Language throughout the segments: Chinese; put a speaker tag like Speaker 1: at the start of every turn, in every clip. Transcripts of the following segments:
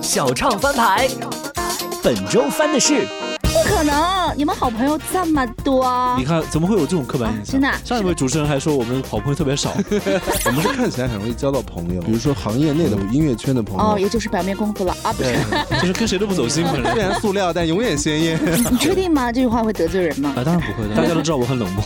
Speaker 1: 小唱翻牌，本周翻的是
Speaker 2: 不可能，你们好朋友这么多，
Speaker 3: 你看，怎么会有这种刻板印象？
Speaker 2: 啊真的啊
Speaker 3: 上一位主持人还说我们好朋友特别 少，
Speaker 4: 我们是看起来很容易交到朋友，比如说行业内的音乐圈的朋
Speaker 2: 哦，
Speaker 4: 友。
Speaker 2: 也就是表面功夫了啊，不是？
Speaker 3: 就是跟谁都不走心，反正
Speaker 4: 虽然塑料，但永远鲜艳。
Speaker 2: 你确定吗？这句话会得罪人吗？
Speaker 3: 啊，当然不会的，大家都知道我很冷 漠，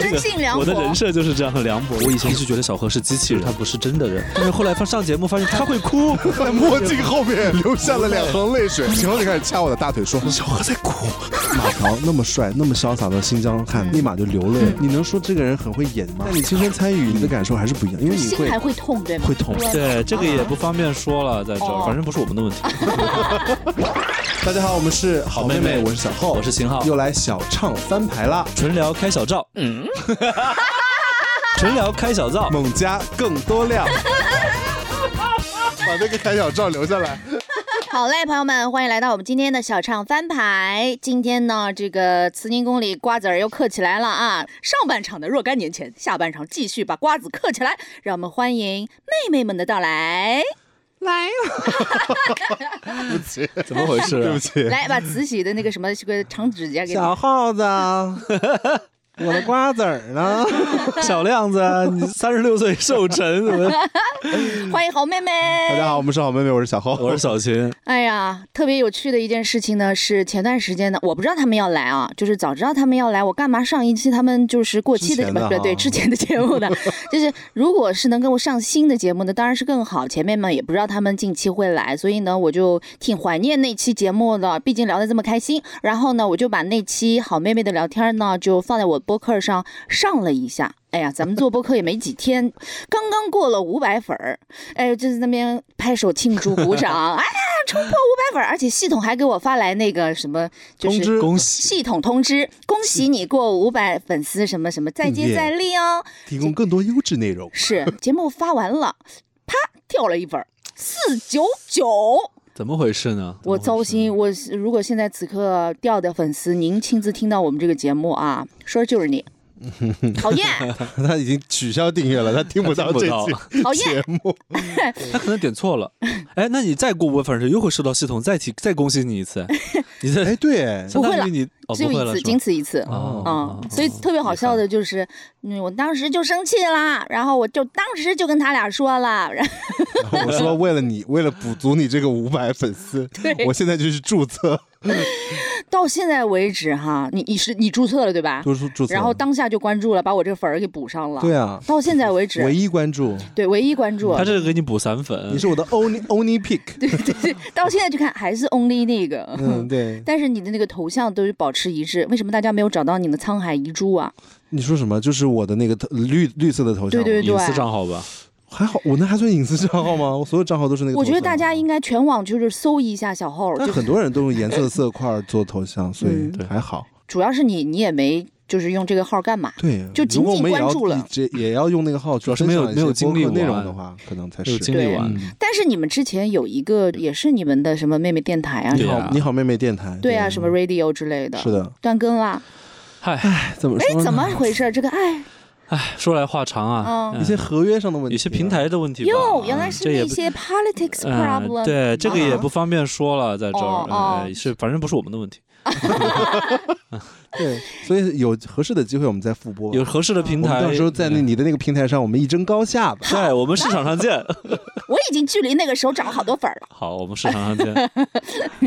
Speaker 2: 真性凉薄
Speaker 3: 我的人设就是这样，很凉薄。我以前一直觉得小何是机器人，他不是真的人，但是后来放上节目发现他 会哭，
Speaker 4: 在墨镜后面流下了两行泪水，然后就开始掐我的大腿说：“小何在哭。”马条那么帅、那么潇洒的新疆汉，立马就流泪。你能说这个人很会演吗？嗯但你亲身参与，你的感受还是不一样，因为你
Speaker 2: 心
Speaker 4: 会
Speaker 2: 还会痛，对吗？
Speaker 4: 会痛。
Speaker 3: 对，这个也不方便说了，在这儿
Speaker 2: 哦，
Speaker 3: 反正不是我们的问题。
Speaker 4: 大家好，我们是好妹
Speaker 3: 好妹妹
Speaker 4: 我是小浩，
Speaker 3: 我是秦昊
Speaker 4: 又来小唱翻牌啦。
Speaker 3: 纯聊开小 灶，嗯， 纯聊开小灶，
Speaker 4: 猛加更多 料，把那个开小照留下来。
Speaker 2: 好嘞，朋友们，欢迎来到我们今天的小唱翻牌。今天呢，这个慈宁宫里瓜子儿又嗑起来了啊！上半场的若干年前，下半场继续把瓜子嗑起来。让我们欢迎妹妹们的到来，
Speaker 3: 怎么回事啊？
Speaker 4: 起，
Speaker 2: 来把慈禧的那个什么这个长指甲给
Speaker 4: 小耗子，我 的瓜子儿呢？
Speaker 3: 小亮子，啊你三十六岁寿辰，怎么？
Speaker 2: 欢迎好妹
Speaker 4: 大
Speaker 2: 妹。
Speaker 4: 家好，我们是好妹妹，我是小浩，
Speaker 3: 我是小秦，
Speaker 2: 哎呀，特别有趣的一件事情呢，是前段时间呢，我不知道他们要来啊，就是早知道他们要来，我干嘛上一期他们就是过期的
Speaker 4: 之前
Speaker 2: 不
Speaker 4: 的
Speaker 2: 是对
Speaker 4: 哈
Speaker 2: 之前的节目 呢？就是如果是能给我上新的节目呢，当然是更好。前面嘛也不知道他们近期会来，所以呢我就挺怀念那期节目的，毕竟聊得这么开心。然后呢，我就把那期好妹妹的聊天呢就放在我播客上上了一下。哎呀，咱们做播客也没几天，刚刚过了五百粉儿，哎，就是那边拍手庆祝鼓 掌，哎呀，冲破五百粉儿，而且系统还给我发来那个什么，就是
Speaker 4: 通知
Speaker 3: 恭喜。
Speaker 2: 系统通知，恭喜你过五百粉丝，什么什么，再接再厉哦。
Speaker 4: 提供更多优质内容。
Speaker 2: 是节目发完了，啪掉了一本，四九九。
Speaker 3: 怎么回事呢？
Speaker 2: 我糟
Speaker 3: 怎么
Speaker 4: 啊
Speaker 2: 心，我如果现在此刻掉的粉丝，您亲自听到我们这个节目啊，说就是 你，讨厌，
Speaker 4: 他已经取消订阅了，他听不到
Speaker 3: 他
Speaker 4: 这
Speaker 3: 听不
Speaker 4: 期
Speaker 2: 讨厌
Speaker 4: 节目。
Speaker 3: 回 事，他可能点错了。哎，那你再过五百粉丝，又会收到系统再提再恭喜你 一次，你
Speaker 4: 哎，
Speaker 3: 再
Speaker 4: 对，
Speaker 3: 相当于你哦
Speaker 2: 只有
Speaker 3: 不会
Speaker 2: 一
Speaker 3: 了
Speaker 2: 次，
Speaker 3: 是
Speaker 2: 仅
Speaker 3: 吧？
Speaker 2: 此一次。
Speaker 3: 哦
Speaker 2: 嗯，
Speaker 3: 哦
Speaker 2: 所以特别好笑的就是，嗯，我当时就生气啦，然后我就当时就跟他俩说了，然后
Speaker 4: 我说为了你，为了补足你这个五百粉丝，我现在就去注册，
Speaker 2: 到现在为止哈，你你是你注册了对吧？
Speaker 4: 都是注册。
Speaker 2: 然后当下就关注了，把我这个粉儿给补上了。
Speaker 4: 对啊，
Speaker 2: 到现在为止，
Speaker 4: 唯一关注，
Speaker 2: 对唯一关注
Speaker 3: 他，这个给你补散粉
Speaker 4: 你，是我的 only only pick。
Speaker 2: 到现在就看还是 only 那个。
Speaker 4: 嗯，对。
Speaker 2: 但是你的那个头像都是保持一致，为什么大家没有找到你的沧海遗珠啊？
Speaker 4: 你说什么？就是我的那个头绿绿色的头像吗，
Speaker 2: 对
Speaker 3: 隐私账号吧？
Speaker 4: 还好，我那还算隐私账号吗？我所有账号都是那个头像。
Speaker 2: 我觉得大家应该全网就是搜一下小号，
Speaker 4: 但
Speaker 2: 就嗯
Speaker 4: 很多人都用颜色色块做头像，所以
Speaker 3: 对
Speaker 4: 还好。
Speaker 2: 主要是你，你也没就是用这个号干嘛？
Speaker 4: 对，
Speaker 2: 就
Speaker 4: 如果我们也要
Speaker 2: 紧紧关注了
Speaker 4: 这也要用那个号，主
Speaker 3: 要是没有没有经历
Speaker 4: 内容
Speaker 3: 完
Speaker 4: 的话，可能才
Speaker 3: 没有
Speaker 4: 是。
Speaker 3: 经历
Speaker 2: 对
Speaker 3: 完，
Speaker 4: 嗯
Speaker 2: 但是你们之前有一个也是你们的什么妹妹电台啊，
Speaker 4: 你
Speaker 3: 对
Speaker 2: 什么
Speaker 3: 啊
Speaker 4: 好，你好，妹妹电台。
Speaker 2: 对啊，什么 radio 之类的，
Speaker 4: 是的，嗯
Speaker 2: 断更啦。
Speaker 3: 嗨，
Speaker 4: 怎么说
Speaker 2: 哎，
Speaker 4: 呢？
Speaker 2: 怎么回事？这个哎
Speaker 3: 说来话长啊，
Speaker 2: 嗯
Speaker 4: 一些合约上的问题？啊
Speaker 3: 有些平。台的问题吧，嗯
Speaker 2: 哟，原来是
Speaker 3: 这也
Speaker 2: 那
Speaker 3: 不
Speaker 2: 些 politics
Speaker 3: 嗯
Speaker 2: problem。啊
Speaker 3: 对，这个也不方便说了，在这
Speaker 2: 哦
Speaker 3: 儿，
Speaker 2: 哦
Speaker 3: 哎是反正不是我们的问题。
Speaker 4: 对，所以有合适的机会我们再复播。
Speaker 3: 有合适的平
Speaker 4: 我们
Speaker 3: 台，
Speaker 4: 到时候在那你的那个平台上，我们一争高下吧。
Speaker 3: 对我们市场上见。
Speaker 2: 我已经距离那个时候涨了好多粉儿了。
Speaker 3: 好，我们市场上见。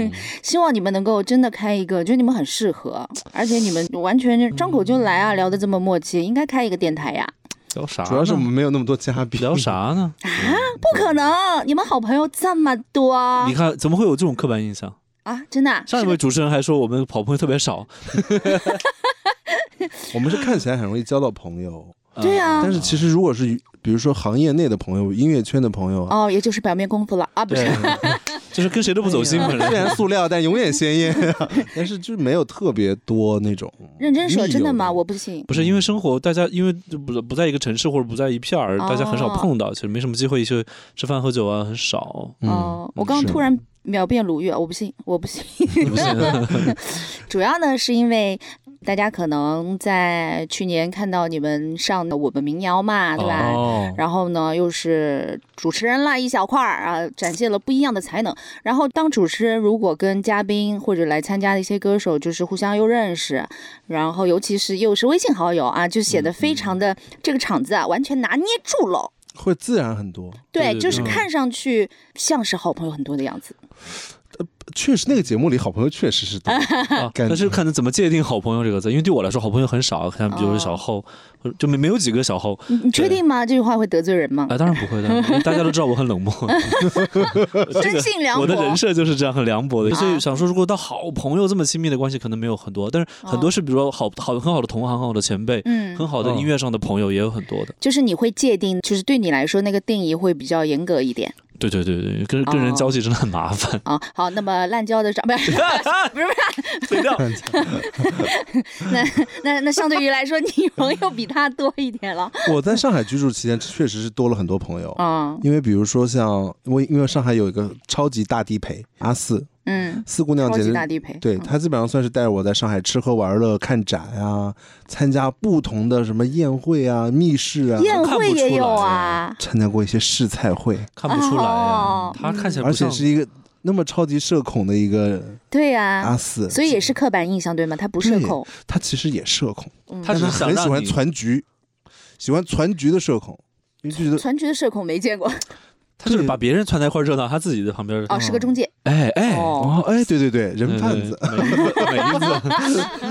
Speaker 2: 希望你们能够真的开一个，就你们很适合，而且你们完全就张口就来啊，聊得这么默契，应该开一个电台呀。
Speaker 3: 聊啥呢？
Speaker 4: 主要是我们没有那么多嘉宾。
Speaker 3: 聊？啥呢？
Speaker 2: 不可能，你们好朋友这么多
Speaker 3: 你
Speaker 2: 啊，
Speaker 3: 看，怎么会有这种刻板印象？
Speaker 2: 真的啊。
Speaker 3: 上一位主持人还说我们好朋友特别少，
Speaker 4: 我们是看起来很容易交到朋友，
Speaker 2: 对啊
Speaker 4: 但是其实如果是比如说行业内的朋友、音乐圈的朋友，
Speaker 2: 哦，也就是表面功夫了啊，不是
Speaker 3: 对， 就是跟谁都不走
Speaker 2: 哎
Speaker 3: 心，反
Speaker 4: 虽
Speaker 3: 正
Speaker 4: 然塑料，但永远鲜艳。 但是就是没有特别多那种
Speaker 2: 认真说，
Speaker 4: 密友
Speaker 2: 真的吗？我不信。
Speaker 3: 不是因为生活，大家因为不不在一个城市或者不在一片儿，大家很少
Speaker 2: 哦
Speaker 3: 碰到，其实没什么机会去吃饭喝酒啊，很少。
Speaker 2: 哦，我刚刚突然 秒变鲁豫，我不信，我不信。
Speaker 3: 不是
Speaker 2: 主要呢是因为大家可能在去年看到你们上的《我们民谣》嘛，啊对吧？
Speaker 3: 哦，
Speaker 2: 然后呢，又是主持人啦，一小块儿啊，展现了不一样的才能。然后当主持人如果跟嘉宾或者来参加的一些歌手，就是互相又认识，然后尤其是又是微信好友啊，就
Speaker 3: 嗯
Speaker 2: 显得非常的、这个场子啊，完全拿捏住了。
Speaker 4: 会自然很多。
Speaker 2: 对，
Speaker 3: 对对嗯
Speaker 2: 就是
Speaker 3: 对
Speaker 2: 看上去像是好朋友很多的样子。
Speaker 4: 确实，那个节目里好朋友确实是 多。
Speaker 3: 啊
Speaker 4: 感觉
Speaker 3: 但是看怎么界定“好朋友”这个字，因为对我来说，好朋友很少，像比如说小
Speaker 2: 哦
Speaker 3: 后，或者就没没有几个小后。
Speaker 2: 你你确
Speaker 3: 对
Speaker 2: 定吗？这句话会得罪人吗？
Speaker 3: 啊，当然不会的，因为大家都知道我很冷漠，
Speaker 2: 真性凉
Speaker 3: 我的
Speaker 2: 薄
Speaker 3: 人。设就是这样，很凉薄的。所
Speaker 2: 啊
Speaker 3: 以想说，如果到好朋友这么亲密的关系，可能没有很多，但是很多是比如说好好很好的同行、很好的前辈、
Speaker 2: 嗯，
Speaker 3: 很好的音乐上的朋友也有很多的。
Speaker 2: 就是你会界定，就是对你来说那个定义会比较严格一点
Speaker 3: 对对对对，跟跟人
Speaker 2: 哦
Speaker 3: 交际真的很麻 烦。
Speaker 2: 啊。好，那么滥交的长不是不是不是，
Speaker 3: 对的，
Speaker 2: 那那那相对于来说，你朋友比他多一点了。
Speaker 4: 我在上海居住期间，确实是多了很多朋友。
Speaker 2: 嗯
Speaker 4: 因为比如说像我，因为上海有一个超级大地陪阿四
Speaker 2: 嗯，
Speaker 4: 四姑娘
Speaker 2: 超
Speaker 4: 姐
Speaker 2: 级
Speaker 4: 姐，
Speaker 2: 大地陪。
Speaker 4: 对
Speaker 2: 嗯
Speaker 4: 她基本上算是带着我在上海吃喝玩乐、看展啊，参加不同的什么宴会啊、密室啊，
Speaker 2: 宴会也有
Speaker 3: 看不出来
Speaker 2: 啊
Speaker 3: 啊。
Speaker 4: 参加过一些试菜会，
Speaker 3: 看不出来呀
Speaker 2: 哦，
Speaker 3: 他看起来
Speaker 4: 而
Speaker 3: 不
Speaker 4: 且
Speaker 3: 像
Speaker 4: 是一个那么超级社恐的一个
Speaker 2: 对呀、
Speaker 4: 阿四，
Speaker 2: 所以也是刻板印象对吗？他不社
Speaker 4: 对
Speaker 2: 恐，嗯
Speaker 4: 他其实也社恐，
Speaker 3: 他
Speaker 4: 但
Speaker 3: 只
Speaker 4: 是
Speaker 3: 是想
Speaker 4: 很喜
Speaker 3: 让
Speaker 4: 欢
Speaker 3: 你
Speaker 4: 攒局，喜欢攒局的社恐，因为就觉得
Speaker 2: 全局的社恐没见过
Speaker 4: 嗯
Speaker 3: 他就是把别人串在一块儿热闹，他自己在旁边。
Speaker 2: 哦，是个中介。
Speaker 3: 哎哎，
Speaker 2: 哦
Speaker 4: 哦，哎，对对对，人
Speaker 3: 对
Speaker 4: 贩子。，
Speaker 3: 对每一个每一个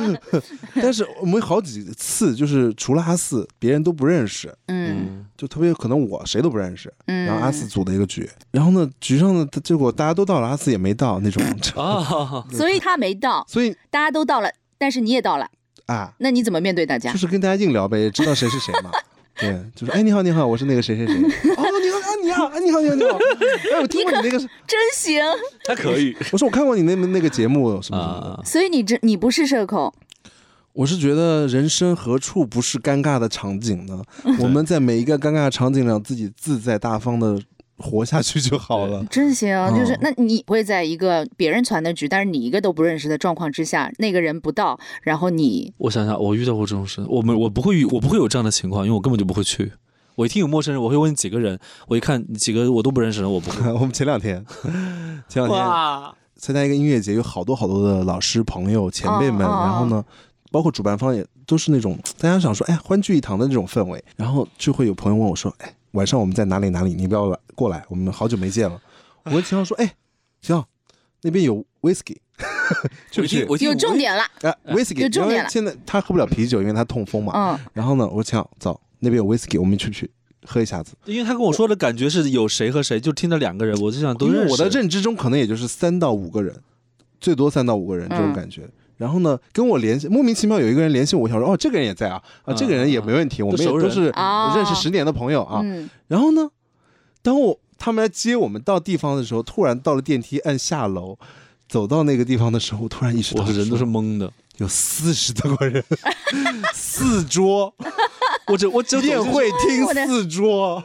Speaker 4: 但是我们好几次就是除了阿四，别人都不认识，
Speaker 2: 嗯
Speaker 3: 嗯
Speaker 4: 就特别可能我谁都不认识。
Speaker 2: 嗯。
Speaker 4: 然后阿四组的一个局，然后呢，局上的结果大家都到了，阿四也没到那种。
Speaker 3: 啊，
Speaker 2: 所以他没到，
Speaker 4: 所以
Speaker 2: 大家都到了，但是你也到了，
Speaker 4: 啊，
Speaker 2: 那你怎么面对大家
Speaker 4: 就？是跟大家硬聊呗，也知道谁是谁嘛。对，就是哎，你好，你好，我是那个谁谁谁。哦，你好，啊，你好，啊，你好，你好，你好。哎，我听过你那个，
Speaker 2: 真行。
Speaker 3: 他可以
Speaker 4: 我说我看过你那那个节目什么什么的。
Speaker 3: 啊。
Speaker 2: 所以你这你不是社恐，
Speaker 4: 我是觉得人生何处不是尴尬的场景呢？
Speaker 3: 嗯
Speaker 4: 我们在每一个尴尬的场景上，自己自在大方的活下去就好了。
Speaker 2: 真行。就是、
Speaker 4: 哦
Speaker 2: 那你会在一个别人传的局，但是你一个都不认识的状况之下，那个人不到，然后你
Speaker 3: 我想想，我遇到过这种事，我们我不会遇，我不会有这样的情况，因为我根本就不会去。我一听有陌生人，我会问几个人，我一看几个我都不认识的人，我 不会。
Speaker 4: 我们前两天，前两天
Speaker 3: 哇，
Speaker 4: 参加一个音乐节，有好多好多的老师朋友前辈
Speaker 3: 嗯
Speaker 4: 们，
Speaker 2: 哦哦哦
Speaker 4: 然后呢，包括主办方也都是那种大家想说，哎，欢聚一堂的那种氛围。然后就会有朋友问我说，哎，晚上我们在哪里哪里？你不要来过来，我们好久没见了。我跟秦昊说，哎，秦昊，那边有 whisky，去
Speaker 3: 我
Speaker 4: 不
Speaker 3: 一听
Speaker 4: 去？
Speaker 3: 我一听
Speaker 2: 有重，点了，
Speaker 4: 啊，whisky，
Speaker 2: 呃有重点了
Speaker 4: 因为现在他喝不了啤酒，因为他痛风嘛。
Speaker 2: 嗯，
Speaker 4: 然后呢，我想走，那边有 whisky，我们去不去喝一下子？
Speaker 3: 因为他跟我说的感觉是有谁和谁，就听着两个人，我就想都
Speaker 4: 因
Speaker 3: 认
Speaker 4: 为
Speaker 3: 识。
Speaker 4: 我的认知中可能也就是三到五个人，最多三到五个人这种
Speaker 2: 嗯
Speaker 4: 感觉。然后呢，跟我联系，莫名其妙有一个人联系我，我想说哦，这个人也在啊，啊，
Speaker 3: 嗯
Speaker 4: 这个人也没问题，我们也
Speaker 3: 熟
Speaker 4: 都
Speaker 3: 人
Speaker 4: 是
Speaker 2: 哦
Speaker 4: 认识十年的朋友啊。
Speaker 2: 嗯，
Speaker 4: 然后呢，当我他们来接我们到地方的时候，突然到了电梯，按下楼。走到那个地方的时候，我突然意识到
Speaker 3: 我
Speaker 4: 说，
Speaker 3: 人都是懵的，
Speaker 4: 有四十多个人， 四桌，
Speaker 3: 我只我只有
Speaker 4: 宴
Speaker 3: 走进去
Speaker 4: 会厅
Speaker 2: 我的
Speaker 4: 四桌，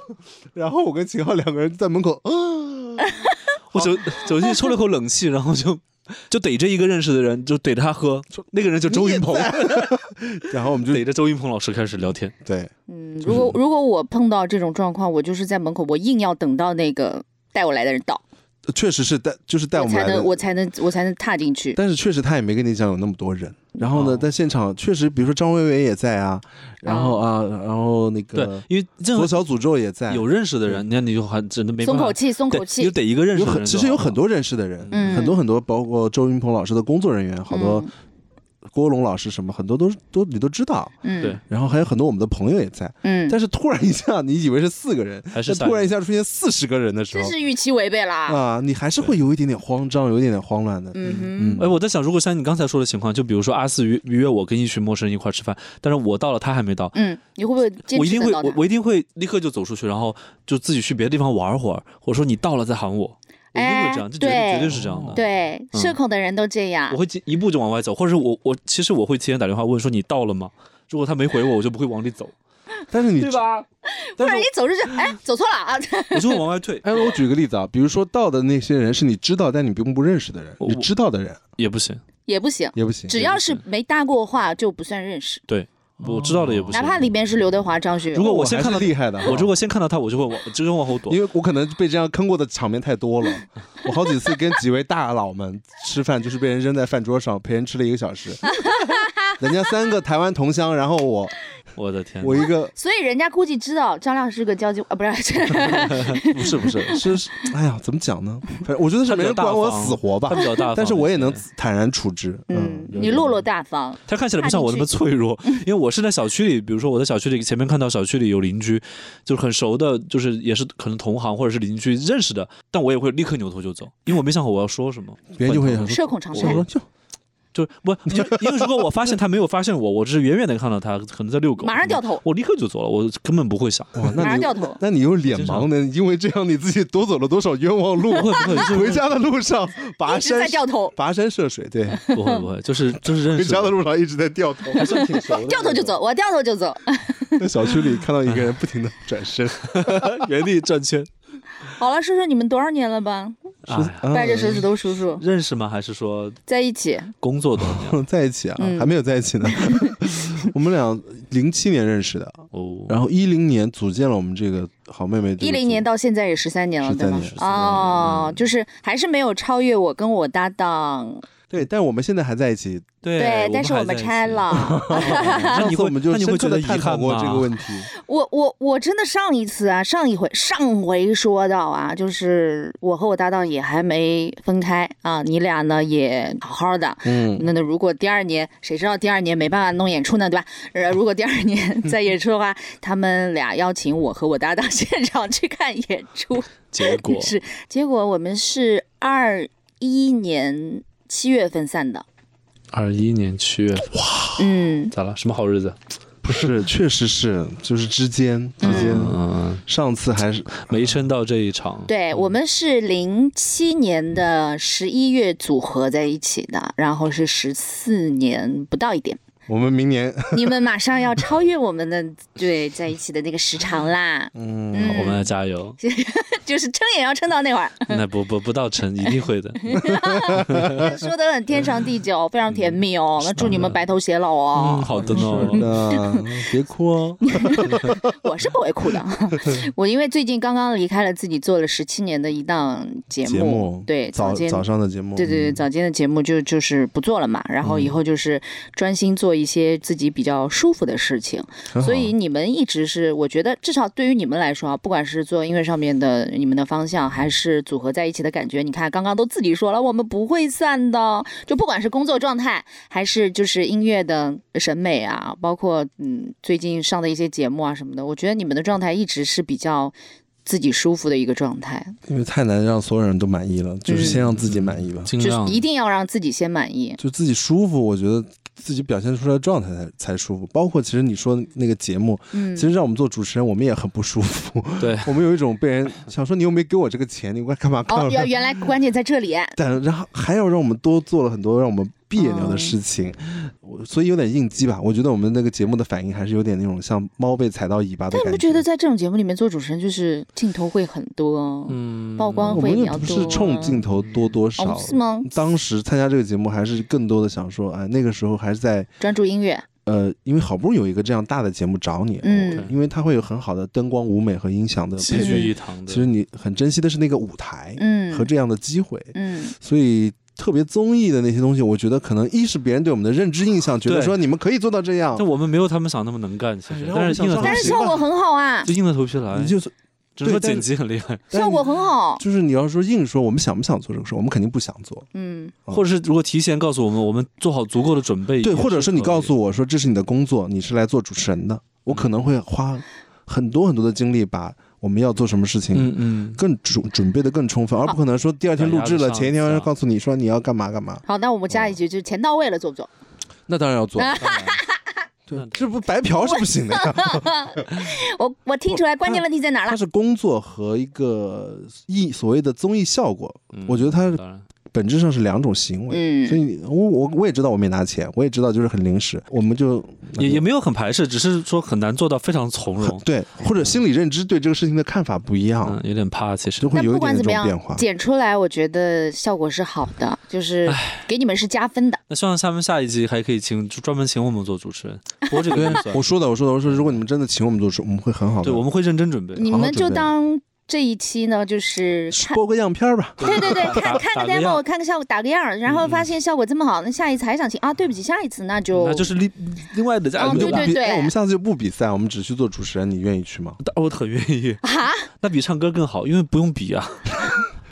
Speaker 4: 然后我跟秦昊两个人在门口，嗯、
Speaker 3: 我走走进去抽了口冷气，然后就就逮着一个认识的人，就逮着他喝，那个人就周云鹏，
Speaker 4: 然后我们就
Speaker 3: 逮着周云鹏老师开始聊天。
Speaker 4: 对，
Speaker 2: 嗯，如果如果我碰到这种状况，我就是在门口，我硬要等到那个带我来的人到，
Speaker 4: 确实是带就是带
Speaker 2: 我
Speaker 4: 我们
Speaker 2: 才
Speaker 4: 来
Speaker 2: 能我
Speaker 4: 的，
Speaker 2: 才能我才能踏进去。
Speaker 4: 但是确实他也没跟你讲有那么多人。然后呢，
Speaker 3: 哦
Speaker 4: 在现场确实，比如说张伟伟也在啊，然
Speaker 2: 嗯
Speaker 4: 后啊，然后那
Speaker 3: 对
Speaker 4: 个，
Speaker 3: 因为任
Speaker 4: 左
Speaker 3: 何
Speaker 4: 小诅咒也在，
Speaker 3: 有认识的人，那你就还真的没办
Speaker 2: 松
Speaker 3: 法
Speaker 2: 口气，松口
Speaker 3: 对你
Speaker 2: 气
Speaker 3: 就。得一个认识
Speaker 4: 有
Speaker 3: 的人就好
Speaker 4: 很
Speaker 3: 了。
Speaker 4: 其实有很多认识的人，
Speaker 2: 嗯
Speaker 4: 很多很多，包括周云鹏老师的工作人员，好多郭龙老师什么，很多都都你都知道。
Speaker 2: 嗯，
Speaker 3: 对
Speaker 2: 嗯，
Speaker 4: 然后还有很多我们的朋友也在，
Speaker 2: 嗯，
Speaker 4: 但是突然一下，你以为是四个人，
Speaker 3: 还是
Speaker 4: 但
Speaker 3: 三
Speaker 4: 突然一下出现四十个人的时
Speaker 2: 这
Speaker 4: 候
Speaker 2: 是预期违背啦。
Speaker 4: 啊，你还是会有一点点慌张，有一点点慌乱的。
Speaker 2: 嗯
Speaker 4: 嗯
Speaker 3: 哎，，我在想，如果像你刚才说的情况，就比如说阿四约约我跟一群陌生人一块儿吃饭，但是我到了，他还没到
Speaker 2: 哼，，嗯，你会不会坚
Speaker 3: 我一
Speaker 2: 持
Speaker 3: 定
Speaker 2: 等
Speaker 3: 会，
Speaker 2: 到他
Speaker 3: 我？我一定会立刻就走出去，然后就自己去别的地方玩会儿，或者说你到了再喊我，我一定会这样，
Speaker 2: 哎
Speaker 3: 这绝对
Speaker 2: 对
Speaker 3: 绝对是这样的。
Speaker 2: 对，
Speaker 3: 嗯
Speaker 2: 社恐的人都这样
Speaker 3: 我。会进一步就往外走，或者是我我其实我会提前打电话问说你到了吗？如果他没回我，我就不会往里走，
Speaker 4: 但是你
Speaker 3: 对吧？
Speaker 2: 不
Speaker 3: 但是
Speaker 2: 然一走出去，哎，走错了啊！
Speaker 3: 我我就会往外退，
Speaker 4: 哎，我举个例子啊，比如说到的那些人是你知道但你并不认识的人，
Speaker 3: 我
Speaker 4: 你知道的人，
Speaker 3: 也不行。
Speaker 2: 也不行，
Speaker 4: 也不行，
Speaker 2: 只要是没搭过话就不算认识，
Speaker 3: 对，我知道的也不是。
Speaker 2: 哪怕里面是刘德华、张学友。
Speaker 3: 如果我
Speaker 4: 还
Speaker 3: 先看
Speaker 4: 是
Speaker 3: 到
Speaker 4: 厉害的，
Speaker 3: 我如果先看到他，我就会往直接往后躲。
Speaker 4: 因为我可能被这样坑过的场面太多了， 我好几次跟几位大佬们吃饭，就是被人扔在饭桌上，陪人吃了一个小 时。人家三个台湾同乡，然后我
Speaker 3: 我的天，
Speaker 4: 我一 个
Speaker 2: 所以人家估计知道张亮是个交际啊，不是
Speaker 3: 不是不是，
Speaker 4: 是是，哎呀，怎么讲呢？反正我觉得是
Speaker 3: 他比
Speaker 4: 没
Speaker 3: 较
Speaker 4: 人
Speaker 3: 大
Speaker 4: 管
Speaker 3: 方，
Speaker 4: 我死活吧
Speaker 3: 他，比较大方，
Speaker 4: 但是我也能坦然处之。
Speaker 2: 嗯，
Speaker 4: 有
Speaker 2: 你
Speaker 4: 点
Speaker 2: 落落大方，
Speaker 3: 他看起来不像我那么脆弱，
Speaker 2: 嗯
Speaker 3: 因为我是在小区里，比如说我在小区里前面看到小区里有邻居，就是很熟的，就是也是可能同行或者是邻居认识的，但我也会立刻扭头就走，因为我没想好我要说什么，
Speaker 4: 别人就会想
Speaker 2: 社恐常
Speaker 4: 我
Speaker 2: 晒
Speaker 4: 说。就
Speaker 3: 就是不就因为如果我发现他没有发现我，我只是远远的看到他，可能在遛狗，
Speaker 2: 马上掉头
Speaker 3: 我立刻就走了，我根本不会想，
Speaker 4: 哇，
Speaker 2: 马
Speaker 4: 那
Speaker 2: 上
Speaker 4: 你
Speaker 2: 掉头
Speaker 4: 那你又脸
Speaker 3: 经
Speaker 4: 盲
Speaker 3: 常
Speaker 4: 呢？因为这样你自己多走了多少冤枉路？
Speaker 3: 不会不会就是
Speaker 4: 回家的路上跋
Speaker 2: 一直在
Speaker 4: 山
Speaker 2: 掉头，
Speaker 4: 跋山涉水，对，
Speaker 3: 不会 不会，就是就是认
Speaker 4: 回
Speaker 3: 识
Speaker 4: 家的
Speaker 3: 的。
Speaker 4: 路上一直在掉头，还算挺熟的。
Speaker 2: 掉头就走，我掉头就走。
Speaker 4: 在小区里看到一个人不停的转身，
Speaker 3: 原地 转圈，
Speaker 2: 好了，说说你们多少年了吧？
Speaker 3: 啊，
Speaker 2: 掰
Speaker 4: 嗯
Speaker 2: 着手指头数数，
Speaker 3: 认识吗？还是说
Speaker 2: 在一起，
Speaker 3: 工作多少 年？
Speaker 4: 嗯在一起啊，
Speaker 2: 嗯
Speaker 4: 还没有在 一起呢。我们俩零七年认识的，
Speaker 3: 哦，
Speaker 4: 然后一零年组建了我们这个好妹妹这个组。
Speaker 2: 一零年到现在也十三年了，对吗
Speaker 4: 13？年
Speaker 2: 哦，就是还是没有超越我跟我搭档，
Speaker 4: 对，但我们现在还在一起。
Speaker 2: 对，但是我
Speaker 3: 还
Speaker 2: 们
Speaker 3: 在一
Speaker 2: 拆
Speaker 3: 起。
Speaker 2: 了。啊
Speaker 3: 那
Speaker 4: 上
Speaker 3: 你
Speaker 4: 次
Speaker 3: 会
Speaker 4: 我们就
Speaker 3: 那你会
Speaker 4: 深
Speaker 3: 觉
Speaker 4: 刻
Speaker 3: 得
Speaker 4: 的
Speaker 3: 遗
Speaker 4: 探讨
Speaker 3: 憾
Speaker 4: 过
Speaker 3: 吗
Speaker 4: 这个问题。
Speaker 2: 我我我真的上一次啊，上一回上回说到啊，就是我和我搭档也还没分开啊，你俩呢也好好的。
Speaker 4: 嗯，
Speaker 2: 那那如果第二年，谁知道第二年没办法弄演出呢，对吧？
Speaker 4: 嗯
Speaker 2: 呃，如果第二年再演出的话，他们俩邀请我和我搭档现场去看演 出，
Speaker 3: 结果
Speaker 2: 是结果我们是二一年七月份散的，
Speaker 4: 哦
Speaker 3: 二一年七月份，
Speaker 2: 嗯，
Speaker 3: 咋了？什么好日子？
Speaker 4: 不是，确实是，就是之间之间，
Speaker 3: 嗯，
Speaker 4: 上次还是
Speaker 3: 没撑到这一场。
Speaker 2: 对，
Speaker 4: 嗯
Speaker 2: 我们是零七年的十一月组合在一起的，然后是十四年不到一 点。
Speaker 4: 我们明年，
Speaker 2: 你们马上要超越我们的对在一起的那个时长啦，
Speaker 4: 嗯，
Speaker 3: 我们要加油，
Speaker 2: 就是撑也要撑到那会儿，
Speaker 3: 那不不不到成，一定 会的。
Speaker 2: 说的很天长地久，
Speaker 4: 嗯
Speaker 2: 非常甜蜜哦。那祝你们白头偕老
Speaker 3: 嗯，
Speaker 2: 哦！
Speaker 3: 好的呢。
Speaker 4: 那别哭哦。
Speaker 2: 我是不会哭 的，我因为最近刚刚离开了自己做了十七年的一档节目，
Speaker 4: 节目
Speaker 2: 对
Speaker 4: 早
Speaker 2: 间
Speaker 4: 早上的节目，嗯
Speaker 2: 对对对，早间的节目就就是不做了嘛，然后以后就是专心做一些自己比较舒服的事情。
Speaker 4: 很好
Speaker 2: 所以你们一直是，我觉得至少对于你们来说啊，不管是做音乐上面的你们的方向，还是组合在一起的感觉，你看刚刚都自己说了，我们不会散的。就不管是工作状态，还是就是音乐的审美啊，包括嗯最近上的一些节目啊什么的，我觉得你们的状态一直是比较自己舒服的一个状态。
Speaker 4: 因为太难让所有人都满意了，
Speaker 2: 嗯
Speaker 4: 就是先让自己满意吧，
Speaker 3: 尽
Speaker 2: 就是
Speaker 3: 量
Speaker 2: 一定要让自己先满意，
Speaker 4: 就自己舒服，我觉得自己表现出来的状态才才舒服。包括其实你说那个节目，
Speaker 2: 嗯
Speaker 4: 其，实让我们做主持人，我们也很不舒服，
Speaker 3: 对，
Speaker 4: 我们有一种被人想说你又没给我这个钱，你干嘛看
Speaker 2: 哦，
Speaker 4: 我？
Speaker 2: 原原来关键在这里。
Speaker 4: 但然后还有让我们多做了很多让我们别扭的事情，我所以有点应激吧。我觉得我们那个节目的反应还是有点那种像猫被踩到尾巴的
Speaker 2: 但
Speaker 4: 感
Speaker 2: 你不觉得在这种节目里面做主持人，就是镜头会很多，
Speaker 3: 嗯，
Speaker 2: 曝光
Speaker 4: 我
Speaker 2: 会啊
Speaker 4: 们
Speaker 2: 比
Speaker 4: 也
Speaker 2: 较
Speaker 4: 不
Speaker 2: 多？
Speaker 4: 是冲镜头多多少，
Speaker 2: 哦，是吗？
Speaker 4: 当时参加这个节目，还是更多的想说，哎，那个时候还是在
Speaker 2: 专注音乐，
Speaker 4: 呃，因为好不容易有一个这样大的节目找你，
Speaker 2: 嗯
Speaker 4: 因为它会有很好的灯光、舞美和音响的
Speaker 3: 齐
Speaker 4: 配
Speaker 3: 聚
Speaker 4: 备。
Speaker 3: 一堂
Speaker 4: 其实
Speaker 3: 的，
Speaker 4: 你很珍惜的是那个舞台
Speaker 2: 嗯，
Speaker 4: 和这样的机会，
Speaker 2: 嗯，
Speaker 4: 所以特别综艺的那些东西，我觉得可能一是别人对我们的认知印象，觉得
Speaker 3: 对
Speaker 4: 说你们可以做到这样
Speaker 3: 但，我们没有他们想那么能干，其
Speaker 4: 哎
Speaker 3: 实
Speaker 4: 然，后
Speaker 3: 但是
Speaker 4: 我
Speaker 3: 硬
Speaker 4: 们想
Speaker 3: 着头
Speaker 2: 但
Speaker 4: 说
Speaker 2: 是
Speaker 3: 皮
Speaker 2: 效果很好啊，
Speaker 3: 就硬着头皮来
Speaker 4: 你，就是
Speaker 3: 只能说
Speaker 4: 对但
Speaker 3: 剪辑很厉害，
Speaker 4: 但
Speaker 2: 效果很好，
Speaker 4: 就是你要说硬说我们想不想做这个事，我们肯定不想做，
Speaker 2: 嗯，
Speaker 3: 或者是如果提前告诉我们，我们做好足够的准备，
Speaker 4: 哦对，
Speaker 3: 也
Speaker 4: 或者
Speaker 3: 是
Speaker 4: 说你
Speaker 3: 可以
Speaker 4: 告诉我说这是你的工作，你是来做主持人的，我可能会花很多很多的精力把我们要做什么事情
Speaker 3: 嗯嗯，
Speaker 4: 更准准备的更充分，而不可能说第二天啊录制
Speaker 3: 赶鸭
Speaker 4: 了，
Speaker 3: 子上
Speaker 4: 前一天晚上
Speaker 3: 架
Speaker 4: 告诉你说你要干嘛干嘛，
Speaker 2: 好，那我们
Speaker 4: 哦
Speaker 2: 加一句，就是钱到位了，做不做？。
Speaker 4: 那当然要做对，这不白嫖是不行的呀。
Speaker 2: 我我听
Speaker 4: 哦
Speaker 2: 出来关键问题在哪
Speaker 4: 它
Speaker 2: 了，
Speaker 3: 嗯
Speaker 4: 是工作和一个艺所谓的综艺效果，我觉得它
Speaker 3: 当然
Speaker 4: 本质上是两种行为。
Speaker 2: 嗯
Speaker 4: 所以我我我也知道我没拿钱，我也知道就是很临时，我们就
Speaker 3: 也也没有很排斥，只是说很难做到非常从容，
Speaker 4: 对，或者心理认知对这个事情的看法不一样，
Speaker 3: 嗯，有点怕其实
Speaker 4: 就。会
Speaker 2: 但
Speaker 4: 有
Speaker 2: 不
Speaker 4: 一点
Speaker 2: 管
Speaker 4: 这
Speaker 2: 怎
Speaker 4: 种
Speaker 2: 么
Speaker 4: 变
Speaker 2: 样
Speaker 4: 化，。
Speaker 2: 剪出来，我觉得效果是好的，就是给你们是加分的。
Speaker 3: 那希望他们下一集还可以请就专门请我们做主持 人，播这个预算
Speaker 4: 我说的，我说的，我说如果你们真的请我们做事，我们会很好的。
Speaker 3: 对，我们会认真准备。
Speaker 2: 你
Speaker 4: 好好
Speaker 2: 们
Speaker 4: 准
Speaker 2: 就
Speaker 4: 备
Speaker 2: 当这一期呢，就是看。
Speaker 4: 播个样片儿吧。
Speaker 2: 对对对，
Speaker 3: 打
Speaker 2: 看看个
Speaker 3: 打个样嗯
Speaker 2: demo，看个效果，打个样儿，然后发现效果这么好，那下一次还想请啊？对不起，下一次那就
Speaker 3: 那就是另另外的价
Speaker 2: 嗯
Speaker 3: 格
Speaker 2: 对
Speaker 3: 吧
Speaker 2: 对
Speaker 4: 比哎我们下次就不比赛，我们只去做主持人，你愿意去吗？
Speaker 3: 但我很愿意，
Speaker 2: 啊，
Speaker 3: 那比唱歌更好，因为不用比啊。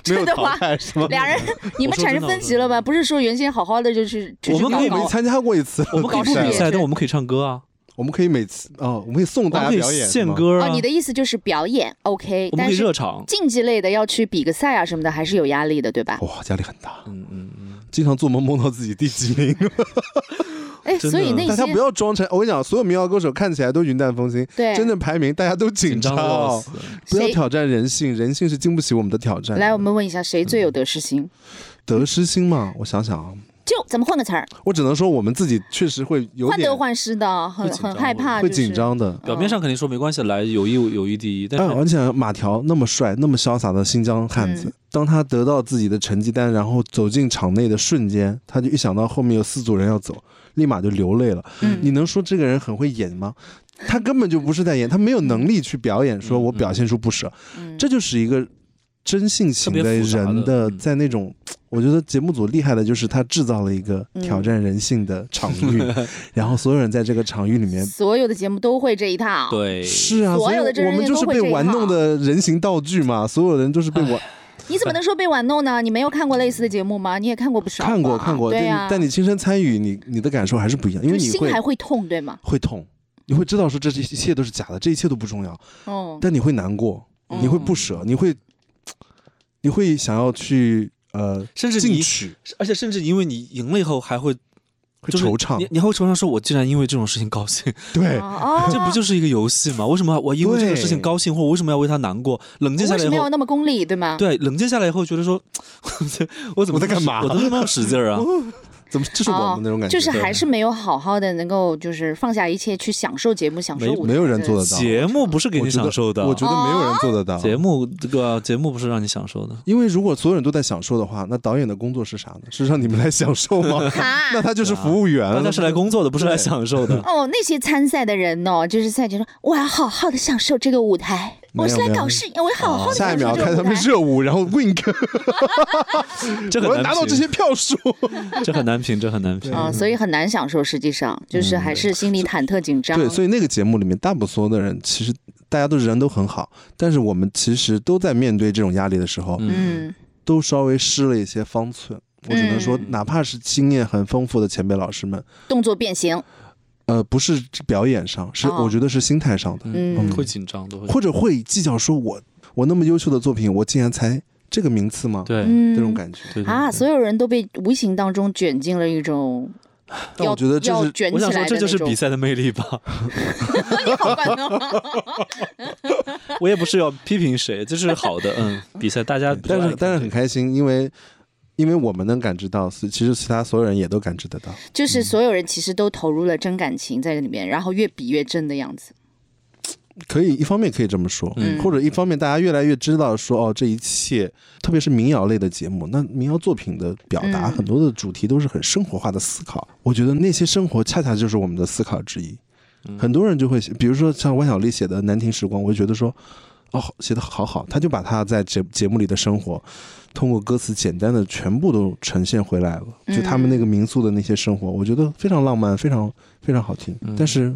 Speaker 4: 没
Speaker 2: 真
Speaker 4: 有
Speaker 2: 的
Speaker 4: 淘
Speaker 2: 吗？
Speaker 3: 哎
Speaker 4: 汰是吗？
Speaker 2: 俩 人，你
Speaker 3: 我
Speaker 2: 们
Speaker 3: 说
Speaker 2: 产
Speaker 3: 真
Speaker 2: 生
Speaker 3: 的
Speaker 2: 分
Speaker 3: 我
Speaker 2: 歧了吧？不是说原先好好的就是只
Speaker 3: 我
Speaker 2: 是
Speaker 3: 们
Speaker 4: 我
Speaker 2: 搞
Speaker 4: 们
Speaker 2: 搞
Speaker 4: 没参加过一次，
Speaker 3: 我们可
Speaker 2: 搞
Speaker 3: 以不比
Speaker 2: 事业
Speaker 3: 赛，但
Speaker 2: 对
Speaker 3: 我们可以唱歌啊，
Speaker 4: 我们可以每次哦，我们可以送
Speaker 3: 我
Speaker 4: 大家
Speaker 3: 们可以
Speaker 4: 表演，
Speaker 3: 献
Speaker 4: 是吗。
Speaker 3: 歌啊
Speaker 2: 哦，，你的意思就是表演 OK，
Speaker 3: 我们
Speaker 2: 但
Speaker 3: 可以
Speaker 2: 是
Speaker 3: 热场。
Speaker 2: 竞技类的要去比个赛啊什么的，还是有压力的，对吧？
Speaker 4: 哇，压力很大，
Speaker 3: 嗯嗯嗯，
Speaker 4: 经常做梦梦到自己第几名。
Speaker 2: 哎，
Speaker 3: 真
Speaker 2: 所以
Speaker 3: 的
Speaker 2: 那
Speaker 4: 大
Speaker 2: 些
Speaker 4: 家不要装成，我跟你讲，所有民谣歌手看起来都云淡风轻，
Speaker 2: 对
Speaker 4: 真正排名大家都紧
Speaker 3: 紧
Speaker 4: 张
Speaker 3: 张得要
Speaker 4: 哦，
Speaker 3: 死。
Speaker 4: 不要
Speaker 2: 谁
Speaker 4: 挑战人性，人性是经不起我们的挑战。
Speaker 2: 来，我们问一下谁最
Speaker 3: 嗯
Speaker 2: 有得失心？
Speaker 4: 得失心嘛，我想想啊，
Speaker 2: 就咱们换个词儿，
Speaker 4: 我只能说我们自己确实会有
Speaker 2: 患
Speaker 4: 点
Speaker 2: 得患失的，很
Speaker 3: 会紧
Speaker 2: 很
Speaker 3: 张
Speaker 2: 害
Speaker 3: 会
Speaker 2: 怕，
Speaker 4: 会紧。张的。
Speaker 3: 表面上肯定说没关系，来友谊友谊第一，但
Speaker 4: 嗯，
Speaker 3: 是
Speaker 4: 而且马条那么帅、那么潇洒的新疆汉子，
Speaker 2: 嗯
Speaker 4: 当他得到自己的成绩单，然后走进场内的瞬间，他就一想到后面有四组人要走，立马就流泪了。
Speaker 2: 嗯
Speaker 4: 你能说这个人很会演吗？他根本就不是在演，他没有能力去表演，说我表现出不舍，
Speaker 2: 嗯
Speaker 4: 这就是一个真性情
Speaker 3: 嗯特别复杂的
Speaker 4: 人的，
Speaker 3: 嗯
Speaker 4: 在那种。我觉得节目组厉害的就是他制造了一个
Speaker 3: 嗯
Speaker 4: 挑战人性的场 域，然后所有人在这个场域里面
Speaker 2: 所有的节目都会这一套。
Speaker 3: 对，
Speaker 4: 是啊，
Speaker 2: 所
Speaker 4: 所以
Speaker 2: 有的真
Speaker 4: 我
Speaker 2: 人
Speaker 4: 们
Speaker 2: 都
Speaker 4: 就是
Speaker 2: 会
Speaker 4: 被
Speaker 2: 这一啊
Speaker 4: 玩
Speaker 2: 套
Speaker 4: 弄的人形道具嘛，所有人都是被玩
Speaker 2: 你怎么能说被玩弄呢？你没有看过类似的节目吗？你也看过不少吧，
Speaker 4: 看过看过，
Speaker 2: 啊对
Speaker 4: 但
Speaker 2: 呀、
Speaker 4: 你但你亲身参与，你你的感受还是不一样，因为
Speaker 2: 就
Speaker 4: 你
Speaker 2: 心
Speaker 4: 会
Speaker 2: 还会痛，对吗？
Speaker 4: 会痛，你会知道说这这一切都是假的，这一切都不重要，
Speaker 2: 哦，
Speaker 4: 但你会难过，
Speaker 2: 嗯
Speaker 4: 你会不舍，你会你会想要去呃
Speaker 3: 甚至
Speaker 4: 进
Speaker 3: 你，
Speaker 4: 取，
Speaker 3: 而且甚至因为你赢了以后还会
Speaker 4: 会
Speaker 3: 就是
Speaker 4: 惆怅
Speaker 3: 你，你还会惆怅说，我竟然因为这种事情高兴，
Speaker 4: 对。
Speaker 2: 哦，
Speaker 3: 这不就是一个游戏吗？为什么我因为这个事情
Speaker 4: 对
Speaker 3: 高兴，或者我为什么要为他难过？冷静下
Speaker 2: 为
Speaker 3: 来以
Speaker 2: 什么要
Speaker 3: 后，
Speaker 2: 那么功利，对吗？
Speaker 3: 对，冷静下来以后觉得说， 我怎么
Speaker 4: 我在干嘛
Speaker 3: 我怎么那么使劲儿啊？
Speaker 4: 怎么就是我们那种感觉？
Speaker 2: 哦就是
Speaker 4: 对
Speaker 2: 还是没有好好的能够就是放下一切去享受节目，享受
Speaker 3: 没
Speaker 2: 舞台
Speaker 4: 没有人
Speaker 2: 这
Speaker 4: 做得到
Speaker 3: 节目不是给
Speaker 4: 我
Speaker 3: 你
Speaker 4: 觉
Speaker 3: 享
Speaker 4: 得
Speaker 3: 受的，
Speaker 4: 我觉得没有人做得
Speaker 2: 哦
Speaker 4: 到。
Speaker 3: 节目这个节目不是让你享受的。
Speaker 4: 因为如果所有人都在享受的话，那导演的工作是啥呢？是让你们来享受吗？
Speaker 2: 哈
Speaker 4: 那他就是服务员了，
Speaker 3: 大家是来工作的，不是来
Speaker 4: 对
Speaker 3: 享受的。
Speaker 2: 哦，那些参赛的人哦，就是赛前说，我要好好的享受这个舞台，
Speaker 4: 没有
Speaker 2: 我是来
Speaker 4: 没有
Speaker 2: 搞事业，
Speaker 4: 哦
Speaker 2: 我要好好的
Speaker 4: 下一
Speaker 2: 享受
Speaker 4: 秒
Speaker 2: 这
Speaker 4: 看
Speaker 2: 个
Speaker 4: 他
Speaker 2: 舞台
Speaker 4: 们。热舞，然后 wink，
Speaker 3: 这 很
Speaker 4: 我要
Speaker 3: 难
Speaker 4: 拿到
Speaker 3: 评
Speaker 4: 这些，票数。
Speaker 3: 这很难评，这很难评。
Speaker 4: 嗯
Speaker 2: 啊、所以很难享受，实际上就是还是心里忐忑紧张。
Speaker 4: 对，所以那个节目里面，大部分所有的人其实大家都人都很好，但是我们其实都在面对这种压力的时候，
Speaker 3: 嗯
Speaker 2: 嗯，
Speaker 4: 都稍微失了一些方寸。我只能说
Speaker 2: 嗯，
Speaker 4: 哪怕是经验很丰富的前辈老师们，
Speaker 2: 动作变形，
Speaker 4: 呃，不是表演上，是
Speaker 2: 哦
Speaker 4: 我觉得是心态上的，
Speaker 2: 嗯
Speaker 3: 会紧张都会。
Speaker 4: 或者会计较说我我那么优秀的作品，我竟然才这个名次吗？
Speaker 3: 对
Speaker 2: 嗯，
Speaker 4: 这种感觉。
Speaker 3: 对对
Speaker 2: 啊，
Speaker 3: 对
Speaker 2: 所有人都被无形当中卷进了一种
Speaker 4: 但
Speaker 2: 要
Speaker 4: 我觉得这
Speaker 2: 要
Speaker 4: 是
Speaker 2: 卷
Speaker 3: 我
Speaker 2: 起
Speaker 3: 想
Speaker 2: 来的
Speaker 3: 说，这就是
Speaker 2: 那种
Speaker 3: 比赛的魅力吧。
Speaker 2: 你好烦哦
Speaker 3: 我也不是要批评谁，这是好的。嗯，比赛大家比较
Speaker 4: 但
Speaker 3: 爱
Speaker 4: 是
Speaker 3: 看
Speaker 4: 但是很
Speaker 3: 这个
Speaker 4: 开心，因为因为我们能感知到，所以其实其他所有人也都感知得到。
Speaker 2: 就是所有人其实都投入了真感情在里面，然后越比越真的样子。
Speaker 4: 可以一方面可以这么说，
Speaker 2: 嗯
Speaker 4: 或者一方面大家越来越知道说哦，这一切，特别是民谣类的节目，那民谣作品的表达、
Speaker 2: 嗯
Speaker 4: 很多的主题都是很生活化的思考。我觉得那些生活恰恰就是我们的思考之一。很多人就会写，比如说像万晓利写的《南亭时光》，我就觉得说，哦，写的好好，他就把他在节节目里的生活，通过歌词简单的全部都呈现回来了。
Speaker 2: 嗯
Speaker 4: 就他们那个民宿的那些生活，我觉得非常浪漫，非常非常好听。但是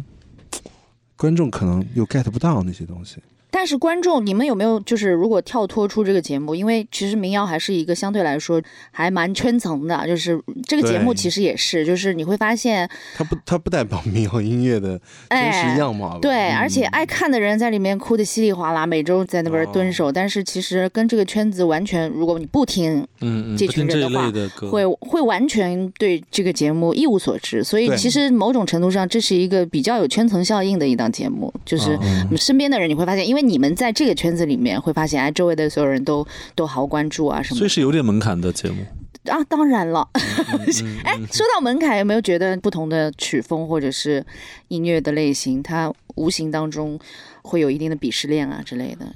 Speaker 4: 观众可能又 get 不到那些东西。
Speaker 2: 但是观众，你们有没有就是如果跳脱出这个节目，因为其实民谣还是一个相对来说还蛮圈层的，就是这个节目
Speaker 4: 对
Speaker 2: 其实也是，就是你会发现，
Speaker 4: 它不，它不代表民谣音乐的真
Speaker 2: 哎
Speaker 4: 实样貌吧。
Speaker 2: 对，
Speaker 4: 嗯
Speaker 2: 而且爱看的人在里面哭的稀里哗啦，每周在那边蹲守，但是其实跟这个圈子完全，如果你不听，
Speaker 3: 嗯嗯，
Speaker 2: 这
Speaker 3: 不
Speaker 2: 群
Speaker 3: 听
Speaker 2: 人
Speaker 3: 这
Speaker 2: 的
Speaker 3: 一
Speaker 2: 话
Speaker 3: 类的歌
Speaker 2: 会会完全对这个节目一无所知，所以
Speaker 4: 对
Speaker 2: 其实某种程度上，这是一个比较有圈层效应的一档节目，
Speaker 4: 啊
Speaker 2: 就是你身边的人你会发现，因为你们在
Speaker 4: 嗯
Speaker 2: 这个圈子里面会发现，哎，周围的所有人都都好关注啊什么
Speaker 3: 所以
Speaker 2: 的。
Speaker 3: 是有点门槛的节目。
Speaker 2: 啊，当然了。
Speaker 3: 嗯
Speaker 2: 哎，说到门槛，有没有觉得不同的曲风或者是音乐的类型，它无形当中会有一定的鄙视链啊之类的？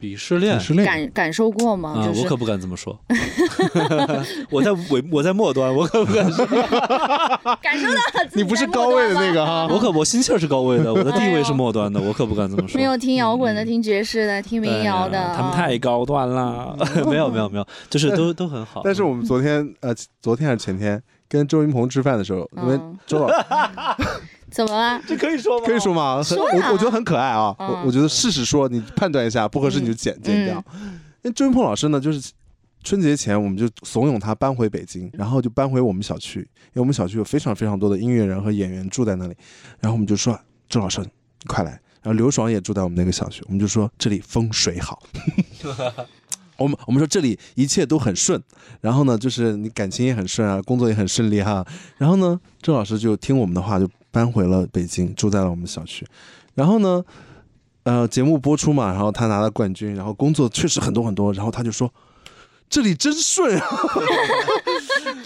Speaker 3: 鄙视链
Speaker 4: 嗯是那
Speaker 2: 感感受过吗？
Speaker 3: 啊，
Speaker 2: 就
Speaker 3: 我
Speaker 2: 是
Speaker 3: 可不敢这么说， 我在尾，我在末端，我可不敢说，
Speaker 2: 感受到了自己
Speaker 4: 你不是
Speaker 2: 在
Speaker 4: 高
Speaker 2: 末端
Speaker 4: 位的那
Speaker 2: 吗。
Speaker 4: 个哈，
Speaker 3: 我可我心气儿是高位的，我的地
Speaker 2: 哎
Speaker 3: 位
Speaker 2: 呦
Speaker 3: 是末端的，我可不敢这么说。
Speaker 2: 没有听摇滚的，听爵士的，听
Speaker 3: 嗯对
Speaker 2: 民谣
Speaker 3: 呀
Speaker 2: 的，嗯
Speaker 3: 他们
Speaker 2: 啊
Speaker 3: 太高端了。 没有没有没有，就是都都很好。
Speaker 4: 但是我们昨天呃，昨天还是前天跟周云鹏吃饭的时候，因为
Speaker 2: 嗯
Speaker 4: 周 老
Speaker 2: 怎么了？
Speaker 3: 这可以说吗
Speaker 4: 可以说吗？很
Speaker 2: 说呀
Speaker 4: 我我觉得很可爱啊，
Speaker 2: 嗯
Speaker 4: 我我觉得试试说，你判断一下不合适你就剪剪掉。因为周云鹏老师呢，就是春节前我们就怂恿他搬回北京，然后就搬回我们小区，因为我们小区有非常非常多的音乐人和演员住在那里，然后我们就说周老师你快来，然后刘爽也住在我们那个小区，我们就说这里风水好。我们我们说这里一切都很顺，然后呢，就是你感情也很顺啊，工作也很顺利哈、然后呢，周老师就听我们的话，就搬回了北京，住在了我们小区。然后呢，呃，节目播出嘛，然后他拿了冠军，然后工作确实很多很多，然后他就说。这里真顺啊，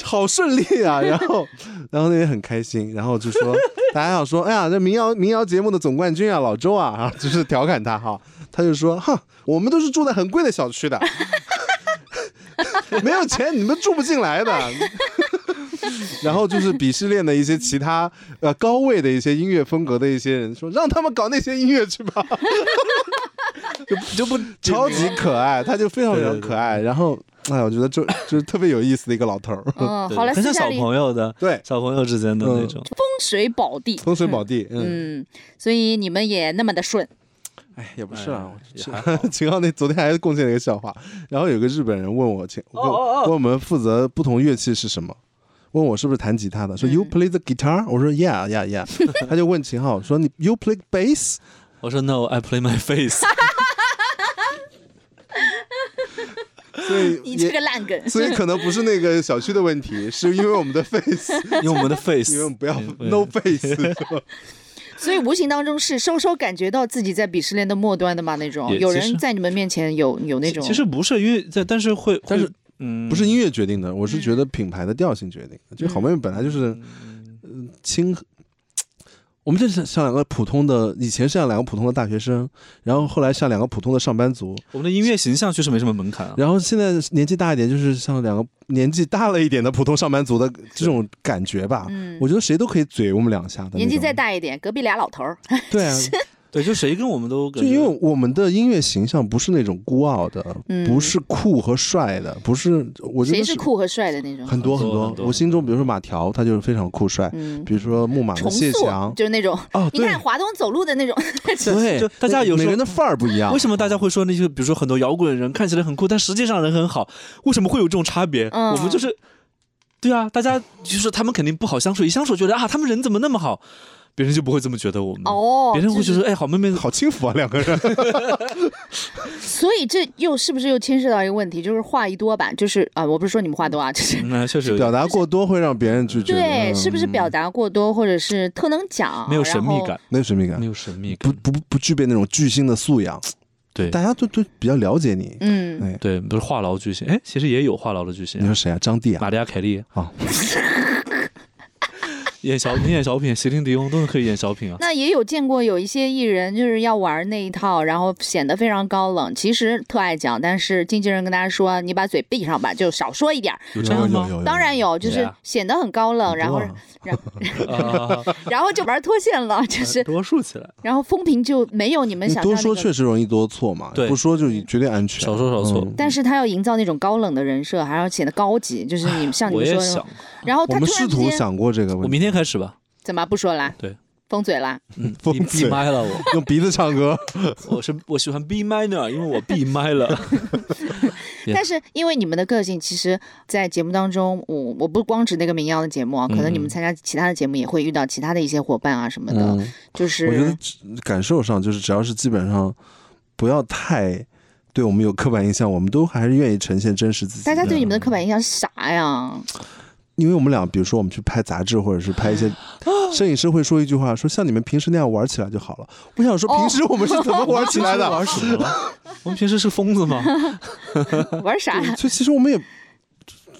Speaker 4: 好顺利啊！然后，然后那也很开心，然后就说大家想说，哎呀，这民谣民谣节目的总冠军啊，老周啊，然后就是调侃他哈，他就说，哼，我们都是住在很贵的小区的，没有钱你们住不进来的。然后就是鄙视链的一些其他呃高位的一些音乐风格的一些人说，让他们搞那些音乐去吧，
Speaker 3: 就就 不
Speaker 4: 超级可爱，他就非常非常可爱。然后，哎，我觉得就就是特别有意思的一个老头儿，
Speaker 2: 嗯，
Speaker 3: 对
Speaker 2: 好了，
Speaker 3: 很
Speaker 2: 私
Speaker 3: 像
Speaker 2: 下
Speaker 3: 小
Speaker 2: 里
Speaker 3: 朋友的，
Speaker 4: 对，
Speaker 3: 小朋友之间的那种。
Speaker 4: 嗯
Speaker 2: 风水宝地，
Speaker 4: 风水宝 地，嗯，
Speaker 2: 嗯，所以你们也那么的顺，
Speaker 4: 哎，也不
Speaker 3: 哎
Speaker 4: 是啊，我
Speaker 3: 也还好
Speaker 4: 秦昊那昨天还贡献了一个笑话，然后有个日本人问我，请
Speaker 3: 哦
Speaker 4: 问问我们负责不同乐器是什么，问我是不是弹吉他的，说
Speaker 3: 嗯
Speaker 4: You play the guitar，我说 Yeah Yeah Yeah，他就 问秦昊说你 You play bass，
Speaker 3: 我说 No, I play my face。
Speaker 4: 所 以
Speaker 2: 你
Speaker 4: 也
Speaker 2: 这个烂梗，
Speaker 4: 所以可能不是那个小区的问题，是因为我们的 face，
Speaker 3: 用我们的 face，哎
Speaker 4: 因为我们不要
Speaker 3: 对
Speaker 4: no face，是吧
Speaker 2: 所以无形当中是稍稍感觉到自己在鄙视链的末端的嘛那种，
Speaker 3: 也
Speaker 2: 有
Speaker 3: 其实
Speaker 2: 人在你们面前有有那种，
Speaker 3: 其实不是，因为在但是会，
Speaker 4: 但是
Speaker 3: 会嗯，
Speaker 4: 不是音乐决定的，我
Speaker 2: 嗯
Speaker 4: 是觉得品牌的调性决定的。就好妹妹本来就是，嗯，亲，我们这像像两个普通的，以前像两个普通的大学生，然后后来像两个普通的上班族，
Speaker 3: 我们的音乐形象确实没什么门槛啊。
Speaker 4: 然后现在年纪大一点，就是像两个年纪大了一点的普通上班族的这种感觉吧。
Speaker 2: 嗯
Speaker 4: 我觉得谁都可以嘴我们两下的那种。
Speaker 2: 年纪再大一点，隔壁俩老头儿，
Speaker 4: 对啊，
Speaker 3: 对，就谁跟我们都感
Speaker 4: 就
Speaker 3: 觉
Speaker 4: 因为我们的音乐形象不是那种孤傲的，
Speaker 2: 嗯
Speaker 4: 不是酷和帅的，不是我觉得
Speaker 2: 谁是酷和帅的那种？
Speaker 4: 很多
Speaker 3: 很多
Speaker 4: 多
Speaker 3: 很。多
Speaker 4: 我心中比如说马条，他就是非常酷帅，
Speaker 2: 嗯，
Speaker 4: 比如说木马的
Speaker 2: 重
Speaker 4: 谢
Speaker 2: 塑
Speaker 4: 翔，
Speaker 2: 就是那种，
Speaker 4: 哦，
Speaker 2: 你
Speaker 4: 对
Speaker 2: 看华东走路的那种，
Speaker 3: 嗯
Speaker 4: 对
Speaker 3: 就，大家有时候
Speaker 4: 每个人的范儿不一样
Speaker 2: 啊
Speaker 3: 为。什么大家会说那些，比如说很多摇滚人看起来很酷，但实际上人很好，为什么会有这种差别？
Speaker 2: 嗯
Speaker 3: 我们就是，对啊，大家就是他们肯定不好相处，一相处觉得啊，他们人怎么那么好，别人就不会这么觉得我们，
Speaker 2: 哦，
Speaker 3: 别人会
Speaker 2: 就
Speaker 3: 觉
Speaker 2: 是
Speaker 3: 得哎，好妹妹
Speaker 4: 好轻浮啊，两个人。
Speaker 2: 所以这又是不是又牵涉到一个问题，就是话一多吧，就是啊、我不是说你们话多啊，就是
Speaker 3: 嗯，那确实有
Speaker 4: 表达过多会让别人就觉得
Speaker 2: 对，是不是
Speaker 4: 嗯
Speaker 2: 表达过多，或者是特能讲，
Speaker 3: 没有神秘感，
Speaker 4: 没有神秘
Speaker 3: 没
Speaker 4: 感？
Speaker 3: 有神秘
Speaker 4: 不
Speaker 3: 感，
Speaker 4: 不不具备那种巨星的素养，
Speaker 3: 对
Speaker 4: 大家都都比较了解你。
Speaker 2: 然后。嗯，
Speaker 4: 哎
Speaker 3: 对，不是话痨巨星，哎，其实也有话痨的巨
Speaker 4: 你
Speaker 3: 星
Speaker 4: 说，谁啊？张帝啊？
Speaker 3: 玛利亚凯莉
Speaker 4: 啊，
Speaker 3: 演小你演小品，席琳迪翁都可以演小品啊，
Speaker 2: 那也有见过有一些艺人就是要玩那一套，然后显得非常高冷，其实特爱讲，但是经纪人跟大家说，你把嘴闭上吧，就少说一点儿。
Speaker 3: 有这样吗？
Speaker 2: 当然有，就是
Speaker 3: 啊
Speaker 2: 显得很高冷，然后
Speaker 4: 很多啊
Speaker 2: 然后
Speaker 3: 啊，
Speaker 2: 然后就玩脱线了， 就是
Speaker 3: 多数起来，
Speaker 2: 然后风评就没有你们
Speaker 4: 你
Speaker 2: 想象
Speaker 4: 呃多
Speaker 2: 那
Speaker 4: 说
Speaker 2: 个
Speaker 4: 确实容易多错嘛，
Speaker 3: 对
Speaker 4: 不说就绝对安全。
Speaker 3: 少说少错
Speaker 4: 嗯
Speaker 2: 但是他要营造那种高冷的人设，还要显得高级，就是你像你
Speaker 3: 我
Speaker 2: 们
Speaker 3: 也
Speaker 2: 说的那
Speaker 3: 想
Speaker 2: 种，，然后
Speaker 4: 我
Speaker 2: 他
Speaker 4: 们
Speaker 2: 突
Speaker 4: 试
Speaker 2: 然之
Speaker 4: 图
Speaker 2: 间
Speaker 4: 想过这个
Speaker 3: 我
Speaker 4: 问题，
Speaker 3: 明天开始吧，
Speaker 2: 怎么不说啦？
Speaker 3: 对，
Speaker 2: 封嘴啦。
Speaker 3: 嗯，
Speaker 4: 封
Speaker 3: 闭
Speaker 4: 嘴
Speaker 3: 闭麦了我。
Speaker 4: 用鼻子唱歌。
Speaker 3: 我是 我喜欢 B minor，因为我 B 麦了。Yeah
Speaker 2: 但是因为你们的个性，其实，在节目当中，我我不光指那个民谣的节目啊，可能你们
Speaker 3: 嗯
Speaker 2: 参加其他的节目也会遇到其他的一些伙伴啊什么的，
Speaker 4: 嗯
Speaker 2: 就
Speaker 4: 我觉得
Speaker 2: 是
Speaker 4: 只感受上就是，只要是基本上不要太对我们有刻板印象，我们都还是愿意呈现真实自己的。
Speaker 2: 大家对你们的刻板印象是啥呀？
Speaker 4: 因为我们俩，比如说我们去拍杂志，或者是拍一些摄影师会说一句话，说像你们平时那样玩起来就好了。我想说，
Speaker 2: 哦
Speaker 4: 平时我们是怎么玩起来的？
Speaker 3: 玩什么了？我们平时是疯子吗？
Speaker 2: 玩啥？
Speaker 4: 所以其实我们也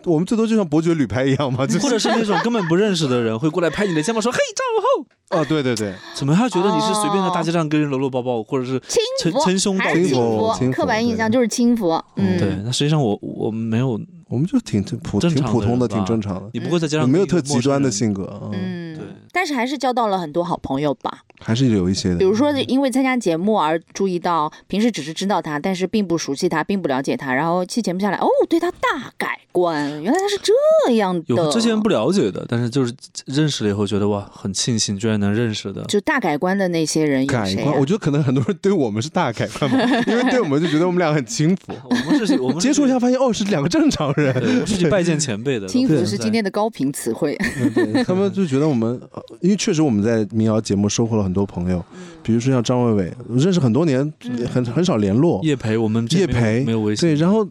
Speaker 4: 我们最多就像伯爵旅拍一样嘛，就
Speaker 3: 或者是那种根本不认识的人会过来拍你的肩膀 说：“嘿，赵武
Speaker 4: 啊，对对对，
Speaker 3: 后！”怎么他觉得你是随
Speaker 4: 哦
Speaker 3: 便在大街上跟人搂搂抱抱，或者是
Speaker 2: 轻
Speaker 3: 称
Speaker 2: 浮
Speaker 3: 称兄道
Speaker 2: 还是
Speaker 3: 弟？
Speaker 2: 轻浮
Speaker 4: 轻浮轻，浮
Speaker 2: 刻板印象就是轻浮。嗯，
Speaker 3: 对，那实际上我我没有，
Speaker 4: 我们就挺挺普
Speaker 3: 正
Speaker 4: 挺
Speaker 3: 常的
Speaker 4: 普通的，
Speaker 3: 人吧
Speaker 4: 挺正常的，
Speaker 3: 你不会在街上
Speaker 4: 嗯没有
Speaker 3: 跟
Speaker 4: 特
Speaker 3: 一个陌
Speaker 4: 极端的
Speaker 3: 生
Speaker 4: 性
Speaker 3: 人
Speaker 4: 格，嗯，
Speaker 3: 对
Speaker 2: 嗯，但是还是交到了很多好朋友吧。
Speaker 4: 还是有一些的。
Speaker 2: 比如说，因为参加节目而注意到，平时只是知道他，但是并不熟悉他，并不了解他。然后期节目下来，哦，对他大改观，原来他是这样的。
Speaker 3: 有之前不了解的，但是就是认识了以后觉得哇，很庆幸居然能认识的。
Speaker 2: 就大改观的那些人有
Speaker 4: 改
Speaker 2: 谁、啊
Speaker 4: 观，？我觉得可能很多人对我们是大改观吧，因为对我们就觉得我们俩很轻浮。
Speaker 3: 我们是，我们是
Speaker 4: 接触一下，发现哦，是两个正常
Speaker 3: 对，我
Speaker 4: 人
Speaker 3: 们。是去拜见前辈的。
Speaker 2: 轻浮
Speaker 3: 对
Speaker 2: 是今天的高频词汇。
Speaker 4: 对他们就觉得我们，呃因为确实我们在民谣节目收获了很多朋友，
Speaker 2: 嗯
Speaker 4: 比如说像张伟伟，我认识很多年，很很少联络。
Speaker 3: 叶培，我们这
Speaker 4: 叶
Speaker 3: 没有
Speaker 4: 培
Speaker 3: 没有微信，
Speaker 4: 对，然后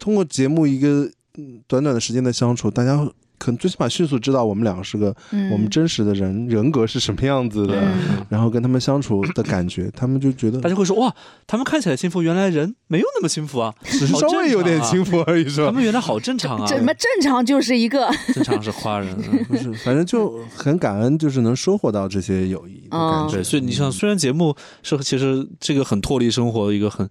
Speaker 4: 通过节目一个嗯短短的时间的相处，大家可能最起码迅速知道我们两个是个
Speaker 2: 嗯，
Speaker 4: 我们真实的人人格是什么样子的，
Speaker 2: 嗯
Speaker 4: 然后跟他们相处的感觉，他们就觉得
Speaker 3: 大家会说哇，他们看起来幸福，原来人没有那么幸福啊，
Speaker 4: 只是稍微有点轻
Speaker 3: 福，
Speaker 4: 浮而已，是
Speaker 3: 他
Speaker 4: 吧？
Speaker 3: 们原来好正
Speaker 4: 嗯
Speaker 3: 常啊，
Speaker 2: 怎么正常就是一个
Speaker 3: 正常是夸人 啊。
Speaker 4: 不是，反正就很感恩，就是能收获到这些友谊的感
Speaker 2: 嗯
Speaker 4: 觉。
Speaker 3: 对，所以你想，虽然节目是其实这个很脱离生活一个很。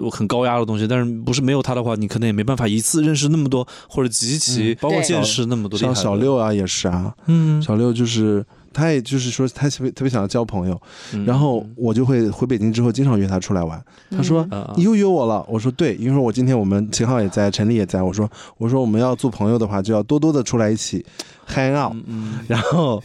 Speaker 3: 呃很高压的东西，但是不是没有他的话，你可能也没办法一次认识那么多，或者集齐，包括
Speaker 2: 对
Speaker 3: 见识那么多厉害
Speaker 4: 嗯像
Speaker 3: 的
Speaker 4: 小，六啊，也是啊，
Speaker 3: 嗯，
Speaker 4: 小六就是他，也就是说他特别特别想要交朋友，
Speaker 3: 嗯
Speaker 4: 然后我就会回北京之后经常约他出来玩。他说
Speaker 3: 嗯啊
Speaker 4: 你又约我了，我说对，因为我今天我们秦昊也在，陈丽也在，我说我说我们要做朋友的话，就要多多的出来一起 hang out，
Speaker 3: 嗯嗯，
Speaker 4: 然后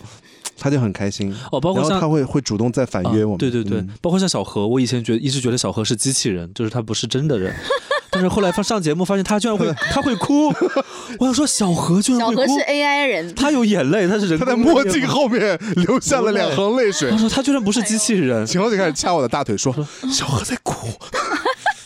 Speaker 4: 他就很开心。
Speaker 3: 哦，包括
Speaker 4: 然后
Speaker 3: 像
Speaker 4: 他会会主动再反约我们，
Speaker 3: 啊对对对，
Speaker 4: 嗯
Speaker 3: 包括像小何，我以前觉得一直觉得小何是机器人，就是他不是真的人。但是后来放上节目，发现他居 然会，他会哭。我想说，小何居然
Speaker 2: 小
Speaker 3: 会
Speaker 2: 何
Speaker 3: 哭
Speaker 2: 是，AI 人，
Speaker 3: 他有眼泪，他是人
Speaker 4: 他
Speaker 3: 工
Speaker 4: 在
Speaker 3: 的
Speaker 4: 墨
Speaker 3: 眼泪
Speaker 4: 镜。后面
Speaker 3: 嗯
Speaker 4: 流下了两行泪水
Speaker 3: 他。说他居然不是机器
Speaker 2: 哎
Speaker 3: 人。
Speaker 4: 秦昊就开始掐我的大腿说：“小何在哭。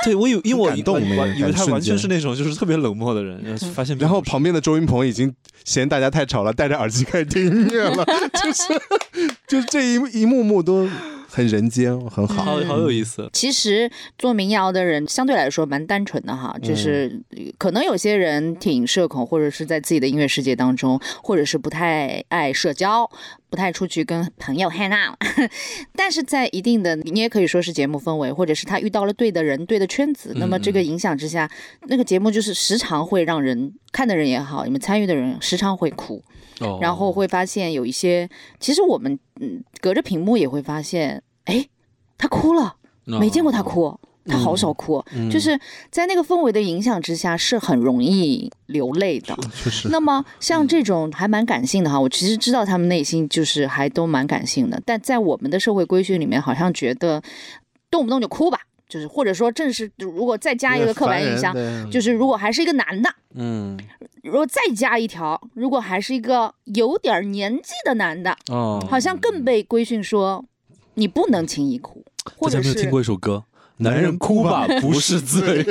Speaker 3: 对，我以为因为我
Speaker 4: 很感动
Speaker 3: 以为
Speaker 4: 那个
Speaker 3: 以为他
Speaker 4: 瞬
Speaker 3: 完全
Speaker 4: 间
Speaker 3: 是那种就是特别冷漠的人，然后发 现”并
Speaker 4: 然后
Speaker 3: 不是
Speaker 4: 旁边的周云鹏已经嫌大家太吵了，戴着耳机开始听音乐了， 就是就是这一一幕幕都很人间，很好。
Speaker 2: 嗯
Speaker 3: 好好有意思。
Speaker 2: 其实做民谣的人相对来说蛮单纯的哈，就是可能有些人挺社恐，或者是在自己的音乐世界当中，或者是不太爱社交，不太出去跟朋友 hang out。但是在一定的，你也可以说是节目氛围，或者是他遇到了对的人、对的圈子，那么这个影响之下，那个节目就是时常会让人看的人也好，你们参与的人时常会哭。
Speaker 3: 哦
Speaker 2: 然后会发现有一些，其实我们嗯隔着屏幕也会发现，哎，他哭了，
Speaker 3: 哦
Speaker 2: 没见过他哭，他好少哭，
Speaker 3: 嗯
Speaker 2: 就是在那个氛围的影响之下是很容易流泪的。
Speaker 4: 确实，
Speaker 2: 那么像这种还蛮感性的哈，我其实知道他们内心就是还都蛮感性的，但在我们的社会规训里面，好像觉得动不动就哭吧，就是或者说正是如果再加一个刻板印象，
Speaker 4: 对
Speaker 2: 就是如果还是一个男的，
Speaker 3: 嗯
Speaker 2: 如果再加一条，如果还是一个有点儿年纪的男的，
Speaker 3: 哦，
Speaker 2: 好像更被规训说你不能轻易哭，或
Speaker 3: 大家
Speaker 2: 者
Speaker 3: 没有
Speaker 2: 是
Speaker 3: 听过一首歌？
Speaker 4: 男
Speaker 3: 男
Speaker 4: 人
Speaker 3: 人
Speaker 4: 哭
Speaker 3: 哭
Speaker 4: 吧
Speaker 3: 吧，
Speaker 4: 不
Speaker 3: 不
Speaker 4: 是
Speaker 3: 是罪。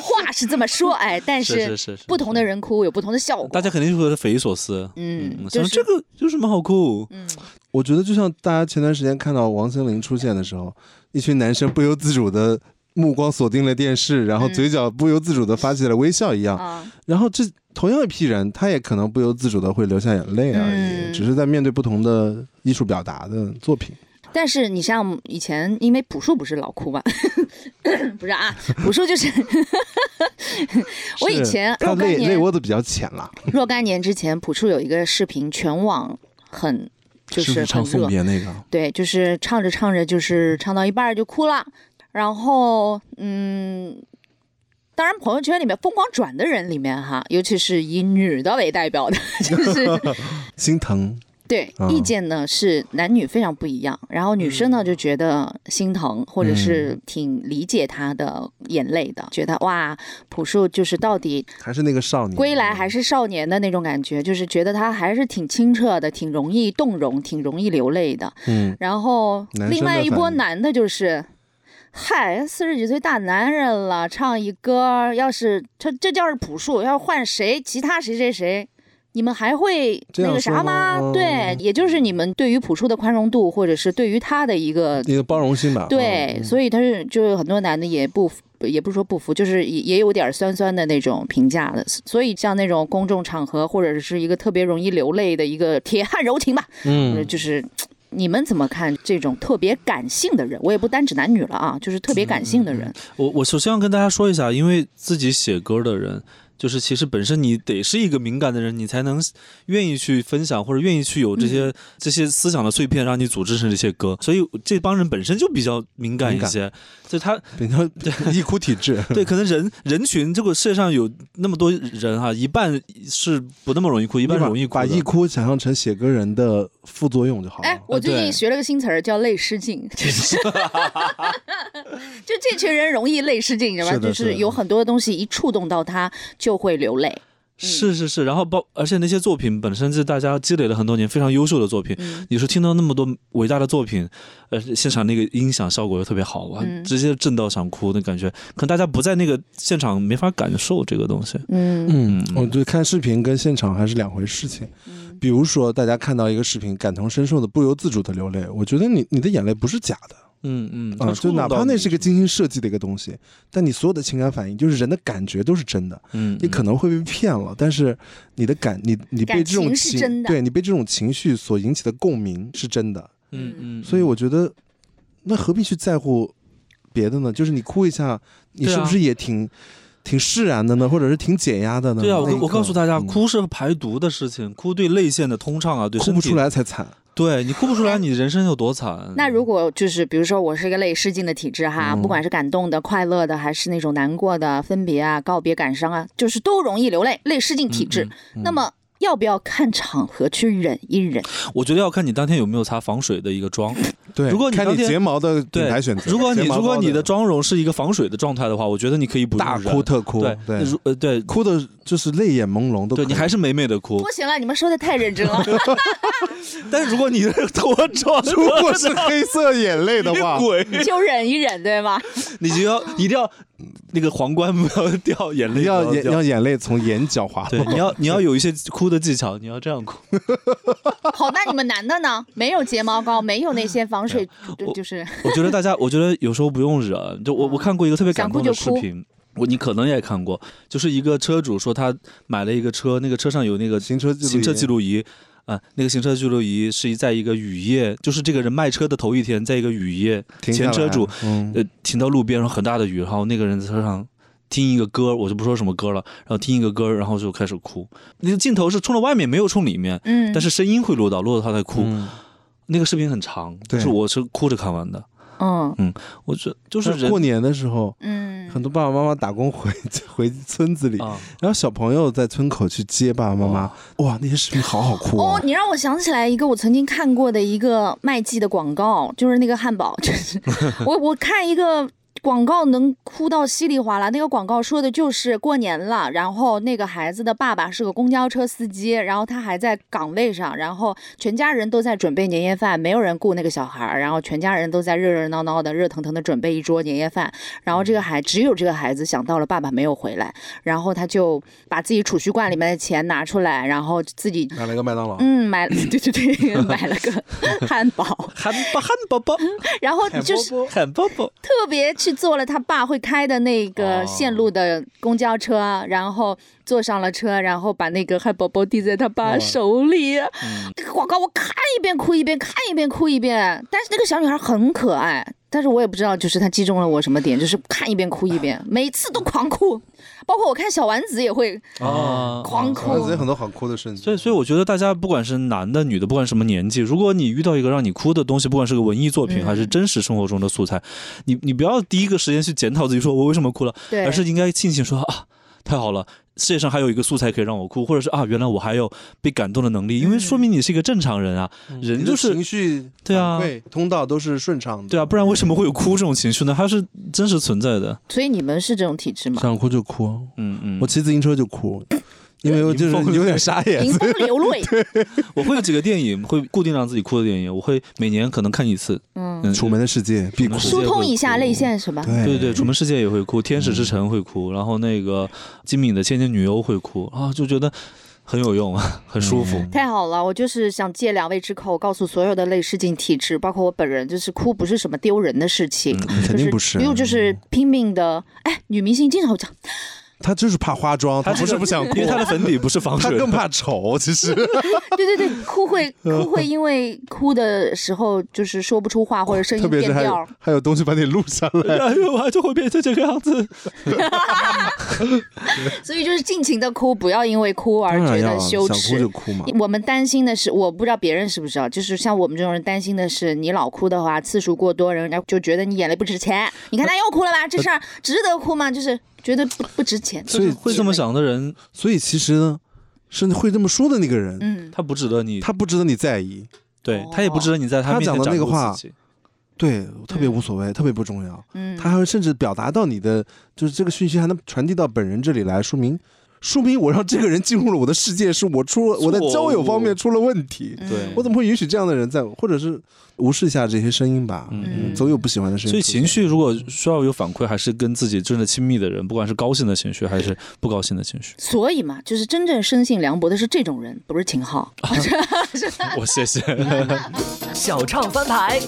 Speaker 2: 话是这么说，哎，但
Speaker 3: 是 是是是
Speaker 2: 不同的人哭有不同的效果。
Speaker 3: 大家肯定会觉得匪夷所思。
Speaker 2: 嗯
Speaker 3: 嗯，
Speaker 2: 就
Speaker 3: 想
Speaker 2: 是
Speaker 3: 这个有什么好哭？
Speaker 2: 嗯，
Speaker 4: 我觉得就像大家前段时间看到王心凌出现的时候，一群男生不由自主的目光锁定了电视，然后
Speaker 2: 嗯
Speaker 4: 嘴角不由自主的发起了微笑一样。
Speaker 2: 啊，
Speaker 4: 然后这同样一批人，他也可能不由自主的会流下眼泪而已，
Speaker 2: 嗯
Speaker 4: 只是在面对不同的艺术表达的作品。
Speaker 2: 但是你像以前，因为朴树不是老哭嘛， 不是啊，朴树就是 我以
Speaker 4: 是
Speaker 2: 前
Speaker 4: 他
Speaker 2: 若干
Speaker 4: 泪泪
Speaker 2: 年
Speaker 4: 窝子比较浅啦，
Speaker 2: 若干年之前，朴树有一个视频，全网很就是
Speaker 4: 不
Speaker 2: 是
Speaker 4: 唱
Speaker 2: 很
Speaker 4: 送
Speaker 2: 热，
Speaker 4: 别那个？
Speaker 2: 对，就是唱着唱着，就是唱到一半儿就哭了。然后，嗯，当然朋友圈里面疯狂转的人里面哈，尤其是以女的为代表的，就是
Speaker 4: 心疼，
Speaker 2: 对
Speaker 4: 嗯
Speaker 2: 意见呢是男女非常不一样。然后女生呢就觉得心疼，或者是挺理解他的眼泪的，觉得哇，朴树就是到底
Speaker 4: 还是那个少年
Speaker 2: 归来还是少年的那种感觉，就是觉得他还是挺清澈的，挺容易动容，挺容易流泪的。
Speaker 4: 嗯，
Speaker 2: 然后
Speaker 4: 男生的
Speaker 2: 另外一波
Speaker 4: 反应
Speaker 2: 男的就是，嗨，四十几岁大男人了，唱一歌，要是这这要是朴树，要是换谁，其他谁谁谁。你们还会
Speaker 4: 这
Speaker 2: 那
Speaker 4: 样
Speaker 2: 个
Speaker 4: 说
Speaker 2: 啥吗？
Speaker 4: 吗嗯
Speaker 2: 对，也就是你们对于朴树的宽容
Speaker 4: 嗯
Speaker 2: 度，或者是对于他的一个
Speaker 4: 一个包容心吧。
Speaker 2: 对，
Speaker 4: 嗯
Speaker 2: 所以他是就是很多男的也不也不是说不服，就是也也有点酸酸的那种评价的。所以像那种公众场合或者是一个特别容易流泪的一个铁汉柔情吧，呃
Speaker 3: 嗯，
Speaker 2: 就是你们怎么看这种特别感性的人？我也不单指男女了啊，就是特别感性的
Speaker 4: 嗯
Speaker 2: 人，
Speaker 3: 我我首先要跟大家说一下，因为自己写歌的人，就是其实本身你得是一个敏感的人，你才能愿意去分享或者愿意去有这些、这些思想的碎片，让你组织成这些歌。所以这帮人本身就比较敏感一些，所以他
Speaker 4: 比较嗯一哭体质。
Speaker 3: 对可能人人群这个世界上有那么多人哈、一半是不那么容易哭，一
Speaker 4: 一
Speaker 3: 半是容易哭
Speaker 4: 把
Speaker 3: 的
Speaker 4: 一哭想象成写歌人的副作用就好了。
Speaker 2: 哎，我最
Speaker 3: 对
Speaker 2: 近学了个新词儿，叫“泪失 禁”，就是就这群人容易泪失禁，你知道吗？
Speaker 4: 是的
Speaker 2: 就是是
Speaker 4: 的
Speaker 2: 有很多东西一触动到他就会流泪。
Speaker 3: 是是是，然后包而且那些作品本身是大家积累了很多年非常优秀的作品，
Speaker 2: 嗯
Speaker 3: 你说听到那么多伟大的作品，呃，现场那个音响效果又特别好，哇，
Speaker 2: 嗯
Speaker 3: 直接震到想哭的感觉，可能大家不在那个现场没法感受这个东西。
Speaker 2: 嗯
Speaker 4: 嗯，我觉得看视频跟现场还是两回事情。比如说，大家看到一个视频，感同身受的，不由自主的流泪，我觉得你你的眼泪不是假的
Speaker 3: 嗯嗯，
Speaker 4: 啊、
Speaker 3: 它触
Speaker 4: 就
Speaker 3: 动
Speaker 4: 哪
Speaker 3: 到
Speaker 4: 怕
Speaker 3: 你
Speaker 4: 那是个精心设计的一个东西，但你所有的情感反应，就是人的感觉都是真的。
Speaker 3: 嗯，
Speaker 4: 你可能会被骗了，但是你的感，你你被
Speaker 2: 感
Speaker 4: 这种
Speaker 2: 情是
Speaker 4: 情，
Speaker 2: 真的
Speaker 4: 对你被这种情绪所引起的共鸣是真的，
Speaker 3: 嗯嗯，
Speaker 4: 所以我觉得，那何必去在乎别的呢？就是你哭一下，你
Speaker 3: 对啊嗯
Speaker 4: 是不是也挺、挺释然的呢？或者是挺解压的呢？
Speaker 3: 对啊，我
Speaker 4: 那一
Speaker 3: 跟我
Speaker 4: 刻
Speaker 3: 告诉大家，
Speaker 4: 嗯
Speaker 3: 哭是排毒的事情，哭对泪腺的通畅啊，对
Speaker 4: 哭不
Speaker 3: 身体
Speaker 4: 出，来才惨。
Speaker 3: 对你哭不出来，你人生有多惨？
Speaker 2: 那如果就是比如说我是一个泪失禁的体质哈，
Speaker 3: 嗯
Speaker 2: 不管是感动的、快乐的，还是那种难过的、分别啊、告别、感伤啊，就是都容易流泪，泪失禁体
Speaker 3: 嗯
Speaker 2: 质。那么要不要看场合去忍一忍？
Speaker 3: 我觉得要看你当天有没有擦防水的一个妆。
Speaker 4: 对，
Speaker 3: 如果你
Speaker 4: 看
Speaker 3: 当
Speaker 4: 你
Speaker 3: 天
Speaker 4: 睫毛的品
Speaker 3: 对
Speaker 4: 牌选择，
Speaker 3: 如果你
Speaker 4: 睫毛
Speaker 3: 如果
Speaker 4: 膏
Speaker 3: 你的妆容是一个防水的状态的话，我觉得你可以不用
Speaker 4: 大
Speaker 3: 忍
Speaker 4: 哭特哭，
Speaker 3: 对
Speaker 4: 对，
Speaker 3: 如呃对
Speaker 4: 哭的就是泪眼朦胧都可以。，
Speaker 3: 对，你还是美美的哭
Speaker 2: 不。行了，你们说的太认真 了。
Speaker 3: 但是如果你的脱妆
Speaker 4: 如果是黑色眼泪的话，
Speaker 3: 鬼，
Speaker 2: 就忍一忍，对吗？
Speaker 3: 你就要一定要那个皇冠不要 掉，眼泪
Speaker 4: 你
Speaker 3: 不
Speaker 4: 要眼
Speaker 3: 掉
Speaker 4: 让眼泪从眼角滑
Speaker 3: 对，
Speaker 4: 落。
Speaker 3: 你要你要有一些哭的技巧，你要这样哭。
Speaker 2: 好，那你们男的呢？没有睫毛膏，没有那些防水，就就是
Speaker 3: 我觉得大家，我觉得有时候不用忍。就我我看过一个特别感动的
Speaker 2: 嗯
Speaker 3: 视
Speaker 2: 想哭就
Speaker 3: 频，我你可能也看过，就是一个车主说他买了一个车，那个车上有那个
Speaker 4: 行车记录仪
Speaker 3: 行车记录仪。啊，那个行车记录仪是一在一个雨夜，就是这个人卖车的头一天，在一个雨夜，
Speaker 4: 停下
Speaker 3: 前车
Speaker 4: 来
Speaker 3: 主
Speaker 4: 嗯，
Speaker 3: 呃，停到路边，然后很大的雨，然后那个人在车上听一个歌，我就不说什么歌了，然后听一个歌，然后就开始哭。那个镜头是冲着外面，没有冲里面，
Speaker 2: 嗯
Speaker 3: 但是声音会录到，录到他在哭。
Speaker 4: 嗯
Speaker 3: 那个视频很长，但是
Speaker 4: 对
Speaker 3: 我是哭着看完的。
Speaker 2: 嗯
Speaker 3: 我觉得就是
Speaker 4: 就是
Speaker 3: 人
Speaker 4: 过年的时候，
Speaker 2: 嗯
Speaker 4: 很多爸爸妈妈打工回 回村子里，
Speaker 3: 啊，
Speaker 4: 然后小朋友在村口去接爸爸妈妈，
Speaker 3: 哦
Speaker 4: 哇，那些视频好好哭
Speaker 2: 哦
Speaker 4: 哦，。
Speaker 2: 你让我想起来一个我曾经看过的一个麦记的广告，就是那个汉堡，就是我我看一个。广告能哭到稀里哗啦，那个广告说的就是过年了，然后那个孩子的爸爸是个公交车司机，然后他还在岗位上，然后全家人都在准备年夜饭，没有人顾那个小孩儿，然后全家人都在热热闹闹的、热腾腾的准备一桌年夜饭，然后这个孩只有这个孩子想到了爸爸没有回来，然后他就把自己储蓄罐里面的钱拿出来，然后自己
Speaker 4: 买了一个麦当劳，
Speaker 2: 嗯，买 了，对对对，买了个汉堡，
Speaker 3: 汉堡汉堡包，
Speaker 2: 然后嗯就是
Speaker 3: 汉堡包，
Speaker 2: 特别去坐了他爸会开的那个
Speaker 3: 哦
Speaker 2: 线路的公交车，然后坐上了车，然后把那个汉堡包递在他爸手里。
Speaker 3: 嗯
Speaker 2: 这个广告我看一遍哭一遍，看一遍哭一遍。但是那个小女孩很可爱，但是我也不知道，就是她击中了我什么点，就是看一遍哭一 遍，每次都狂哭。包括我看小丸子也会
Speaker 4: 哦
Speaker 3: 啊
Speaker 2: 狂
Speaker 4: 我自己
Speaker 2: 哭。
Speaker 4: 很多好哭的瞬间。
Speaker 3: 所以，所以我觉得大家不管是男的、女的，不管什么年纪，如果你遇到一个让你哭的东西，不管是个文艺作品、
Speaker 2: 嗯
Speaker 3: 还是真实生活中的素材，你你不要第一个时间去检讨自己，说我为什么哭了，
Speaker 2: 对，
Speaker 3: 而是应该庆幸说啊，太好了，世界上还有一个素材可以让我哭，或者是啊，原来我还有被感动的能力，因为
Speaker 2: 嗯
Speaker 3: 说明你是一个正常人啊，人
Speaker 4: 嗯你
Speaker 3: 就
Speaker 4: 的
Speaker 3: 是
Speaker 4: 情绪
Speaker 3: 对啊
Speaker 4: 反馈通道都是顺畅的，
Speaker 3: 对啊，不然为什么会有哭这种情绪呢？它是真实存在的，
Speaker 2: 所以你们是这种体质吗？
Speaker 4: 想哭就哭，
Speaker 3: 嗯啊嗯，
Speaker 4: 我骑自行车就哭，因为我就
Speaker 3: 迎风
Speaker 4: 是有点傻眼
Speaker 2: 迎。风流 泪，
Speaker 3: 我会有几个电影会固定让自己哭的电影，我会每年可能看一次，
Speaker 2: 嗯。
Speaker 3: 嗯，
Speaker 4: 楚门的世界必哭
Speaker 3: 楚门，世
Speaker 2: 疏
Speaker 3: 界
Speaker 2: 通
Speaker 3: 会
Speaker 2: 一下
Speaker 3: 哭
Speaker 2: 泪腺是吧？
Speaker 4: 对
Speaker 3: 对对，《楚门世界》也
Speaker 4: 嗯
Speaker 3: 会哭，《天使之城》会哭，然后那个金敏的《千年女优》会哭啊，就觉得很有用， 很舒
Speaker 4: 嗯
Speaker 3: 服。
Speaker 2: 太好了，我就是想借两位之口，告诉所有的类似性体质，包括我本人，就是哭不是什么丢人的事情，
Speaker 4: 嗯肯定不是嗯
Speaker 2: 因为就是拼命的。哎，女明星经常会讲，
Speaker 4: 他就是怕化妆，他不是不想哭，
Speaker 3: 因为他的粉底不是防
Speaker 4: 他
Speaker 3: 水的
Speaker 4: 更。怕丑。其实
Speaker 2: 对对对， 哭会哭会因为哭的时候就是说不出话，或者声
Speaker 4: 特
Speaker 2: 音
Speaker 4: 别
Speaker 2: 变
Speaker 4: 是还有
Speaker 2: 调。
Speaker 4: 还有东西把你录下来，
Speaker 3: 然后哎我就会变成这个样子，
Speaker 2: 所以就是尽情的哭，不要因为哭而觉得羞
Speaker 4: 想哭
Speaker 2: 耻
Speaker 4: 就。哭嘛。
Speaker 2: 我们担心的是，我不知道别人是不是啊，就是像我们这种人担心的是，你老哭的话，次数过多，人家就觉得你眼泪不值钱。你看他又哭了吧？这事儿值得哭吗？就是觉得不不值钱。
Speaker 4: 所以
Speaker 3: 会这么想的人，
Speaker 4: 所以其实呢，是会这么说的那个人，
Speaker 2: 嗯，
Speaker 3: 他不值得你，
Speaker 4: 他不值得你在意。
Speaker 3: 对他也不值得你在
Speaker 4: 他
Speaker 3: 面前
Speaker 4: 讲的那个
Speaker 3: 展露
Speaker 4: 话
Speaker 3: 自己
Speaker 4: 对，特别无所谓，特别不重要。
Speaker 2: 嗯。
Speaker 4: 他还会甚至表达到你的，就是这个讯息还能传递到本人这里来，说明说明我让这个人进入了我的世界，是我出了我在交友方面出了问题。
Speaker 3: 对
Speaker 4: 嗯我怎么会允许这样的人在我？或者是无视一下这些声音吧，
Speaker 3: 嗯
Speaker 4: 总有不喜欢的声音。
Speaker 3: 所以情，绪如果需要有反馈，还是跟自己真的亲密的人，不管是高兴的情绪还是不高兴的 情绪
Speaker 2: 所以嘛，就是真正生性凉薄的是这种人，不是秦昊。
Speaker 3: 我 谢 谢。
Speaker 1: 小唱翻牌，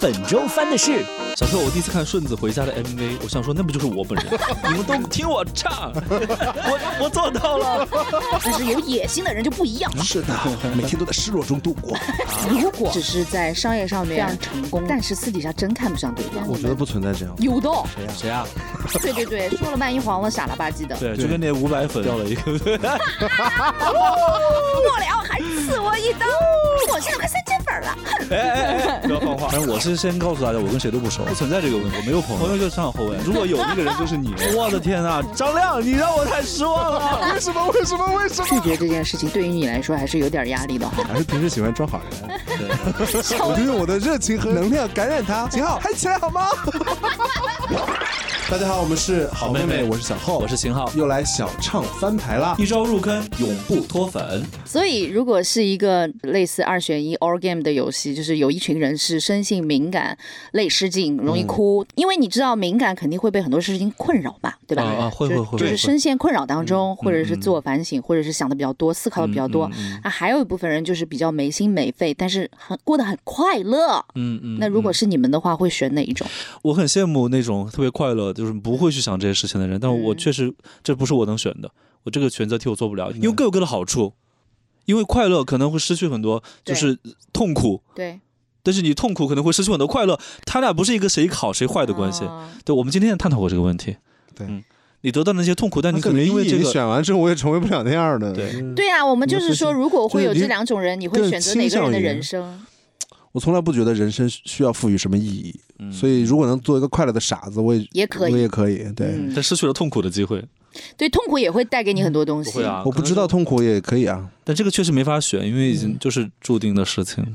Speaker 1: 本周翻的是
Speaker 3: 小时候我第一次看顺子回家的 MV，我想说那不就是我本 人？你们都听我唱，我我做到了。
Speaker 2: 但是有野心的人就不一样。
Speaker 4: 是的，每天都在失落中度过。
Speaker 2: 如果只是在商业上面非常成功，但是私底下真看不上对方，
Speaker 4: 我觉得不存在这样。
Speaker 2: 有的。
Speaker 3: 谁啊？
Speaker 2: 对对对，说了万一黄了，傻了吧唧的。
Speaker 3: 对，就跟那五百粉掉了一 个。
Speaker 2: 末了还刺我一刀，我现在快三千粉了。
Speaker 3: 哎不要放话。反正我是先告诉大家，我跟谁都不熟，不存在这个问题，我没有朋友，朋友就是上海后卫。如果有那个人，就是你。我的天呐，张亮，你让我太失望了。
Speaker 4: 为什么？为什么？为什
Speaker 2: 拒？绝这件事情对于你来说还是有点压力的哈。
Speaker 4: 还是平时喜欢装好人。我就用我的热情和能量感染他。秦昊，嗨起来好吗？ 大家好，我们是好妹
Speaker 3: 妹妹
Speaker 4: 我是小浩，
Speaker 3: 我是秦昊，
Speaker 4: 又来小唱翻牌啦。
Speaker 3: 一招入坑，永不脱粉。
Speaker 2: 所以，如果是一个类似二选一 or game 的游戏，就是有一群人是生性敏感、泪失禁、容
Speaker 3: 嗯
Speaker 2: 易哭，因为你知道敏感肯定会被很多事情困扰嘛，对吧？
Speaker 3: 啊啊会
Speaker 2: 就是
Speaker 3: 会会嗯
Speaker 2: 就是
Speaker 3: 会
Speaker 2: 深陷困扰当中，或者是自我反省，或者是想的比较多，思考的比较
Speaker 3: 嗯
Speaker 2: 多。啊，还有一部分人就是比较没心没肺，但是很过得很快乐。
Speaker 3: 嗯嗯。
Speaker 2: 那如果是你们的话，会选哪一种？
Speaker 3: 我很羡慕那种特别快乐，就是不会去想这些事情的人，但我确实这不是我能选的，我这个选择题我做不了，因为各有各的好处。因为快乐可能会失去很多，
Speaker 2: 对
Speaker 3: 就是痛苦，
Speaker 2: 对，
Speaker 3: 但是你痛苦可能会失去很多快乐，它俩不是一个谁好谁坏的关系。
Speaker 2: 哦
Speaker 3: 对，我们今天也探讨过这个问题。
Speaker 4: 对
Speaker 3: 嗯，你得到那些痛苦，但你可能因为这
Speaker 4: 你
Speaker 3: 个，
Speaker 4: 选完之后，我也嗯成为不了那样的。
Speaker 3: 对，
Speaker 2: 对啊，我们就是说，如果会有
Speaker 4: 就是
Speaker 2: 这
Speaker 4: 你
Speaker 2: 两种人，你会
Speaker 4: 更
Speaker 2: 选择哪
Speaker 4: 倾
Speaker 2: 个
Speaker 4: 向
Speaker 2: 人的
Speaker 4: 于
Speaker 2: 人生？
Speaker 4: 我从来不觉得人生需要赋予什么意义，
Speaker 3: 嗯
Speaker 4: 所以如果能做一个快乐的傻子，我也
Speaker 2: 也可以
Speaker 4: 我也可以。对，
Speaker 2: 嗯
Speaker 3: 但失去了痛苦的机会。
Speaker 2: 对，痛苦也会带给你很多东
Speaker 3: 不
Speaker 2: 西。
Speaker 3: 会啊，
Speaker 4: 我不知道
Speaker 3: 可能是，
Speaker 4: 痛苦也可以啊，
Speaker 3: 但这个确实没法选，因为已经就是注定的事情，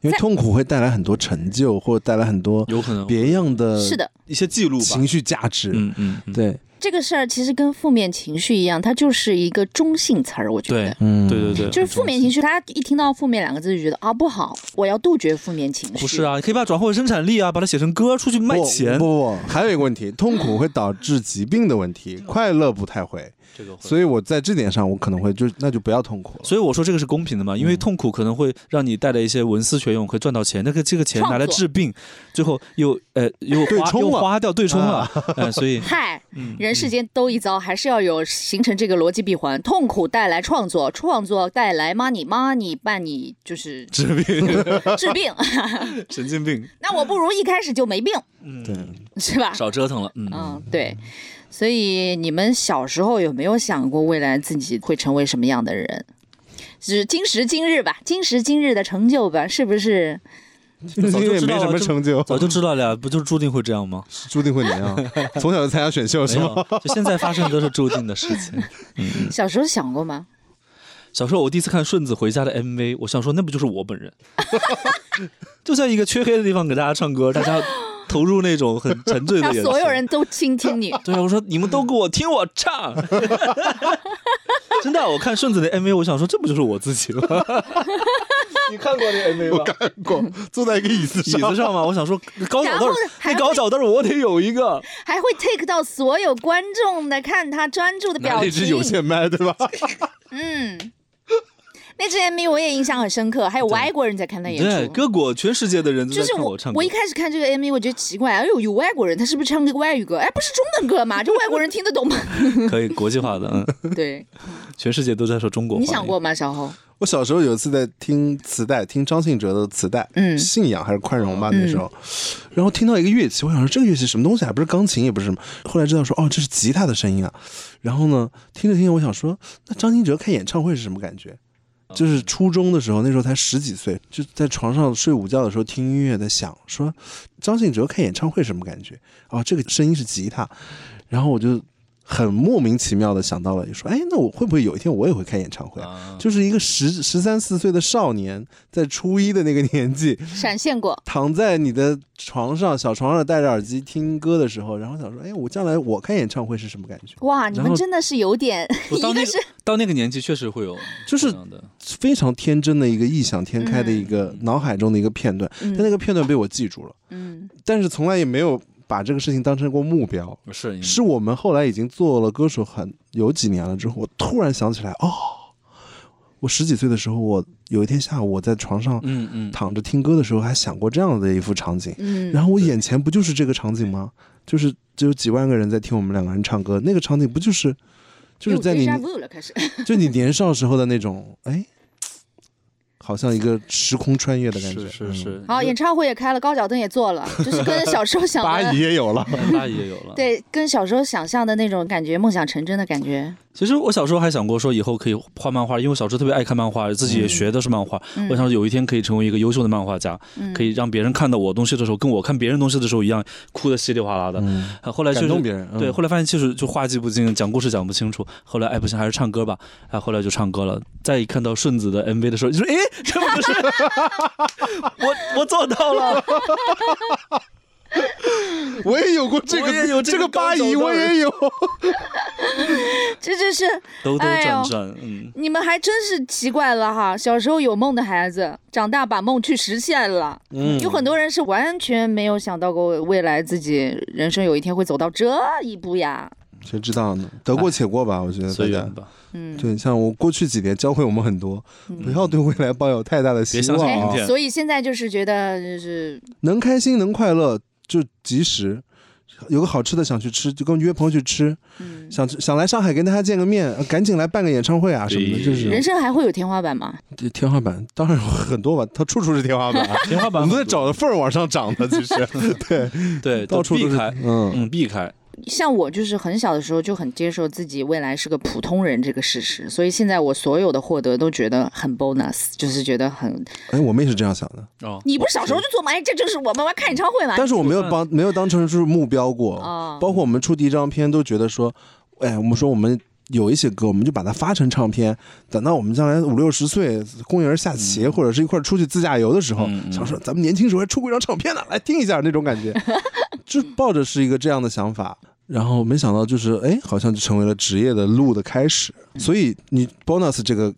Speaker 4: 因为痛苦会带来很多成就，或者带来很多
Speaker 3: 有可能
Speaker 4: 别样
Speaker 3: 嗯
Speaker 4: 的
Speaker 2: 是的，
Speaker 3: 一些记录吧
Speaker 4: 情。绪价值。
Speaker 3: 嗯嗯，嗯
Speaker 4: 对，
Speaker 2: 这个事儿其实跟负面情绪一样，它就是一个中性词儿，我觉
Speaker 3: 对
Speaker 2: 得。
Speaker 4: 嗯
Speaker 3: 对对对，
Speaker 2: 就是负面情绪，大家一听到负面两个字就觉得啊不好，我要杜绝负面情绪。
Speaker 3: 不是，啊，你可以把它转化为生产力啊，把它写成歌出去卖
Speaker 4: 不
Speaker 3: 钱。啊
Speaker 4: 不不不，还有一个问题，痛苦会导致疾病的问题，快乐不太会。
Speaker 3: 这个会
Speaker 4: 所以我在这点上，我可能会就那就不要痛苦了。
Speaker 3: 所以我说这个是公平的嘛，因为痛苦可能会让你带来一些文思泉涌，可以赚到钱，那个这个钱拿来
Speaker 2: 创作
Speaker 3: 治病，最后又呃又
Speaker 4: 对
Speaker 3: 花
Speaker 4: 冲
Speaker 3: 又
Speaker 4: 了
Speaker 3: 花掉对冲了，嗯、所以
Speaker 2: 嗨，
Speaker 3: 嗯
Speaker 2: 人世间都一遭，还是要有形成这个逻辑闭环。痛苦带来创作，创作带来 money money 伴你就是
Speaker 3: 治病
Speaker 2: 治病。
Speaker 3: 神经病，
Speaker 2: 那我不如一开始就没病，
Speaker 4: 对，
Speaker 2: 是吧？
Speaker 3: 少折腾了，嗯，
Speaker 2: 嗯，对。所以你们小时候有没有想过未来自己会成为什么样的人？就是今时今日吧，今时今日的成就吧，是不是？
Speaker 4: 今
Speaker 3: 早
Speaker 4: 天
Speaker 3: 就
Speaker 4: 也
Speaker 3: 知道
Speaker 4: 没
Speaker 3: 了
Speaker 4: 什么成就，
Speaker 3: 早就知道了呀，不就注定会这样吗？
Speaker 4: 注定会那 样。从小就参加选秀
Speaker 3: 没
Speaker 4: 是 吗？
Speaker 3: 有，就现在发生的都是注定的事情。
Speaker 2: 小时候想过吗？
Speaker 3: 小时候我第一次看顺子回家的 MV，我想说那不就是我本人， 就在一个缺黑的地方给大家唱歌，大家投入那种很沉醉的
Speaker 2: 让
Speaker 3: 眼神，
Speaker 2: 所有人都倾听你。
Speaker 3: 对啊，我说你们都给我听我唱， 真的啊，我看顺子的 MV，我想说这不就是我自己吗？ 你看过那 MV 吗？
Speaker 4: 过坐在一个椅子
Speaker 3: 椅 子上吗？我想说高脚
Speaker 2: 然
Speaker 3: 凳
Speaker 2: 后
Speaker 3: 儿，
Speaker 2: 还
Speaker 3: 那
Speaker 2: 会
Speaker 3: 高脚凳儿我得有一个。
Speaker 2: 还会 take 到所有观众的看他专注的
Speaker 3: 哪
Speaker 2: 表
Speaker 3: 里
Speaker 4: 一
Speaker 2: 情
Speaker 4: 支，有线麦对吧？
Speaker 2: 嗯，那支 MV 我也印象很深刻，还有外国人在看他演
Speaker 5: 对，
Speaker 2: 出。
Speaker 5: 各国全世界的人都
Speaker 2: 就
Speaker 5: 在
Speaker 2: 是
Speaker 5: 看
Speaker 2: 我
Speaker 5: 唱，歌。
Speaker 2: 我一开始看这个 MV，我觉得奇怪，哎呦，有外国人，他是不是唱个外语歌？哎，不是中文歌吗？这外国人听得懂吗？
Speaker 3: 可以国际化的，嗯，
Speaker 2: 对，
Speaker 3: 全世界都在说中国话。
Speaker 2: 你想过吗，小侯？
Speaker 4: 我小时候有一次在听磁带，听张信哲的磁带，
Speaker 2: 嗯
Speaker 4: 信仰还是宽容吧那时候，然后听到一个乐器，我想说这个乐器什么东西啊？不是钢琴，也不是什么。后来知道说哦，这是吉他的声音啊。然后呢，听着听着，我想说，那张信哲开演唱会是什么感觉？就是初中的时候，那时候才十几岁，就在床上睡午觉的时候听音乐，在想说张信哲开演唱会什么感觉？哦，这个声音是吉他，然后我就很莫名其妙的想到了，说，哎，那我会不会有一天我也会开演唱会啊？就是一个十十三四岁的少年，在初一的那个年纪，
Speaker 2: 闪现过，
Speaker 4: 躺在你的床上小床上戴着耳机听歌的时候，然后想说，哎，我将来我开演唱会是什么感觉？
Speaker 2: 哇，你
Speaker 3: 然
Speaker 2: 们
Speaker 3: 后
Speaker 2: 真的是有点，
Speaker 5: 我到
Speaker 2: 一
Speaker 5: 那
Speaker 2: 个
Speaker 5: 个
Speaker 2: 是
Speaker 5: 到那个年纪确实会有
Speaker 4: 就是
Speaker 5: 这样的，
Speaker 4: 非常天真的一个异想天开的一个脑海中的一个片段，
Speaker 2: 嗯
Speaker 4: 但那个片段被我记住了，
Speaker 2: 嗯
Speaker 4: 但是从来也没有把这个事情当成过目标。
Speaker 5: 是
Speaker 2: 嗯
Speaker 4: 是我们后来已经做了歌手很有几年了之后，我突然想起来，哦，我十几岁的时候，我有一天下午我在床上
Speaker 5: 嗯嗯，
Speaker 4: 躺着听歌的时候，还想过这样的一幅场景。
Speaker 2: 嗯，
Speaker 4: 然后我眼前不就是这个场景吗？就是只有几万个人在听我们两个人唱歌，那个场景不就是，就是在你
Speaker 2: 又 déjà vu 了开始，
Speaker 4: 就你年少时候的那种，哎，好像一个时空穿越的感觉。
Speaker 5: 是是
Speaker 4: 嗯，
Speaker 5: 是，
Speaker 2: 好，演唱会也开了，高脚凳也坐了，就是跟小时候想
Speaker 4: 八
Speaker 2: 的
Speaker 4: 姨，也有了，
Speaker 5: 大姨也有了。
Speaker 2: 哦对，跟小时候想象的那种感觉，梦想成真的感觉。
Speaker 3: 其实我小时候还想过说以后可以画漫画，因为我小时候特别爱看漫画，自己也学的是漫画。
Speaker 2: 嗯
Speaker 3: 我想有一天可以成为一个优秀的漫画家，可以让别人看到我东西的时候，跟我看别人东西的时候一样，哭的稀里哗啦的。
Speaker 4: 嗯，
Speaker 3: 啊后来
Speaker 4: 感
Speaker 3: 就
Speaker 4: 动
Speaker 3: 是
Speaker 4: 别人。嗯
Speaker 3: 对，后来发现其实就话技不精，讲故事讲不清楚。后来哎不行，还是唱歌吧。哎，后来就唱歌了。再一看到顺子的 MV 的时候，就说哎，这不是 我我做到了。
Speaker 4: 我也有过这
Speaker 3: 我也
Speaker 4: 个，
Speaker 3: 有
Speaker 4: 这
Speaker 3: 这个
Speaker 4: 八
Speaker 3: 高脚
Speaker 4: 姨，我
Speaker 3: 凳
Speaker 4: 也 有。
Speaker 2: 这就是
Speaker 3: 兜兜
Speaker 2: 哎呦
Speaker 3: 转转，嗯，
Speaker 2: 你们还真是奇怪了哈！小时候有梦的孩子，长大把梦去实现了。
Speaker 4: 嗯
Speaker 2: 有很多人是完全没有想到过未来自己人生有一天会走到这一步呀。
Speaker 4: 谁知道呢？得过且
Speaker 3: 哎
Speaker 4: 过吧，我觉得大
Speaker 3: 随
Speaker 4: 家
Speaker 3: 缘。吧，
Speaker 2: 嗯，
Speaker 4: 对，像我过去几年教会我们很多，不要对未来抱有太大的希
Speaker 3: 别相信
Speaker 4: 望
Speaker 3: 明
Speaker 4: 啊，
Speaker 3: 天
Speaker 2: 哎所以现在就是觉得就是
Speaker 4: 能开心能快乐就及时。有个好吃的想去吃，就跟约朋友去吃；
Speaker 2: 嗯，
Speaker 4: 想去想来上海跟大家见个面，呃赶紧来办个演唱会啊什么的，
Speaker 3: 对
Speaker 4: 就是
Speaker 2: 人生还会有天花板吗？
Speaker 4: 这天花板当然有很多吧，它处处是天花板啊，
Speaker 3: 天花
Speaker 4: 我
Speaker 3: 板
Speaker 4: 们都在找着缝儿往上涨的，其实对，
Speaker 3: 对，
Speaker 4: 到处都
Speaker 3: 避
Speaker 4: 是
Speaker 3: 开，
Speaker 4: 嗯，
Speaker 3: 嗯，避开。
Speaker 2: 像我就是很小的时候就很接受自己未来是个普通人这个事实，所以现在我所有的获得都觉得很 bonus，就是觉得很。
Speaker 4: 哎，我们也是这样想的，
Speaker 3: 哦，
Speaker 2: 你不是小时候就做吗？哎，这就是我们玩看演唱会嘛。
Speaker 4: 但是我没有
Speaker 3: 吃饭
Speaker 4: 帮没有当成是目标过，
Speaker 2: 哦
Speaker 4: 包括我们出第一张片都觉得说，哎，我们说我们有一些歌，我们就把它发成唱片，等到我们将来五六十岁公园下棋、或者是一块儿出去自驾游的时候，
Speaker 3: 嗯嗯
Speaker 4: 想说咱们年轻时候还出过一张唱片呢，来听一下那种感 觉，就抱着是一个这样的想法。然后没想到就是哎，好像就成为了职业的路的开始。
Speaker 3: 嗯
Speaker 4: 所以你 bonus 这个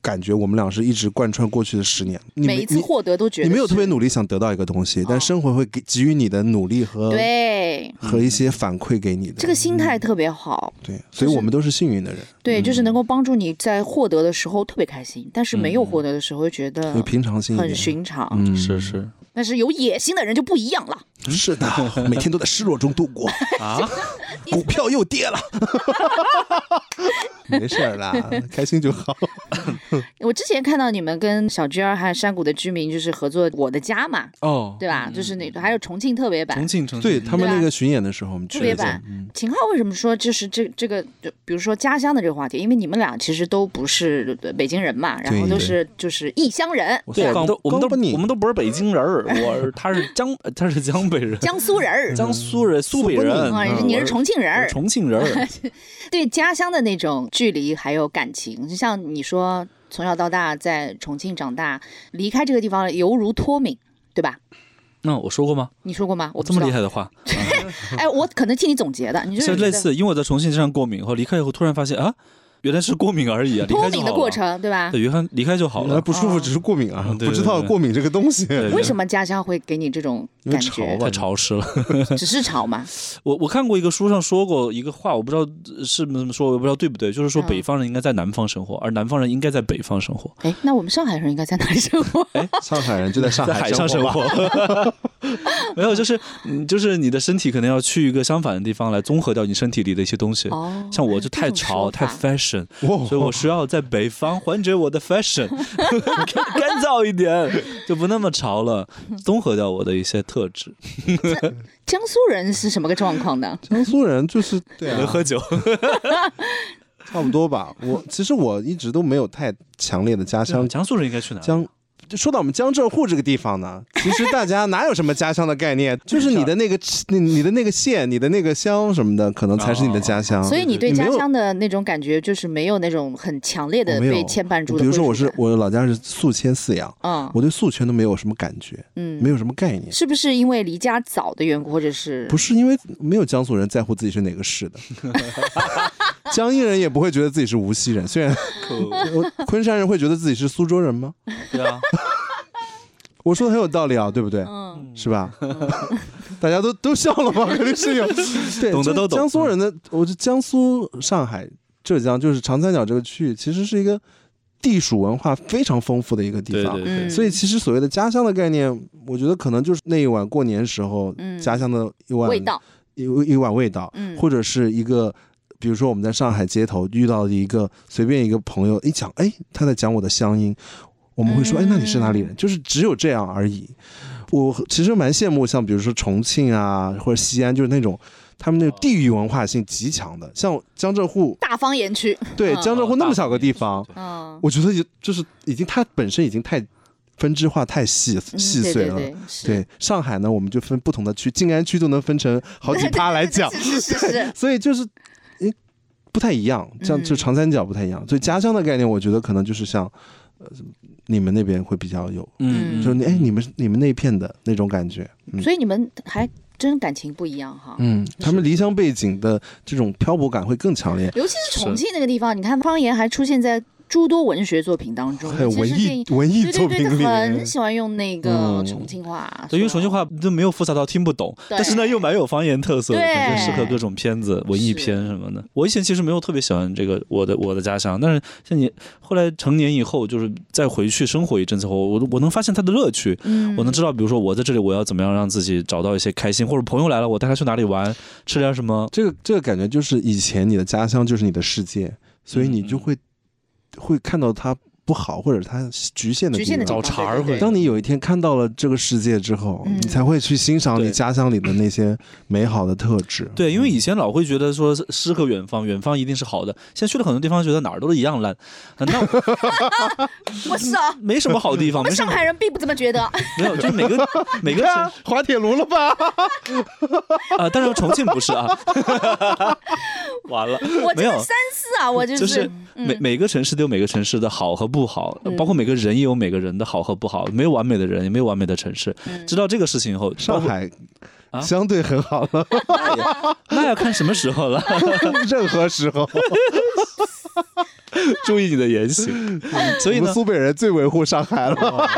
Speaker 4: 感觉，我们俩是一直贯穿过去的十年。你
Speaker 2: 每
Speaker 4: 没
Speaker 2: 一次
Speaker 4: 你
Speaker 2: 获得都觉得
Speaker 4: 你没有
Speaker 2: 是哦
Speaker 4: 特别努力想得到一个东西，但生活会给给予你的努力和
Speaker 2: 对。
Speaker 4: 和一些反馈给你的。
Speaker 2: 这个啊心
Speaker 4: 嗯
Speaker 2: 态特别好，
Speaker 4: 对，所以我们都是幸运的人，
Speaker 2: 对，就是
Speaker 4: 嗯
Speaker 2: 能够帮助你在获得的时候特别开心，但是没有获得的时候又觉得
Speaker 4: 有嗯平常心一
Speaker 2: 很
Speaker 4: 点。
Speaker 2: 寻常。
Speaker 4: 嗯，
Speaker 5: 是是
Speaker 2: 但是有野心的人就不一样了。
Speaker 4: 是的， 每天都在失落中度过。
Speaker 5: 啊，
Speaker 4: 股票又跌 了，没事儿啦，开心就好。
Speaker 2: 我之前看到你们跟小娟儿还有山谷的居民就是合作《我的家》嘛，
Speaker 4: 哦，
Speaker 2: 对吧？
Speaker 3: 嗯
Speaker 2: 就是那还有重庆特别版
Speaker 5: 重。庆重庆，
Speaker 4: 对他们那个巡演的时候，我们去
Speaker 2: 啊特
Speaker 4: 了
Speaker 2: 别
Speaker 4: 一次
Speaker 2: 版，
Speaker 3: 嗯
Speaker 2: 秦昊为什么说就是这这个，就比如说家乡的这个话题，因为你们俩其实都不是呃北京人嘛，然后
Speaker 4: 对
Speaker 2: 都
Speaker 4: 对
Speaker 2: 是就是异乡人，
Speaker 4: 我
Speaker 3: 对，
Speaker 4: 操
Speaker 3: 我们都我们
Speaker 4: 高不
Speaker 3: 都
Speaker 4: 你
Speaker 3: 我们都不是北京人儿，我是他是 江呃他是江北人，
Speaker 2: 江苏人儿
Speaker 3: 江苏人，嗯苏北
Speaker 4: 嗯苏北
Speaker 3: 人
Speaker 4: 人
Speaker 2: 啊，
Speaker 3: 嗯，
Speaker 2: 你
Speaker 3: 我
Speaker 2: 是重庆人
Speaker 3: 我
Speaker 2: 儿
Speaker 3: 是，重庆人 儿，
Speaker 2: 对家乡的那种距离还有感情，就像你说从小到大在重庆长大，离开这个地方犹如脱敏，对吧？
Speaker 3: 那我说过吗？
Speaker 2: 你说过吗？我不
Speaker 3: 哦这么厉
Speaker 2: 知道
Speaker 3: 害的话，
Speaker 2: 哎，我可能替你总结的，你就是是觉
Speaker 3: 类
Speaker 2: 得
Speaker 3: 似，因为我在重庆身上过敏，后离开以后突然发现啊，原来是过敏而已啊，离
Speaker 2: 脱
Speaker 3: 开就
Speaker 2: 敏
Speaker 3: 好
Speaker 2: 的
Speaker 3: 了。
Speaker 2: 过程，对吧？
Speaker 3: 对，原来离开就好
Speaker 4: 原来
Speaker 3: 了。
Speaker 2: 哦
Speaker 4: 不舒服只是过敏啊，
Speaker 3: 嗯对
Speaker 4: 不知道
Speaker 3: 对对
Speaker 4: 过敏这个东西。
Speaker 3: 对
Speaker 2: 为什么家乡会给你这种
Speaker 4: 因为
Speaker 2: 感
Speaker 4: 潮
Speaker 2: 觉，
Speaker 4: 吧
Speaker 3: 太，潮湿了。
Speaker 2: 只是潮嘛。
Speaker 3: 我我看过一个书上说过一个话，我不知道呃是怎么说，我不知道对不对，就是说
Speaker 2: 嗯
Speaker 3: 北方人应该在南方生活，而南方人应该在北方生活，
Speaker 2: 哎，那我们上海人应该在哪里生 活？
Speaker 4: 上海人就在上
Speaker 3: 在海上
Speaker 4: 生
Speaker 3: 生
Speaker 4: 吧。
Speaker 3: 活。 没有，就是嗯就是你的身体可能要去一个相反的地方来综合掉你身体里的一些东西。
Speaker 2: 哦，
Speaker 3: 像我
Speaker 2: 这
Speaker 3: 就太
Speaker 2: 种
Speaker 3: 潮
Speaker 2: 说
Speaker 3: 太
Speaker 2: 法
Speaker 3: fashion，
Speaker 4: 哇
Speaker 3: 所以我需要在北方缓解我的 fashion，干 干燥一点，就不那么 潮了，综合掉我的一些特质。
Speaker 2: 江苏人是什么个状况呢？
Speaker 4: 江苏人就是对
Speaker 3: 能
Speaker 4: 啊，
Speaker 3: 喝酒，
Speaker 4: 差不多吧。我其实我一直都没有太强烈的家乡
Speaker 3: 江苏人应该去哪？
Speaker 4: 江。就说到我们江浙沪这个地方呢，其实大家哪有什么家乡的 概念，就是你的那个你你的那个县、你的那个乡什么的，可能才是你的家乡。
Speaker 2: 哦所以你对
Speaker 4: 啊你没
Speaker 2: 家
Speaker 4: 有
Speaker 2: 乡的那种感觉，就是没有那种很强烈的
Speaker 4: 我没有
Speaker 2: 被牵绊住的归
Speaker 4: 比如
Speaker 2: 属
Speaker 4: 说
Speaker 2: 感。
Speaker 4: 我是我的老家是宿迁泗阳，
Speaker 2: 嗯
Speaker 4: 我对宿迁都没有什么感觉，
Speaker 2: 嗯，
Speaker 4: 没有什么概念。
Speaker 2: 是不是因为离家早的缘故，或者是
Speaker 4: 不是因为没有江苏人在乎自己是哪个市 的，江阴人也不会觉得自己是无锡人，虽然 我昆山人会觉得自己是苏州人吗？
Speaker 3: 对啊，
Speaker 4: 我说的很有道理啊，对不对？
Speaker 2: 嗯
Speaker 4: 是 吧？大家都都笑了吗？肯定是有，对，
Speaker 3: 懂得都懂
Speaker 4: 江苏人的，我觉得江苏、上海、浙江，就是长三角这个区域，其实是一个地属文化非常丰富的一个地
Speaker 3: 对
Speaker 4: 方。
Speaker 3: 对对
Speaker 2: 嗯，
Speaker 4: 所以其实所谓的家乡的概念，我觉得可能就是那一碗过年时候、
Speaker 2: 嗯
Speaker 4: 家乡的一碗
Speaker 2: 味道？
Speaker 4: 一一碗味道，
Speaker 2: 嗯
Speaker 4: 或者是一个，比如说我们在上海街头遇到的一个随便一个朋友一讲，哎，他在讲我的乡音，我们会说，哎，那你是哪里
Speaker 2: 嗯
Speaker 4: 人？就是只有这样而已。我其实蛮羡慕像比如说重庆啊或者西安，就是那种。他们那种地域文化性极强的，像江浙沪，
Speaker 2: 大方言 区，
Speaker 4: 对
Speaker 2: 嗯
Speaker 4: 江浙沪那么小个地
Speaker 5: 哦
Speaker 4: 方，
Speaker 2: 嗯，
Speaker 4: 我觉得也就是已经它本身已经太分支化太细
Speaker 2: 嗯
Speaker 4: 细碎了。
Speaker 2: 对对对，是，
Speaker 4: 对上海呢，我们就分不同的区，静安区都能分成好几趴来讲
Speaker 2: 是是是是，
Speaker 4: 所以就是，诶，不太一样，像
Speaker 2: 嗯
Speaker 4: 就长三角不太一样，所以家乡的概念，我觉得可能就是像，呃，你们那边会比较有，
Speaker 2: 嗯
Speaker 4: 就是你哎，你们你们那片的那种感觉，嗯
Speaker 2: 所以你们还真感情不一样哈。
Speaker 4: 嗯，他们离乡背景的这种漂泊感会更强烈，
Speaker 2: 尤其是重庆那个地方，你看方言还出现在诸多文学作品当中，
Speaker 4: 还有
Speaker 2: 尤其
Speaker 4: 文
Speaker 2: 是电
Speaker 4: 艺
Speaker 2: 影
Speaker 4: 文艺
Speaker 2: 对对
Speaker 4: 作
Speaker 2: 对，
Speaker 4: 品里
Speaker 2: 他
Speaker 4: 面
Speaker 2: 很，喜欢用那个
Speaker 4: 嗯
Speaker 2: 重庆话，
Speaker 3: 对，因为重庆
Speaker 2: 说
Speaker 3: 话都没有复杂到听不懂，但是呢
Speaker 2: 对
Speaker 3: 又蛮有方言特色的，
Speaker 2: 对
Speaker 3: 很适合各种片子、文艺
Speaker 2: 是
Speaker 3: 片什么的。我以前其实没有特别喜欢这个我的我的家乡，但是像你后来成年以后，就是再回去生活一阵子后，我我能发现它的乐趣，
Speaker 2: 嗯，
Speaker 3: 我能知道，比如说我在这里我要怎么样让自己找到一些开心，或者朋友来了我带他去哪里玩，吃点什么。
Speaker 4: 这个这个感觉就是以前你的家乡就是你的世界，所以你就
Speaker 3: 嗯嗯
Speaker 4: 会会看到它不好或者它局限的
Speaker 2: 局限的
Speaker 4: 地
Speaker 2: 地方
Speaker 4: 方
Speaker 3: 找茬儿
Speaker 2: 对对
Speaker 3: 会
Speaker 2: 对
Speaker 4: 当你有一天看到了这个世界之后，
Speaker 2: 嗯
Speaker 4: 你才会去欣赏你
Speaker 3: 对
Speaker 4: 家乡里的那些美好的特质。
Speaker 3: 对，因为
Speaker 4: 嗯
Speaker 3: 以前老会觉得说诗和远方，远方一定是好的。现在去了很多地方，觉得哪儿都是一样烂，那
Speaker 2: 我是啊，
Speaker 3: 没什么好地方，
Speaker 2: 我
Speaker 3: 没
Speaker 2: 们
Speaker 3: 什
Speaker 2: 上
Speaker 3: 么
Speaker 2: 海啊人并不这么觉得，
Speaker 3: 没有，就 每个每个城
Speaker 4: 滑铁卢了吧？
Speaker 3: 啊，但是重庆不是啊， 完了，
Speaker 2: 我
Speaker 3: 没
Speaker 2: 真的
Speaker 3: 有，
Speaker 2: 三思啊，我就
Speaker 3: 就是
Speaker 2: 是嗯
Speaker 3: 每每个城市都有每个城市的好和不好，包括每个人也有每个人的好和不好，没有完美的人，也没有完美的城市。
Speaker 2: 嗯
Speaker 3: 知道这个事情以后，
Speaker 4: 上
Speaker 3: 包括
Speaker 4: 海
Speaker 3: 啊
Speaker 4: 相对很好 了，
Speaker 3: 那要看什么时候了，
Speaker 4: 任何时候，
Speaker 3: 注意你的言行。所
Speaker 4: 嗯
Speaker 3: 以
Speaker 4: 我们
Speaker 3: 呢，哦
Speaker 4: 苏北人最维护上海了。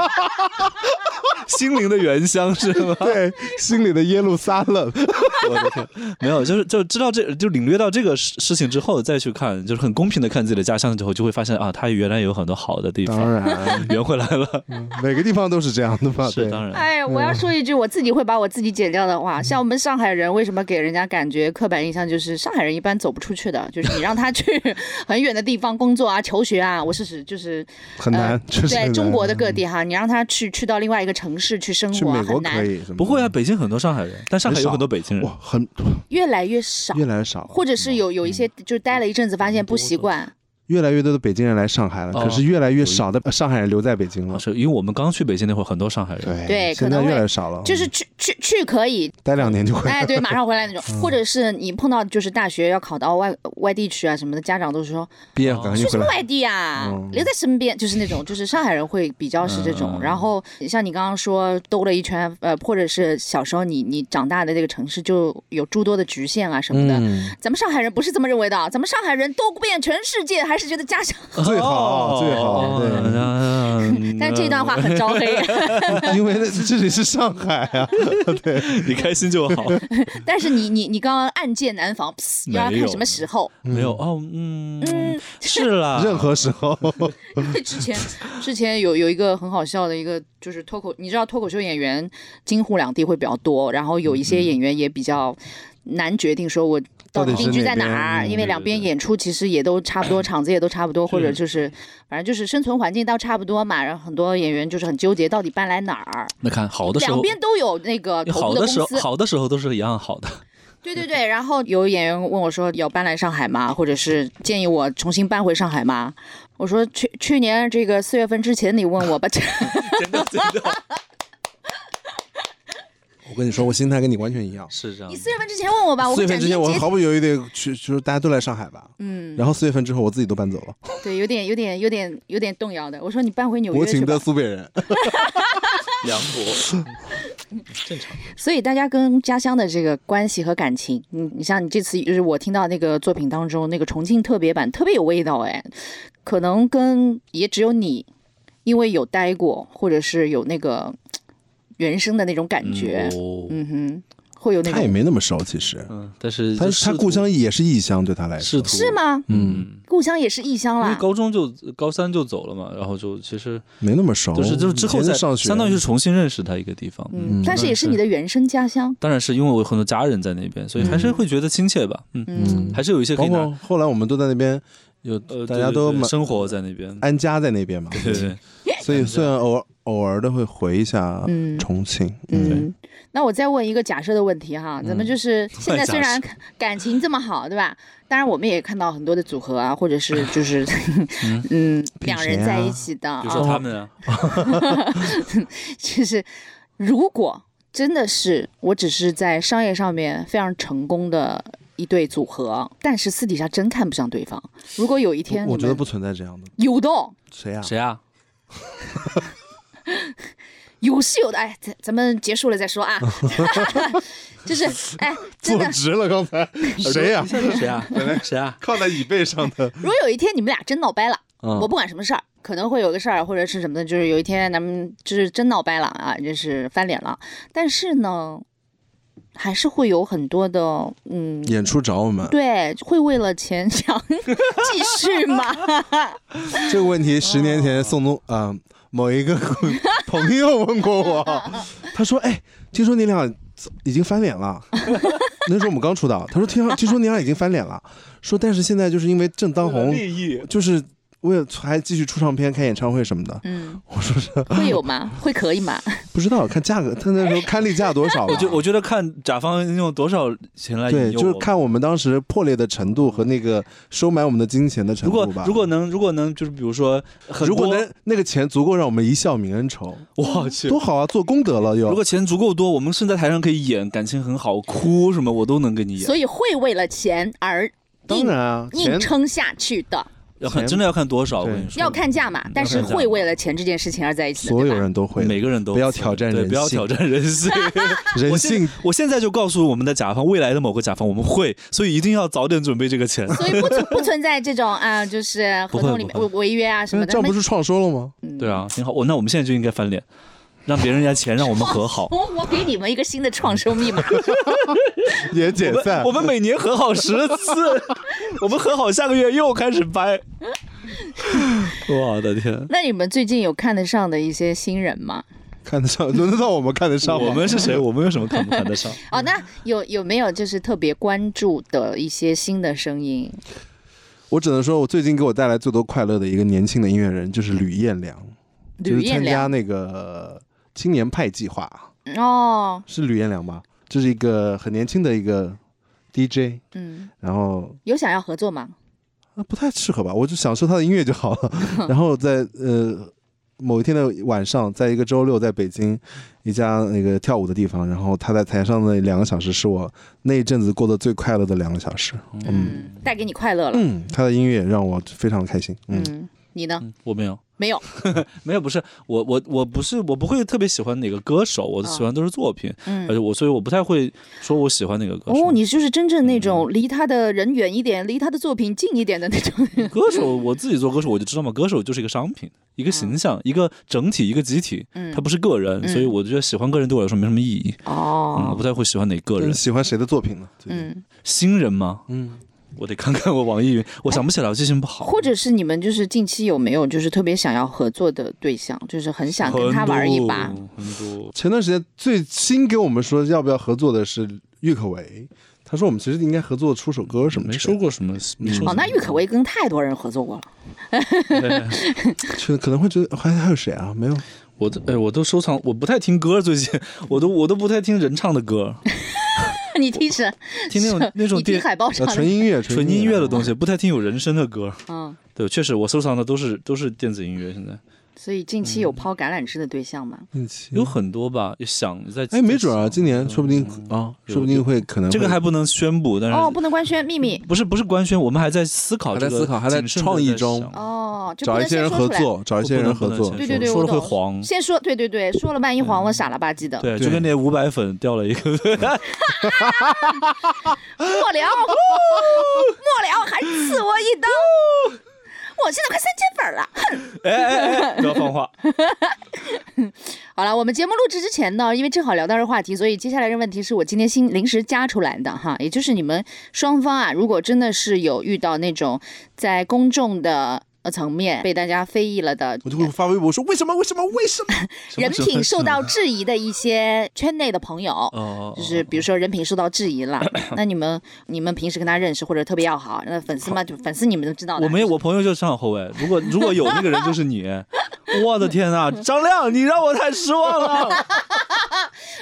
Speaker 3: 心灵的原乡是吗？
Speaker 4: 对，心里的耶路撒冷，
Speaker 3: 我的天，没有，就是就知道这就领略到这个事事情之后，再去看，就是很公平的看自己的家乡之后，就会发现啊，它原来有很多好的地
Speaker 4: 当
Speaker 3: 方，
Speaker 4: 然，
Speaker 3: 圆回来了。
Speaker 4: 每个地方都是这样的 吧？
Speaker 3: 是
Speaker 4: 对，
Speaker 3: 当然，
Speaker 2: 哎，我要说一句我自己会把我自己剪掉的话，像我们上海人为什么给人家感觉刻板印象就是上海人一般走不出去的，就是你让他 去很远的地方工作啊、求学啊，我是指就是
Speaker 4: 很难
Speaker 2: 呃，
Speaker 4: 就是
Speaker 2: 对
Speaker 4: 很
Speaker 2: 中
Speaker 4: 难
Speaker 3: 嗯
Speaker 2: 国的各地哈，你让他去去到另外一个城市去生
Speaker 4: 去
Speaker 2: 活啊
Speaker 4: 美国
Speaker 2: 很
Speaker 4: 可
Speaker 2: 难，
Speaker 4: 以，什么
Speaker 3: 不会啊，北京很多上海人，但上海有很多北京人。
Speaker 4: 哇，很
Speaker 2: 越来越少，
Speaker 4: 越来越少，嗯
Speaker 2: 或者是有有一些
Speaker 3: 嗯
Speaker 2: 就是待了一阵子发现不习惯，
Speaker 4: 越来越多的北京人来上海了，
Speaker 3: 哦
Speaker 4: 可是越来越少的上海人留在北京了
Speaker 3: 啊，。是因为我们刚去北京那会儿，很多上海人，
Speaker 4: 对
Speaker 2: 对可
Speaker 4: 现
Speaker 2: 能
Speaker 4: 在越
Speaker 2: 会
Speaker 4: 来越少了，
Speaker 2: 就是去去去可以，
Speaker 4: 待两年就回来
Speaker 2: 哎，对，马上回来那
Speaker 3: 嗯
Speaker 2: 种，或者是你碰到就是大学要考到外外地去啊什么的，家长都是说
Speaker 4: 毕业赶紧
Speaker 2: 去什
Speaker 4: 回
Speaker 2: 么
Speaker 4: 来。
Speaker 2: 外地啊
Speaker 4: 嗯，
Speaker 2: 留在身边，就是那种，就是上海人会比较是这种。
Speaker 3: 嗯
Speaker 2: 然后像你刚刚说兜了一圈，呃，或者是小时候你你长大的这个城市就
Speaker 3: 嗯
Speaker 2: 有诸多的局限啊什么的。咱们上海人不是这么认为的，咱们上海人兜遍全世界还是觉得家长，
Speaker 4: 最
Speaker 5: 哦
Speaker 4: 好哦最好，对，
Speaker 3: 对
Speaker 5: 嗯
Speaker 2: 但 这段话很招黑，
Speaker 3: 嗯
Speaker 4: 因为那这里是上海 啊，
Speaker 3: 你开心就好。
Speaker 4: 嗯
Speaker 2: 但是你你你刚刚暗箭难防，噗要
Speaker 3: 没
Speaker 2: 看
Speaker 3: 有
Speaker 2: 什么时候，
Speaker 3: 没有哦，嗯，是啦，
Speaker 4: 任何时候，
Speaker 2: 对， 之前之前有有一个很好笑的一个，就是脱口，你知道脱口秀演员京沪两地会比较多，然后有一
Speaker 3: 嗯
Speaker 2: 些演员也比较难决定说我到
Speaker 4: 到底
Speaker 2: 底
Speaker 4: 是
Speaker 2: 定居
Speaker 4: 哪
Speaker 2: 在
Speaker 4: 边
Speaker 2: 哪儿，
Speaker 4: 嗯
Speaker 2: 因为两边演出其实也都差不多，场子也都差不多，或者就是反正就是生存环境倒差不多嘛，然后很多演员就是很纠结到底搬来哪儿，
Speaker 3: 那看好的时
Speaker 2: 两
Speaker 3: 候，
Speaker 2: 边都有那个头
Speaker 3: 好
Speaker 2: 部公
Speaker 3: 时候，
Speaker 2: 司，
Speaker 3: 好的时候都是一 样好的。
Speaker 2: 对对对，然后有演员问我说要搬来上海吗？或者是建议我重新搬回上海吗？我说去去年这个四月份之前你问我吧， 这
Speaker 3: 真的真的
Speaker 4: 我跟你说，我心态跟你完全一样。
Speaker 3: 是这样
Speaker 2: 你。四月份之前问我
Speaker 5: 啊
Speaker 2: 吧，我
Speaker 4: 四
Speaker 2: 会
Speaker 4: 月份
Speaker 2: 讲
Speaker 4: 之
Speaker 2: 年
Speaker 4: 前，我
Speaker 2: 节
Speaker 4: 毫不犹豫的去，就是大家都来上海吧。嗯，然后四月份之后，我自己都搬走了，
Speaker 2: 对，有点有点有点有点动摇的。我说你搬回纽
Speaker 4: 国
Speaker 2: 约去
Speaker 4: 情的
Speaker 2: 吧。
Speaker 4: 苏北人。
Speaker 3: 梁
Speaker 5: 嗯
Speaker 3: 博，
Speaker 2: 所以大家跟家乡的这个关系和感情，你你像你这次就是我听到那个作品当中那个重庆特别版特别有味道哎，可能跟也只有你，因为有待过或者是有那个原生的那种感觉，
Speaker 3: 哦，
Speaker 2: 嗯哼，会有那
Speaker 4: 他也
Speaker 2: 种
Speaker 4: 没那么熟，其实，
Speaker 5: 嗯，但是
Speaker 4: 他
Speaker 5: 就试
Speaker 4: 他
Speaker 5: 图
Speaker 4: 故乡也是异乡，对他来
Speaker 5: 试
Speaker 4: 说
Speaker 5: 图
Speaker 2: 是？吗？
Speaker 4: 嗯，
Speaker 2: 故乡也是异乡
Speaker 5: 因为
Speaker 2: 啦，
Speaker 5: 高中就高三就走了嘛，然后就其实
Speaker 4: 没那么熟，
Speaker 5: 就是就是之后
Speaker 4: 哦以前
Speaker 5: 再
Speaker 4: 上学，
Speaker 5: 相当于是重新认识他一个地方。
Speaker 2: 嗯，但是也是你的原生家乡，
Speaker 5: 当然是因为我有很多家人在那边，所以还是会觉得亲切吧。嗯，
Speaker 2: 嗯，
Speaker 5: 还是有一些可
Speaker 4: 嗯
Speaker 5: 以
Speaker 4: 包
Speaker 5: 拿
Speaker 4: 括后来我们都在那边有
Speaker 5: 呃，
Speaker 4: 大
Speaker 5: 对
Speaker 4: 家
Speaker 5: 对
Speaker 4: 都
Speaker 5: 对
Speaker 4: 蛮哎
Speaker 5: 生活在那边。
Speaker 4: 安家在那边嘛，
Speaker 5: 对对，
Speaker 4: 所以虽然偶偶尔的会回一下
Speaker 2: 嗯
Speaker 4: 重庆，
Speaker 2: 嗯，那我再问一个假设的问题哈，咱们就是现在虽然感情这么好，对吧？当然我们也看到很多的组合啊，或者是就是嗯，两人在一起的
Speaker 5: 比如说他
Speaker 2: 啊，
Speaker 5: 们啊，
Speaker 2: 就是如果真的是我只是在商业上面非常成功的一对组合，但是私底下真看不上对方。如果有一天
Speaker 4: 我
Speaker 2: 你
Speaker 4: 觉得
Speaker 2: 们
Speaker 4: 不存在这样的，
Speaker 2: 有的哦
Speaker 4: 谁呀？
Speaker 5: 谁啊？
Speaker 2: 有是有的，哎，咱咱们结束了再说啊， 就是哎，真的
Speaker 4: 坐直了，刚 才谁呀
Speaker 5: 一？下就谁啊？谁啊？
Speaker 4: 靠在椅背上的，
Speaker 2: 如果有一天你们俩真闹掰了，
Speaker 5: 嗯
Speaker 2: 我不管什么事儿，可能会有个事儿或者是什么的，就是有一天咱们就是真闹掰了啊，就是翻脸了。但是呢，还是会有很多的， 嗯，
Speaker 4: 演出找我们，
Speaker 2: 对，会为了钱 想继续吗？
Speaker 4: 这个问
Speaker 2: 哦
Speaker 4: 题十年前宋冬啊、某一个朋友问过我，他说：“哎，听说你俩已经翻脸 了。”那时候我们刚出道，他说：“听听说你俩已经翻脸了，说但是现在就是因为正当红，
Speaker 3: 益
Speaker 4: 就是为了还继续出唱片、开演唱会什么的。
Speaker 2: 嗯，”
Speaker 4: 我说是
Speaker 2: 会有吗？会可以吗？
Speaker 4: 不知道看价格，他那时候看例价多少啊了，
Speaker 3: 我觉我觉得看甲方用多少钱来
Speaker 4: 对，
Speaker 3: 引诱
Speaker 4: 就是
Speaker 3: 我
Speaker 4: 看我们当时破裂的程度和那个收买我们的金钱的程
Speaker 3: 如果
Speaker 4: 度吧。
Speaker 3: 如果能如果能就是比如说很多，
Speaker 4: 如果能那个钱足够让我们一笑泯恩仇，
Speaker 3: 我去
Speaker 4: 多。好啊，做功德了又。
Speaker 5: 如果钱足够多，我们是在台上可以演，感情很好，哭什么我都能给你演。
Speaker 2: 所以会为了钱而
Speaker 4: 当
Speaker 2: 硬
Speaker 4: 然啊，
Speaker 2: 硬
Speaker 4: 钱
Speaker 2: 撑下去的，
Speaker 5: 要看
Speaker 4: 钱
Speaker 5: 真的要看多少，我
Speaker 4: 对
Speaker 5: 跟你说，
Speaker 2: 要看价码，但是
Speaker 5: 看价
Speaker 2: 会
Speaker 5: 码
Speaker 2: 为了钱这件事情而在一起的，
Speaker 4: 所
Speaker 2: 对
Speaker 4: 有
Speaker 2: 吧
Speaker 4: 人都会，
Speaker 5: 每个人都
Speaker 4: 不要挑战
Speaker 5: 对
Speaker 4: 人
Speaker 5: 不要
Speaker 4: 性
Speaker 5: 挑战人性。
Speaker 4: 人性。
Speaker 5: 我现在就告诉我们的甲方，未来的某个甲方我们会，所以一定要早点准备这个钱。
Speaker 2: 所以不存不存在这种啊、就是合同里面
Speaker 5: 不
Speaker 2: 违
Speaker 5: 会
Speaker 2: 违约啊什么
Speaker 4: 那
Speaker 2: 的。
Speaker 4: 这样不
Speaker 2: 那嗯
Speaker 4: 是创收了吗？
Speaker 5: 对啊，挺好。
Speaker 3: 哦
Speaker 5: 我那我们现在就应该翻脸，让别人家钱，让我们和 好。
Speaker 2: 我我给你们一个新的创收密码，
Speaker 4: 也解
Speaker 5: 我
Speaker 4: 散
Speaker 5: 们我。们每年和好十 次，我们和好下个月又开始掰。我的天，
Speaker 2: 那你们最近有看得上的一些新人吗？
Speaker 4: 看得上，轮得到我们看得上吗
Speaker 5: 我们是 谁？我们有什么看不看得上？
Speaker 2: 哦，那有有没有就是特别关注的一些新的声音？
Speaker 4: 我只能说，我最近给我带来最多快乐的一个年轻的音乐人就是吕彦良，就
Speaker 2: 吕
Speaker 4: 是参
Speaker 2: 彦
Speaker 4: 加
Speaker 2: 良
Speaker 4: 那个青年派计划，
Speaker 2: 哦，
Speaker 4: 是吕彦良吧？这是一个很年轻的一个 DJ，
Speaker 2: 嗯，
Speaker 4: 然后
Speaker 2: 有想要合作吗？
Speaker 4: 啊，不太适合吧？我就享受他的音乐就好了。 然后在呃某一天的晚上，在一个周六，在北京一家那个跳舞的地方，然后他在台上的两个小时是我那一阵子过得最快乐的两个小时。嗯
Speaker 2: 嗯，带给你快乐了。
Speaker 4: 嗯，他的音乐让我非常开心。嗯，
Speaker 2: 嗯，你呢？
Speaker 3: 我没有，
Speaker 2: 没有。
Speaker 3: 没有，不是我我我不是我不会特别喜欢哪个歌手，我喜欢都是作品，而且我所以我不太会说我喜欢哪个歌手。
Speaker 2: 嗯哦，你就是真正那种离他的人远一点，离他的作品近一点的那种。
Speaker 3: 歌手我自己做歌手我就知道嘛，歌手就是一个商品，一个形象，一个整体，一个集体，
Speaker 2: 嗯
Speaker 3: 它不是个人，所以我觉得喜欢个人对我来说没什么意义。嗯，我
Speaker 2: 哦
Speaker 3: 不，太会喜欢哪个人
Speaker 4: 你。喜欢谁的作品呢？最近
Speaker 2: 嗯，
Speaker 3: 新人吗？
Speaker 4: 嗯，
Speaker 3: 我得看看我网易云，我想不起来，我记性不 好。
Speaker 2: 哎或者是你们就是近期有没有就是特别想要合作的对象，就是很想跟他玩一把
Speaker 3: 很？多，很多
Speaker 4: 前段时间最新给我们说要不要合作的是郁可唯，他说我们其实应该合作出首歌什么
Speaker 3: 没
Speaker 4: 之
Speaker 3: 说
Speaker 4: 类的。
Speaker 3: 过什么。没说
Speaker 2: 哦，那
Speaker 3: 什
Speaker 2: 郁
Speaker 3: 么
Speaker 2: 可唯跟太多人合作过了。
Speaker 4: 去可能会觉得还还有谁啊？没有，
Speaker 3: 哎我都哎，我都收藏，我不太听歌，最近 我都我都不太听人唱的 歌，
Speaker 2: 你听谁？
Speaker 3: 听那种那种
Speaker 2: 你听
Speaker 3: 电呃
Speaker 2: 海报
Speaker 4: 啊
Speaker 2: 上的
Speaker 4: 纯音乐，啊
Speaker 3: 纯音乐的啊东西，不太听有人声的歌。
Speaker 2: 嗯，
Speaker 3: 对，确实我收藏的都是都是电子音乐，现在
Speaker 2: 所以近期有抛橄榄枝的对象吗？
Speaker 4: 近期
Speaker 3: 有很多吧，也想在
Speaker 4: 哎，没准啊，今年说不定啊，说不定会可能
Speaker 3: 这个
Speaker 4: 会
Speaker 3: 还不能宣布，但是
Speaker 2: 哦，不能官宣秘密
Speaker 3: 不是不是官宣，我们还在思考
Speaker 4: 还
Speaker 3: 这
Speaker 4: 在
Speaker 3: 个，
Speaker 4: 思考还在
Speaker 3: 谨慎地
Speaker 4: 创意
Speaker 3: 在
Speaker 4: 中
Speaker 3: 想
Speaker 2: 哦，就不
Speaker 4: 找一
Speaker 2: 能
Speaker 4: 些
Speaker 2: 先
Speaker 4: 人
Speaker 2: 说
Speaker 4: 合
Speaker 2: 出来。
Speaker 4: 作，找一些人合
Speaker 3: 不
Speaker 4: 作
Speaker 3: 能不能先
Speaker 2: 对对对，
Speaker 3: 说了
Speaker 2: 我
Speaker 3: 会
Speaker 2: 懂
Speaker 3: 黄。
Speaker 2: 先说，对对对，说了万一黄了，傻了吧唧的。
Speaker 3: 对，
Speaker 4: 对
Speaker 3: 就跟那五百粉掉了一个，
Speaker 2: 末了，呼末了，还刺我一刀。我现在快三千粉了。
Speaker 3: 哎哎哎，不要放 话。
Speaker 2: 好了，我们节目录制之前呢，因为正好聊到这话题，所以接下来这问题是我今天新临时加出来的哈，也就是你们双方啊，如果真的是有遇到那种在公众的呃层面被大家非议了的，
Speaker 4: 我就会发微博说为什么为什么为什么？
Speaker 2: 人品受到质疑的一些圈内的朋友。
Speaker 3: 哦，
Speaker 2: 就是比如说人品受到质疑 了，那你们你们平时跟他认识或者特别要好，那粉丝嘛，就粉丝你们都知道的。
Speaker 3: 我没有，我朋友就是上海后卫。如果如果有那个人，就是 你。我的天呐，张亮，你让我太失望 了。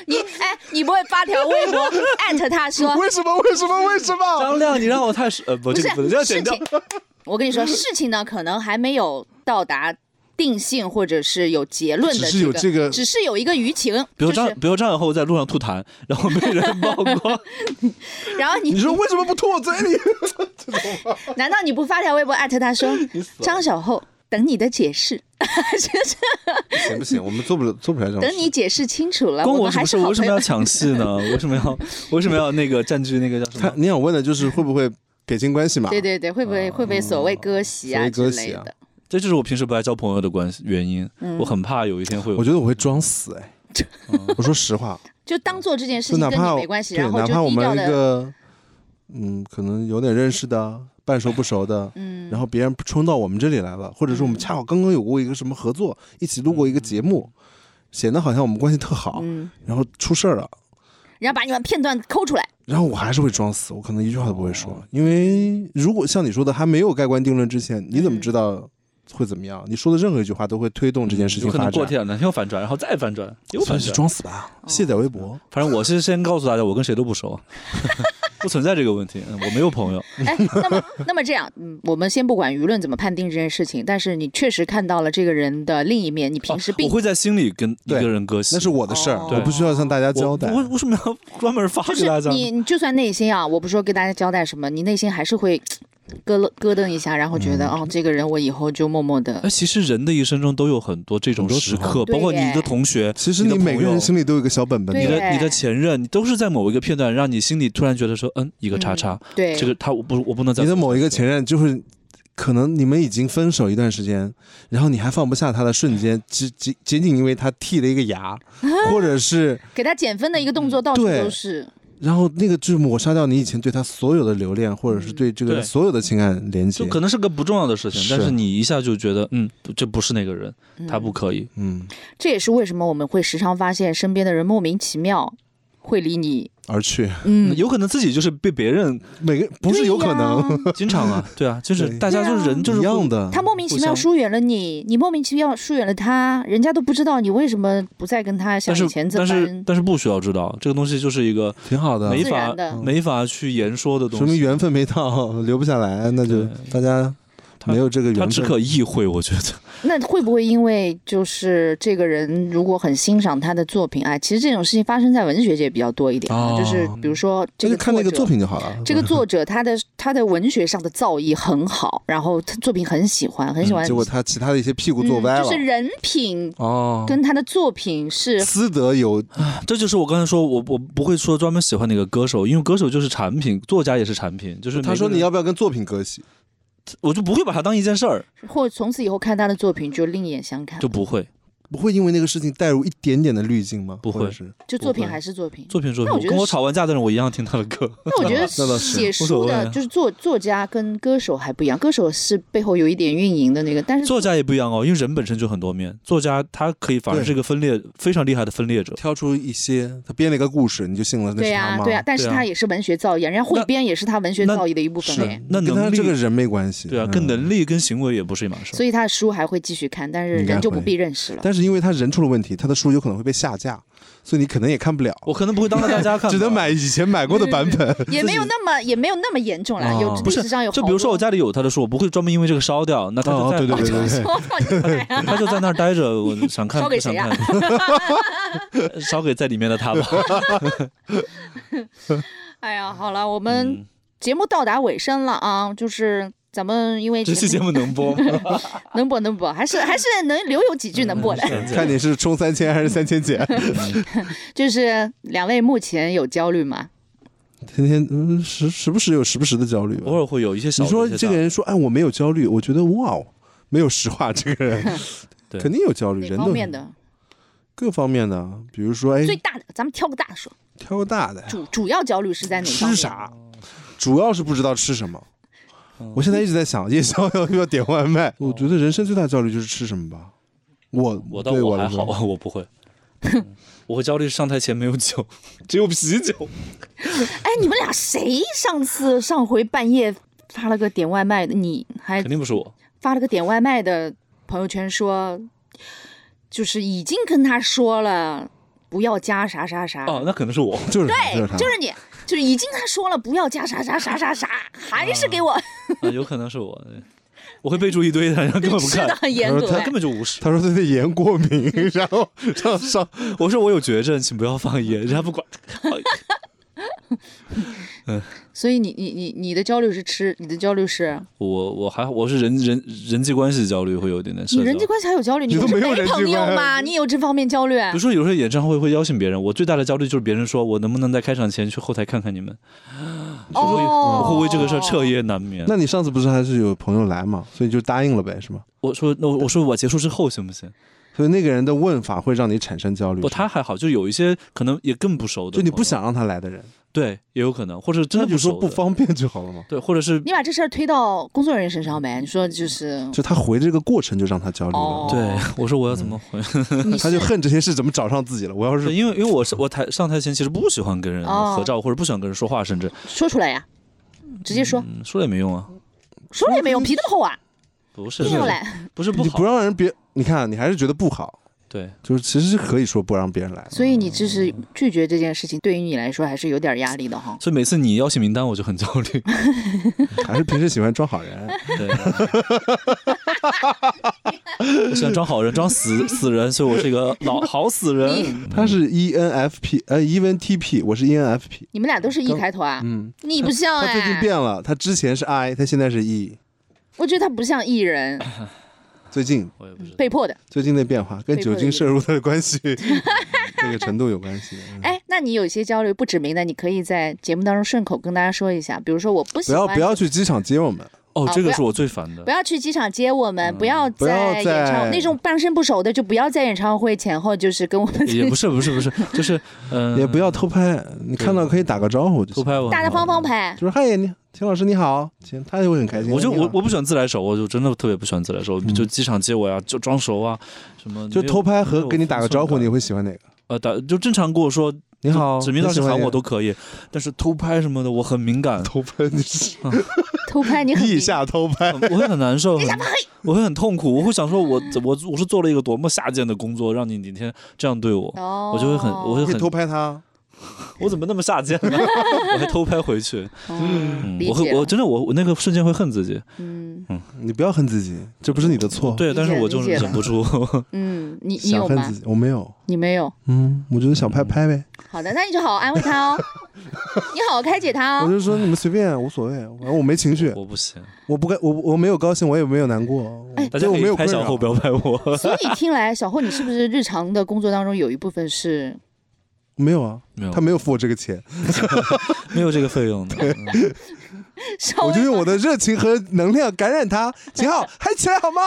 Speaker 2: 你哎，你不会发条微博艾特他 说，
Speaker 4: 为什么为什么为什么？
Speaker 3: 张亮，你让我太失……呃，不，
Speaker 2: 不
Speaker 3: 这
Speaker 2: 是
Speaker 3: 个不能这样
Speaker 2: 事
Speaker 3: 剪掉
Speaker 2: 情。，我跟你说，事情呢可能还没有到达定性或者是有结论的
Speaker 4: 只是有这个
Speaker 2: 只是有一个舆情，
Speaker 3: 比
Speaker 2: 就
Speaker 3: 如张
Speaker 2: 是，
Speaker 3: 比如张远后在路上吐痰，然后被人 曝光，
Speaker 2: 然后你
Speaker 4: 你说为什么不吐我嘴里？
Speaker 2: 难道你不发条微博艾特他说张小厚？等你的解释，就是
Speaker 4: 行不行？我们做不了做不了这种
Speaker 2: 等你
Speaker 4: 事。
Speaker 2: 解释清楚了，
Speaker 3: 关
Speaker 2: 我
Speaker 3: 我
Speaker 2: 们
Speaker 3: 什
Speaker 2: 还
Speaker 3: 么
Speaker 2: 是
Speaker 3: 事？
Speaker 2: 好
Speaker 3: 我为什
Speaker 2: 朋
Speaker 3: 么
Speaker 2: 友
Speaker 3: 要。抢戏呢？为什么要为什么要那个占据那个叫什
Speaker 4: 他
Speaker 3: 么？
Speaker 4: 你想问的就是会不会撇清关系嘛？
Speaker 2: 对对对，会不会会不会所谓割席啊
Speaker 4: 所
Speaker 2: 之
Speaker 4: 谓割
Speaker 2: 类
Speaker 4: 席啊
Speaker 2: 的？
Speaker 3: 这就是我平时不爱交朋友的关系原因。嗯我很怕有一天会有
Speaker 4: 我觉得我会装死 哎。我说实话，
Speaker 2: 就当做这件事
Speaker 4: 就
Speaker 2: 情
Speaker 4: 哪
Speaker 2: 跟
Speaker 4: 怕
Speaker 2: 你没关系，
Speaker 4: 对
Speaker 2: 然后
Speaker 4: 哪怕
Speaker 2: 就
Speaker 4: 我
Speaker 2: 低
Speaker 4: 们
Speaker 2: 调
Speaker 4: 一
Speaker 2: 的。
Speaker 4: 个嗯，可能有点认识的，半熟不熟的，嗯，然后别人冲到我们这里来了，或者是
Speaker 2: 嗯
Speaker 4: 我们恰好刚刚有过一个什么合作，一起录过一个节目，显得好像我们关系特好，
Speaker 2: 嗯，
Speaker 4: 然后出事儿了，
Speaker 2: 然后把你们片段抠出来，
Speaker 4: 然后我还是会装死，我可能一句话都不会
Speaker 2: 哦
Speaker 4: 说，因为如果像你说的还没有盖棺定论之前，你怎
Speaker 2: 嗯
Speaker 4: 么知道会怎么样？你说的任何一句话都会推动这件事
Speaker 3: 嗯有
Speaker 4: 情
Speaker 3: 可
Speaker 4: 发
Speaker 3: 能过
Speaker 4: 展。
Speaker 3: 天两天又反转，然后再反转，又
Speaker 4: 所
Speaker 3: 反
Speaker 4: 以是
Speaker 3: 转。
Speaker 4: 装死吧，
Speaker 2: 哦
Speaker 4: 卸载微博。
Speaker 3: 反正我是先告诉大家，我跟谁都 不熟，不存在这个问题。嗯我没有朋友，
Speaker 2: 哎，那么那么这样，嗯，我们先不管舆论怎么判定这件事情，但是你确实看到了这个人的另一面，你平时并
Speaker 3: 哦我会在心里跟一
Speaker 4: 对
Speaker 3: 个人割席。
Speaker 4: 那是我的事儿，
Speaker 2: 哦
Speaker 4: 我不需要向大家交代。
Speaker 3: 我我为什么要专门发
Speaker 2: 就
Speaker 3: 给大
Speaker 2: 是
Speaker 3: 家？
Speaker 2: 你，你就算内心啊，我不说跟大家交代什么，你内心还是会咯咯咯噔一下，然后觉得、哦，这个人我以后就默默的
Speaker 3: 哎，其实人的一生中都有很多这种
Speaker 4: 很多
Speaker 3: 时
Speaker 4: 时候
Speaker 3: 刻，包括你
Speaker 2: 对耶
Speaker 3: 的同学，
Speaker 4: 其实
Speaker 3: 你的
Speaker 4: 你每
Speaker 3: 朋
Speaker 4: 个人
Speaker 3: 友
Speaker 4: 心里都有一个小本本
Speaker 2: 对
Speaker 3: 你
Speaker 4: 的，
Speaker 3: 的你的前任，你都是在某一个片段让你心里突然觉得说，嗯，一个叉叉，
Speaker 2: 对
Speaker 3: 这个他我不我不能再
Speaker 4: 你的某一个
Speaker 3: 前
Speaker 4: 前任就会，可能你们已经分手一段时间，然后你还放不下他的瞬间，只仅仅仅因为他剃了一个牙，或者是，
Speaker 2: 给他减分的一个动作到处
Speaker 4: 对
Speaker 2: 都是。
Speaker 4: 然后那个就是抹杀掉你以前对他所有的留恋，或者是对这个
Speaker 3: 对
Speaker 4: 人所有的情感连接
Speaker 3: 就。可能是个不重要的事情，
Speaker 4: 是
Speaker 3: 但是你一下就觉得，嗯，这不是那个人，他不可以。
Speaker 4: 嗯，
Speaker 2: 嗯这也是为什么我们会时常发现身边的人莫名其妙会离你，
Speaker 4: 而去
Speaker 2: 嗯，
Speaker 3: 有可能自己就是被别人
Speaker 4: 每个不是有可能，
Speaker 2: 对呀
Speaker 3: 经 常啊，对啊，就是
Speaker 4: 对
Speaker 3: 大家就是人就是
Speaker 4: 一样
Speaker 3: 的。
Speaker 4: 的。
Speaker 2: 他莫名其妙
Speaker 3: 互相
Speaker 2: 疏远了你，你莫名其妙疏远了他，人家都不知道你为什么不再跟他
Speaker 3: 但
Speaker 2: 像
Speaker 3: 是
Speaker 2: 以前这
Speaker 3: 但是
Speaker 2: 般。
Speaker 3: 但是不需要知道，这个东西就是一个
Speaker 4: 挺好的，
Speaker 3: 没
Speaker 2: 自
Speaker 3: 法
Speaker 2: 然的
Speaker 3: 没法去言说的东
Speaker 4: 说明
Speaker 3: 西。
Speaker 4: 缘分没到，留不下来，那就
Speaker 3: 对
Speaker 4: 大家没有这个
Speaker 3: 他
Speaker 4: 缘
Speaker 3: 只
Speaker 4: 分。
Speaker 3: 可意会，我觉得。
Speaker 2: 那会不会因为就是这个人如果很欣赏他的作品，哎，其实这种事情发生在文学界比较多一点，啊
Speaker 3: 哦
Speaker 2: 就是比如说这
Speaker 4: 那
Speaker 2: 个
Speaker 4: 就看那个
Speaker 2: 作者
Speaker 4: 作。品就好了。嗯
Speaker 2: 这个作者他的他的文学上的造诣很好，然后他作品很喜欢，很喜欢。
Speaker 4: 嗯结果他其他的一些屁股
Speaker 2: 嗯
Speaker 4: 坐歪了
Speaker 2: 就。是人品
Speaker 3: 哦，
Speaker 2: 跟他的作品是
Speaker 4: 私德有
Speaker 3: 这就是我刚才说，我我不会说专门喜欢哪个歌手，因为歌手就是产品，作家也是产品，就是
Speaker 4: 他说
Speaker 3: 每个人
Speaker 4: 你要，不要跟作品割席？
Speaker 3: 我就不会把它当一件事儿，
Speaker 2: 或从此以后看他的作品就另眼相看，
Speaker 3: 就不会
Speaker 2: 啊
Speaker 4: 不会因为那个事情带入一点点的滤镜吗？
Speaker 3: 不会
Speaker 4: 或者是
Speaker 2: 就作品
Speaker 3: 不会
Speaker 2: 还是作品。
Speaker 3: 作品作
Speaker 2: 那
Speaker 3: 品。
Speaker 2: 我觉得
Speaker 3: 跟我
Speaker 2: 是
Speaker 3: 吵完架的人，我一样听他的歌。
Speaker 2: 那我觉得
Speaker 4: 那倒是
Speaker 2: 写
Speaker 3: 无所
Speaker 2: 书
Speaker 3: 谓
Speaker 2: 的
Speaker 3: 啊
Speaker 2: 就是作作家跟歌手还不一样，歌手是背后有一点运营的那个， 但是
Speaker 3: 作家也不一样哦，因为人本身就很多面，作家他可以反而
Speaker 4: 对
Speaker 3: 是一个分裂非常厉害的分裂者。
Speaker 4: 挑出一些，他编了一个故事，你就信了那
Speaker 2: 对
Speaker 4: 是
Speaker 2: 呀、
Speaker 4: 他吗？
Speaker 2: 对呀、但是
Speaker 3: 对啊
Speaker 2: 他也是文学造诣，人家汇
Speaker 3: 那
Speaker 2: 编也是他文学
Speaker 3: 那
Speaker 2: 造诣的一部分嘞
Speaker 4: 是，
Speaker 3: 那
Speaker 4: 跟他
Speaker 3: 能力
Speaker 4: 这个人没关系。
Speaker 3: 对啊，
Speaker 4: 嗯
Speaker 3: 跟能力跟行为也不是一码事儿。
Speaker 2: 所以他的书还会继续看，但是
Speaker 4: 应该
Speaker 2: 人就
Speaker 4: 会
Speaker 2: 不必认识了。
Speaker 4: 但是因为他人出了问题，他的书有可能会被下架，所以你可能也看不了，
Speaker 3: 我可能不会当着大家 看，
Speaker 4: 只能。买以前买过的版 本。
Speaker 2: 也没有那么也没有那么严重啦，
Speaker 4: 哦
Speaker 2: 有历
Speaker 3: 不是
Speaker 2: 史上有
Speaker 3: 就
Speaker 2: 好
Speaker 3: 比如说
Speaker 2: 多
Speaker 3: 我家里有他的书，我不会专门因为这个烧掉，那他就
Speaker 4: 哦，
Speaker 3: 在、
Speaker 4: 对对对对对，
Speaker 2: 我操你妈呀
Speaker 3: 他就在那儿待着，我想看
Speaker 2: 烧给
Speaker 3: 不想
Speaker 2: 谁啊
Speaker 3: 看，烧给在里面的他 吧。
Speaker 2: 哎呀，好了，我
Speaker 3: 嗯
Speaker 2: 们节目到达尾声了啊，就是咱们因为
Speaker 3: 这期节目能播吗？
Speaker 2: 能播能播， 还是还是能留有几句能 播的。
Speaker 3: 嗯
Speaker 4: 看你是充三千还是三千减。
Speaker 2: 就是两位目前有焦虑吗？
Speaker 4: 天天嗯，时时不时有时不时的焦虑吧。
Speaker 3: 偶尔会有一些小
Speaker 4: 你
Speaker 3: 的一些大。
Speaker 4: 说这个人说，哎，我没有焦虑，我觉得哇哦，没有实话，这个人
Speaker 3: 对
Speaker 4: 肯定有焦虑，
Speaker 2: 哪
Speaker 4: 人
Speaker 2: 方
Speaker 4: 都
Speaker 2: 面的？
Speaker 4: 各方面的啊，比如说，哎，
Speaker 2: 最大的，咱们挑个大的说，
Speaker 4: 挑大的，
Speaker 2: 主主要焦虑是在哪方
Speaker 4: 吃
Speaker 2: 面？
Speaker 4: 啥，主要是不知道吃什么。
Speaker 3: 嗯
Speaker 4: 我现在一直在想，夜宵要不要点外卖？我觉得人生最大焦虑就是吃什么吧。我
Speaker 3: 我倒
Speaker 4: 对
Speaker 3: 我
Speaker 4: 我
Speaker 3: 还
Speaker 4: 来
Speaker 3: 好，
Speaker 4: 说，
Speaker 3: 我不会。嗯我会焦虑上台前没有酒， 只有啤 酒。
Speaker 2: 哎，你们俩谁上次上回半夜发了个点外卖的，你还
Speaker 3: 肯定不是我，
Speaker 2: 发了个点外卖的朋友圈说，就是已经跟他说了不要加啥啥啥，
Speaker 3: 哦，那可能是我。
Speaker 4: 就是他
Speaker 2: 对
Speaker 4: 是，他
Speaker 2: 就是你，就是已经跟他说了不要加啥啥啥啥啥，还是给我，
Speaker 3: 啊，有可能是我，对我会备注一堆的，然后根本 不
Speaker 2: 吃的
Speaker 3: 看，
Speaker 2: 很严格、
Speaker 3: 他
Speaker 2: 哎
Speaker 3: 根本就无视。
Speaker 4: 他说他对盐过 敏，然后上上
Speaker 3: 我说我有绝症，请不要放盐，人家不管。
Speaker 2: 所以你你你你的焦虑是吃，你的焦虑是
Speaker 3: 我我还我是人人人际关系焦虑会有一点点社
Speaker 2: 你
Speaker 3: 交。
Speaker 2: 人际关系还有焦虑，
Speaker 4: 你
Speaker 2: 不
Speaker 4: 都
Speaker 2: 是
Speaker 4: 没有人际
Speaker 2: 朋友
Speaker 4: 关系
Speaker 2: 吗？你有这方面焦虑？
Speaker 3: 比如说，有时候演唱会会邀请别人，我最大的焦虑就是别人说我能不能在开场前去后台看看你们，我会
Speaker 2: 哦，
Speaker 3: 我会为这个事儿彻夜难眠。
Speaker 4: 那你上次不是还是有朋友来嘛，所以就答应了呗，是吗？
Speaker 3: 我说，那我我说我结束之后行不行？
Speaker 4: 所以那个人的问法会让你产生焦虑。
Speaker 3: 不，他还好，就有一些可能也更不熟的，
Speaker 4: 就你不，想让他来的人，
Speaker 3: 对，也有可能，或者真
Speaker 4: 那
Speaker 3: 的
Speaker 4: 就说
Speaker 3: 熟
Speaker 4: 不
Speaker 3: 的，
Speaker 4: 方便就好了嘛。
Speaker 3: 对，或者是
Speaker 2: 你把这事儿推到工作人员身上呗？你说就是
Speaker 4: 就他回这个过程就让他焦虑
Speaker 2: 哦
Speaker 4: 了，
Speaker 3: 对我说我要怎么
Speaker 4: 嗯
Speaker 3: 回？
Speaker 2: 你
Speaker 4: 他
Speaker 2: 是
Speaker 4: 就恨这些事怎么找上自己了。我要
Speaker 3: 对
Speaker 4: 是
Speaker 3: 因为因为我是我台上台前其实不喜欢跟人
Speaker 2: 哦
Speaker 3: 合照，或者不喜欢跟人说话，甚至
Speaker 2: 说出来呀，直接说，
Speaker 3: 嗯说了也没用啊，
Speaker 2: 说了也没用，皮那么厚啊，
Speaker 3: 不是
Speaker 2: 听
Speaker 3: 不
Speaker 2: 出
Speaker 3: 是
Speaker 2: 来。
Speaker 3: 不是不
Speaker 4: 你
Speaker 3: 好
Speaker 4: 不，让人别，你看你还是觉得不好，
Speaker 3: 对，
Speaker 4: 就是其实是可以说不让别人来的。
Speaker 2: 所以你就是拒绝这件事情，对于你来说还是有点压力的哈。
Speaker 3: 所以每次你邀请名单我就很焦虑，
Speaker 4: 还是平时喜欢装好人，
Speaker 3: 对， 我喜欢装好人，装死死人，所以我是一个老好死
Speaker 4: 嗯
Speaker 3: 人。
Speaker 4: 他是 ENFP，呃，ENTP，我是 E ENFP。
Speaker 2: 你们俩都是一开头啊？
Speaker 4: 嗯，
Speaker 2: 你不像
Speaker 4: 他最近
Speaker 2: 哎，
Speaker 4: 变了，他之前是 I，他现在是 E。
Speaker 2: 我觉得他不像艺 人，
Speaker 4: 最近
Speaker 3: 我也不知道，
Speaker 2: 被迫的。
Speaker 4: 最近的变化
Speaker 2: 被
Speaker 4: 跟
Speaker 2: 迫
Speaker 4: 酒
Speaker 2: 的
Speaker 4: 精摄入的关 系，这个程度有关系。嗯
Speaker 2: 哎，那你有一些焦虑不指明的，你可以在节目当中顺口跟大家说一下，比如说我不喜
Speaker 4: 不要
Speaker 2: 欢
Speaker 4: 不要去机场接我们，
Speaker 3: 哦
Speaker 2: 啊，不
Speaker 3: 这个
Speaker 2: 要
Speaker 3: 是我最烦的
Speaker 2: 不。要去机场接我们，不要
Speaker 4: 嗯不要
Speaker 2: 在演唱
Speaker 4: 在
Speaker 2: 那种半生不熟的，就不要在演唱会前后就是跟我 们
Speaker 3: 也不是不是不是，就是嗯，
Speaker 4: 也不要偷拍，你看到可以打个招呼就
Speaker 3: 偷
Speaker 4: 行。
Speaker 3: 拍我，
Speaker 2: 大大方方拍。
Speaker 4: 就是嗨，你田老师你好，行，他就会很开心。
Speaker 3: 我就
Speaker 4: 你好
Speaker 3: 我我不喜欢自来熟，我就真的特别不喜欢自来熟，就机场接我呀，就装熟啊，什么
Speaker 4: 嗯就
Speaker 3: 没有
Speaker 4: 偷拍
Speaker 3: 没
Speaker 4: 和
Speaker 3: 有
Speaker 4: 给你打个招呼，
Speaker 3: 分寸感
Speaker 4: 你会喜欢哪个？
Speaker 3: 呃打就正常跟我说
Speaker 4: 你好，
Speaker 3: 指名道
Speaker 4: 你喜
Speaker 3: 姓
Speaker 4: 欢
Speaker 3: 喊
Speaker 4: 哪个
Speaker 3: 我都可以，但是偷拍什么的我很敏感，
Speaker 4: 偷拍，你是
Speaker 2: 偷拍 你很
Speaker 4: 地
Speaker 2: 敏
Speaker 4: 下偷拍。
Speaker 3: 嗯我会很难受，很我会很痛苦，我会想说我怎我我是做了一个多么下贱的工作，让你每天这样对我，
Speaker 2: 哦，
Speaker 3: 我就会很我会
Speaker 4: 你可以
Speaker 3: 很
Speaker 4: 偷拍他，
Speaker 3: 我怎么那么下贱 呢？我还偷拍回去，
Speaker 2: 嗯，理
Speaker 3: 我会
Speaker 2: 解了
Speaker 3: 我真的我我那个瞬间会恨自己，
Speaker 2: 嗯
Speaker 4: 你不要恨自己，这不是你的错。，
Speaker 3: 对，但是
Speaker 2: 理解
Speaker 3: 我就是
Speaker 2: 理解
Speaker 3: 忍不住。
Speaker 2: 嗯，你你
Speaker 4: 想
Speaker 2: 有
Speaker 4: 恨
Speaker 2: 吗
Speaker 4: 自？己，我没有。
Speaker 2: 你没有。
Speaker 4: 嗯，我就是想拍拍呗。
Speaker 2: 好的，那你就好好安慰他 哦，你好好开解他
Speaker 4: 我
Speaker 2: 哦。
Speaker 4: 就说你们随便，无所谓，反正我没情绪，
Speaker 3: 我不行，
Speaker 4: 我不该，我我没有高兴，我也没有难过，
Speaker 2: 哎
Speaker 3: 大
Speaker 4: 对
Speaker 3: 家
Speaker 4: 我
Speaker 3: 可
Speaker 4: 没有
Speaker 3: 以拍
Speaker 4: 困
Speaker 3: 小
Speaker 4: 扰
Speaker 3: 后，不要拍我。
Speaker 2: 所以听来，小霍，你是不是日常的工作当中有一部分是
Speaker 4: 没有啊，
Speaker 3: 没 有
Speaker 4: 他没有付我这个钱，
Speaker 3: 没有这个费用的，
Speaker 2: 稍
Speaker 4: 我就
Speaker 2: 微
Speaker 4: 用我的热情和能量感染他。秦昊，嗨起来好吗？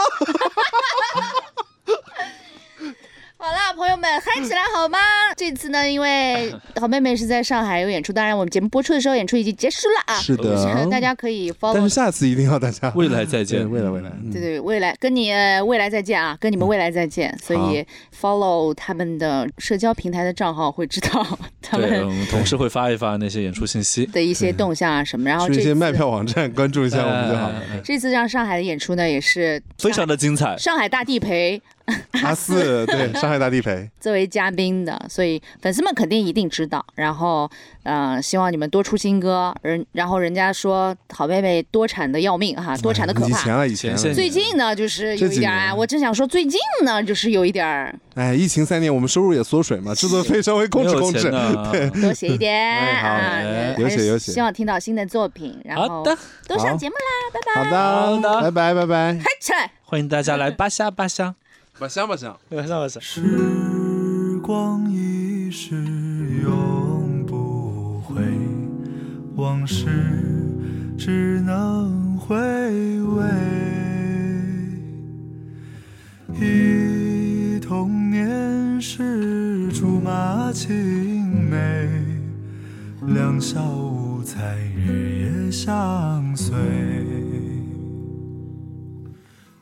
Speaker 2: 好啦，朋友们，嗨起来好 吗？这次呢，因为好妹妹是在上海有演出，当然我们节目播出的时候演出已经结束了啊，
Speaker 4: 是的，
Speaker 2: 大家可以
Speaker 4: 但
Speaker 2: follow
Speaker 4: 是。下次一定要大家
Speaker 3: 未来再
Speaker 4: 对
Speaker 3: 见，
Speaker 4: 未来未来，
Speaker 2: 对
Speaker 4: 嗯
Speaker 2: 对，未来跟你呃未来再见啊，跟你们未来再见。所以 follow 他们的社交平台的账号，会知道他
Speaker 3: 对，
Speaker 4: 嗯
Speaker 2: 们
Speaker 3: 我们同事会发一发那些演出信息。
Speaker 2: 的一些动向啊什么。然后
Speaker 4: 去
Speaker 2: 这
Speaker 4: 一些
Speaker 2: 次
Speaker 4: 卖票网站关注一下我们就好
Speaker 3: 哎
Speaker 4: 了。
Speaker 3: 哎哎
Speaker 2: 这次让上海的演出呢，也是
Speaker 3: 非常的精彩，
Speaker 2: 上海大地陪
Speaker 3: 哎
Speaker 4: 阿四，对，上海大地陪，
Speaker 2: 作为嘉宾的，所以粉丝们肯定一定知道。然后，呃，希望你们多出新歌。人，然后人家说好妹妹多产的要命哈，多
Speaker 3: 哎
Speaker 2: 产的可
Speaker 4: 以
Speaker 2: 怕。
Speaker 4: 前了，以前
Speaker 3: 前
Speaker 4: 了
Speaker 3: 线。
Speaker 2: 最近呢，就是有
Speaker 4: 哎这
Speaker 2: 一
Speaker 4: 几
Speaker 2: 点儿
Speaker 4: 年
Speaker 2: 啊，我正想说最近呢，就是有一点 儿
Speaker 4: 哎，疫情三年，我们收入也缩水嘛，制作费稍微控
Speaker 3: 没
Speaker 4: 制
Speaker 3: 有
Speaker 4: 控
Speaker 3: 钱
Speaker 4: 制。
Speaker 3: 的。
Speaker 2: 多写一点
Speaker 4: 哎好
Speaker 2: 啊
Speaker 3: 哎，
Speaker 2: 还
Speaker 4: 有
Speaker 2: 是
Speaker 4: 写有写
Speaker 2: 希望听到新的作品，然
Speaker 3: 好
Speaker 2: 后
Speaker 3: 的，
Speaker 2: 多
Speaker 4: 好
Speaker 2: 上节目啦，拜拜，
Speaker 4: 好的，
Speaker 3: 好
Speaker 4: 拜
Speaker 3: 的
Speaker 4: 拜拜拜，
Speaker 2: 嗨起来。
Speaker 3: 欢迎大家来扒虾扒虾，
Speaker 4: 把香把香。
Speaker 3: 扒虾扒虾。
Speaker 6: 时光一逝永不回，往事只能回味。忆童年时竹马青梅，两小无猜日夜相随。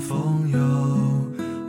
Speaker 6: 风又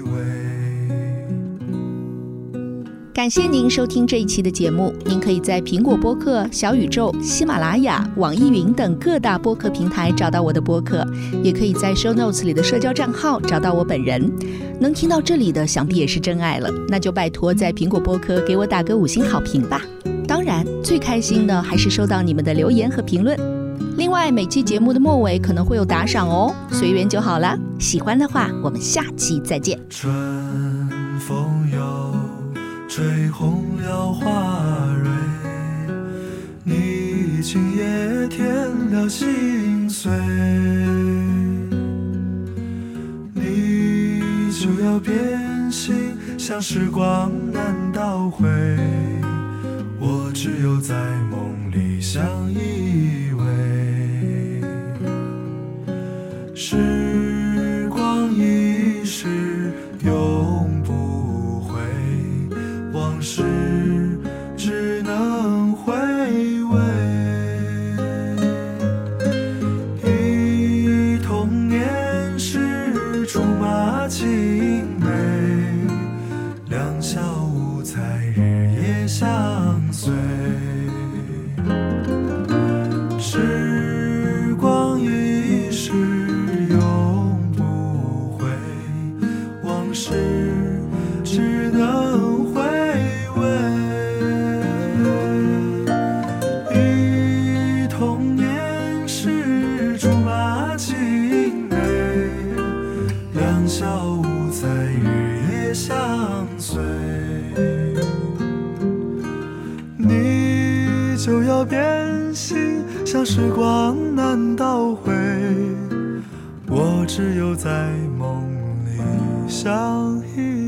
Speaker 6: 偎。
Speaker 7: 感谢您收听这一期的节目。您可以在苹果播客、小宇宙、喜马拉雅、网易云等各大播客平台找到我的播客，也可以在 Show Notes 里的社交账号找到我本人。能听到这里的，想必也是真爱了。那就拜托在苹果播客给我打个五星好评吧。当然，最开心的还是收到你们的留言和评论。另外，每期节目的末尾可能会有打赏哦，随缘就好啦。喜欢的话，我们下期再见。
Speaker 6: 春风又吹红了花蕊，你今夜添了心碎，你就要变心，像时光难倒回，我只有在梦里相依偎。时光一逝永不回，往事只能回味。忆童年时竹马青梅，两小无猜日夜相随。时光一逝永不回，往事只能回味。忆童年时竹马青梅，两小无猜日夜相随。你就要变心，像时光难倒回，我只有在梦里相依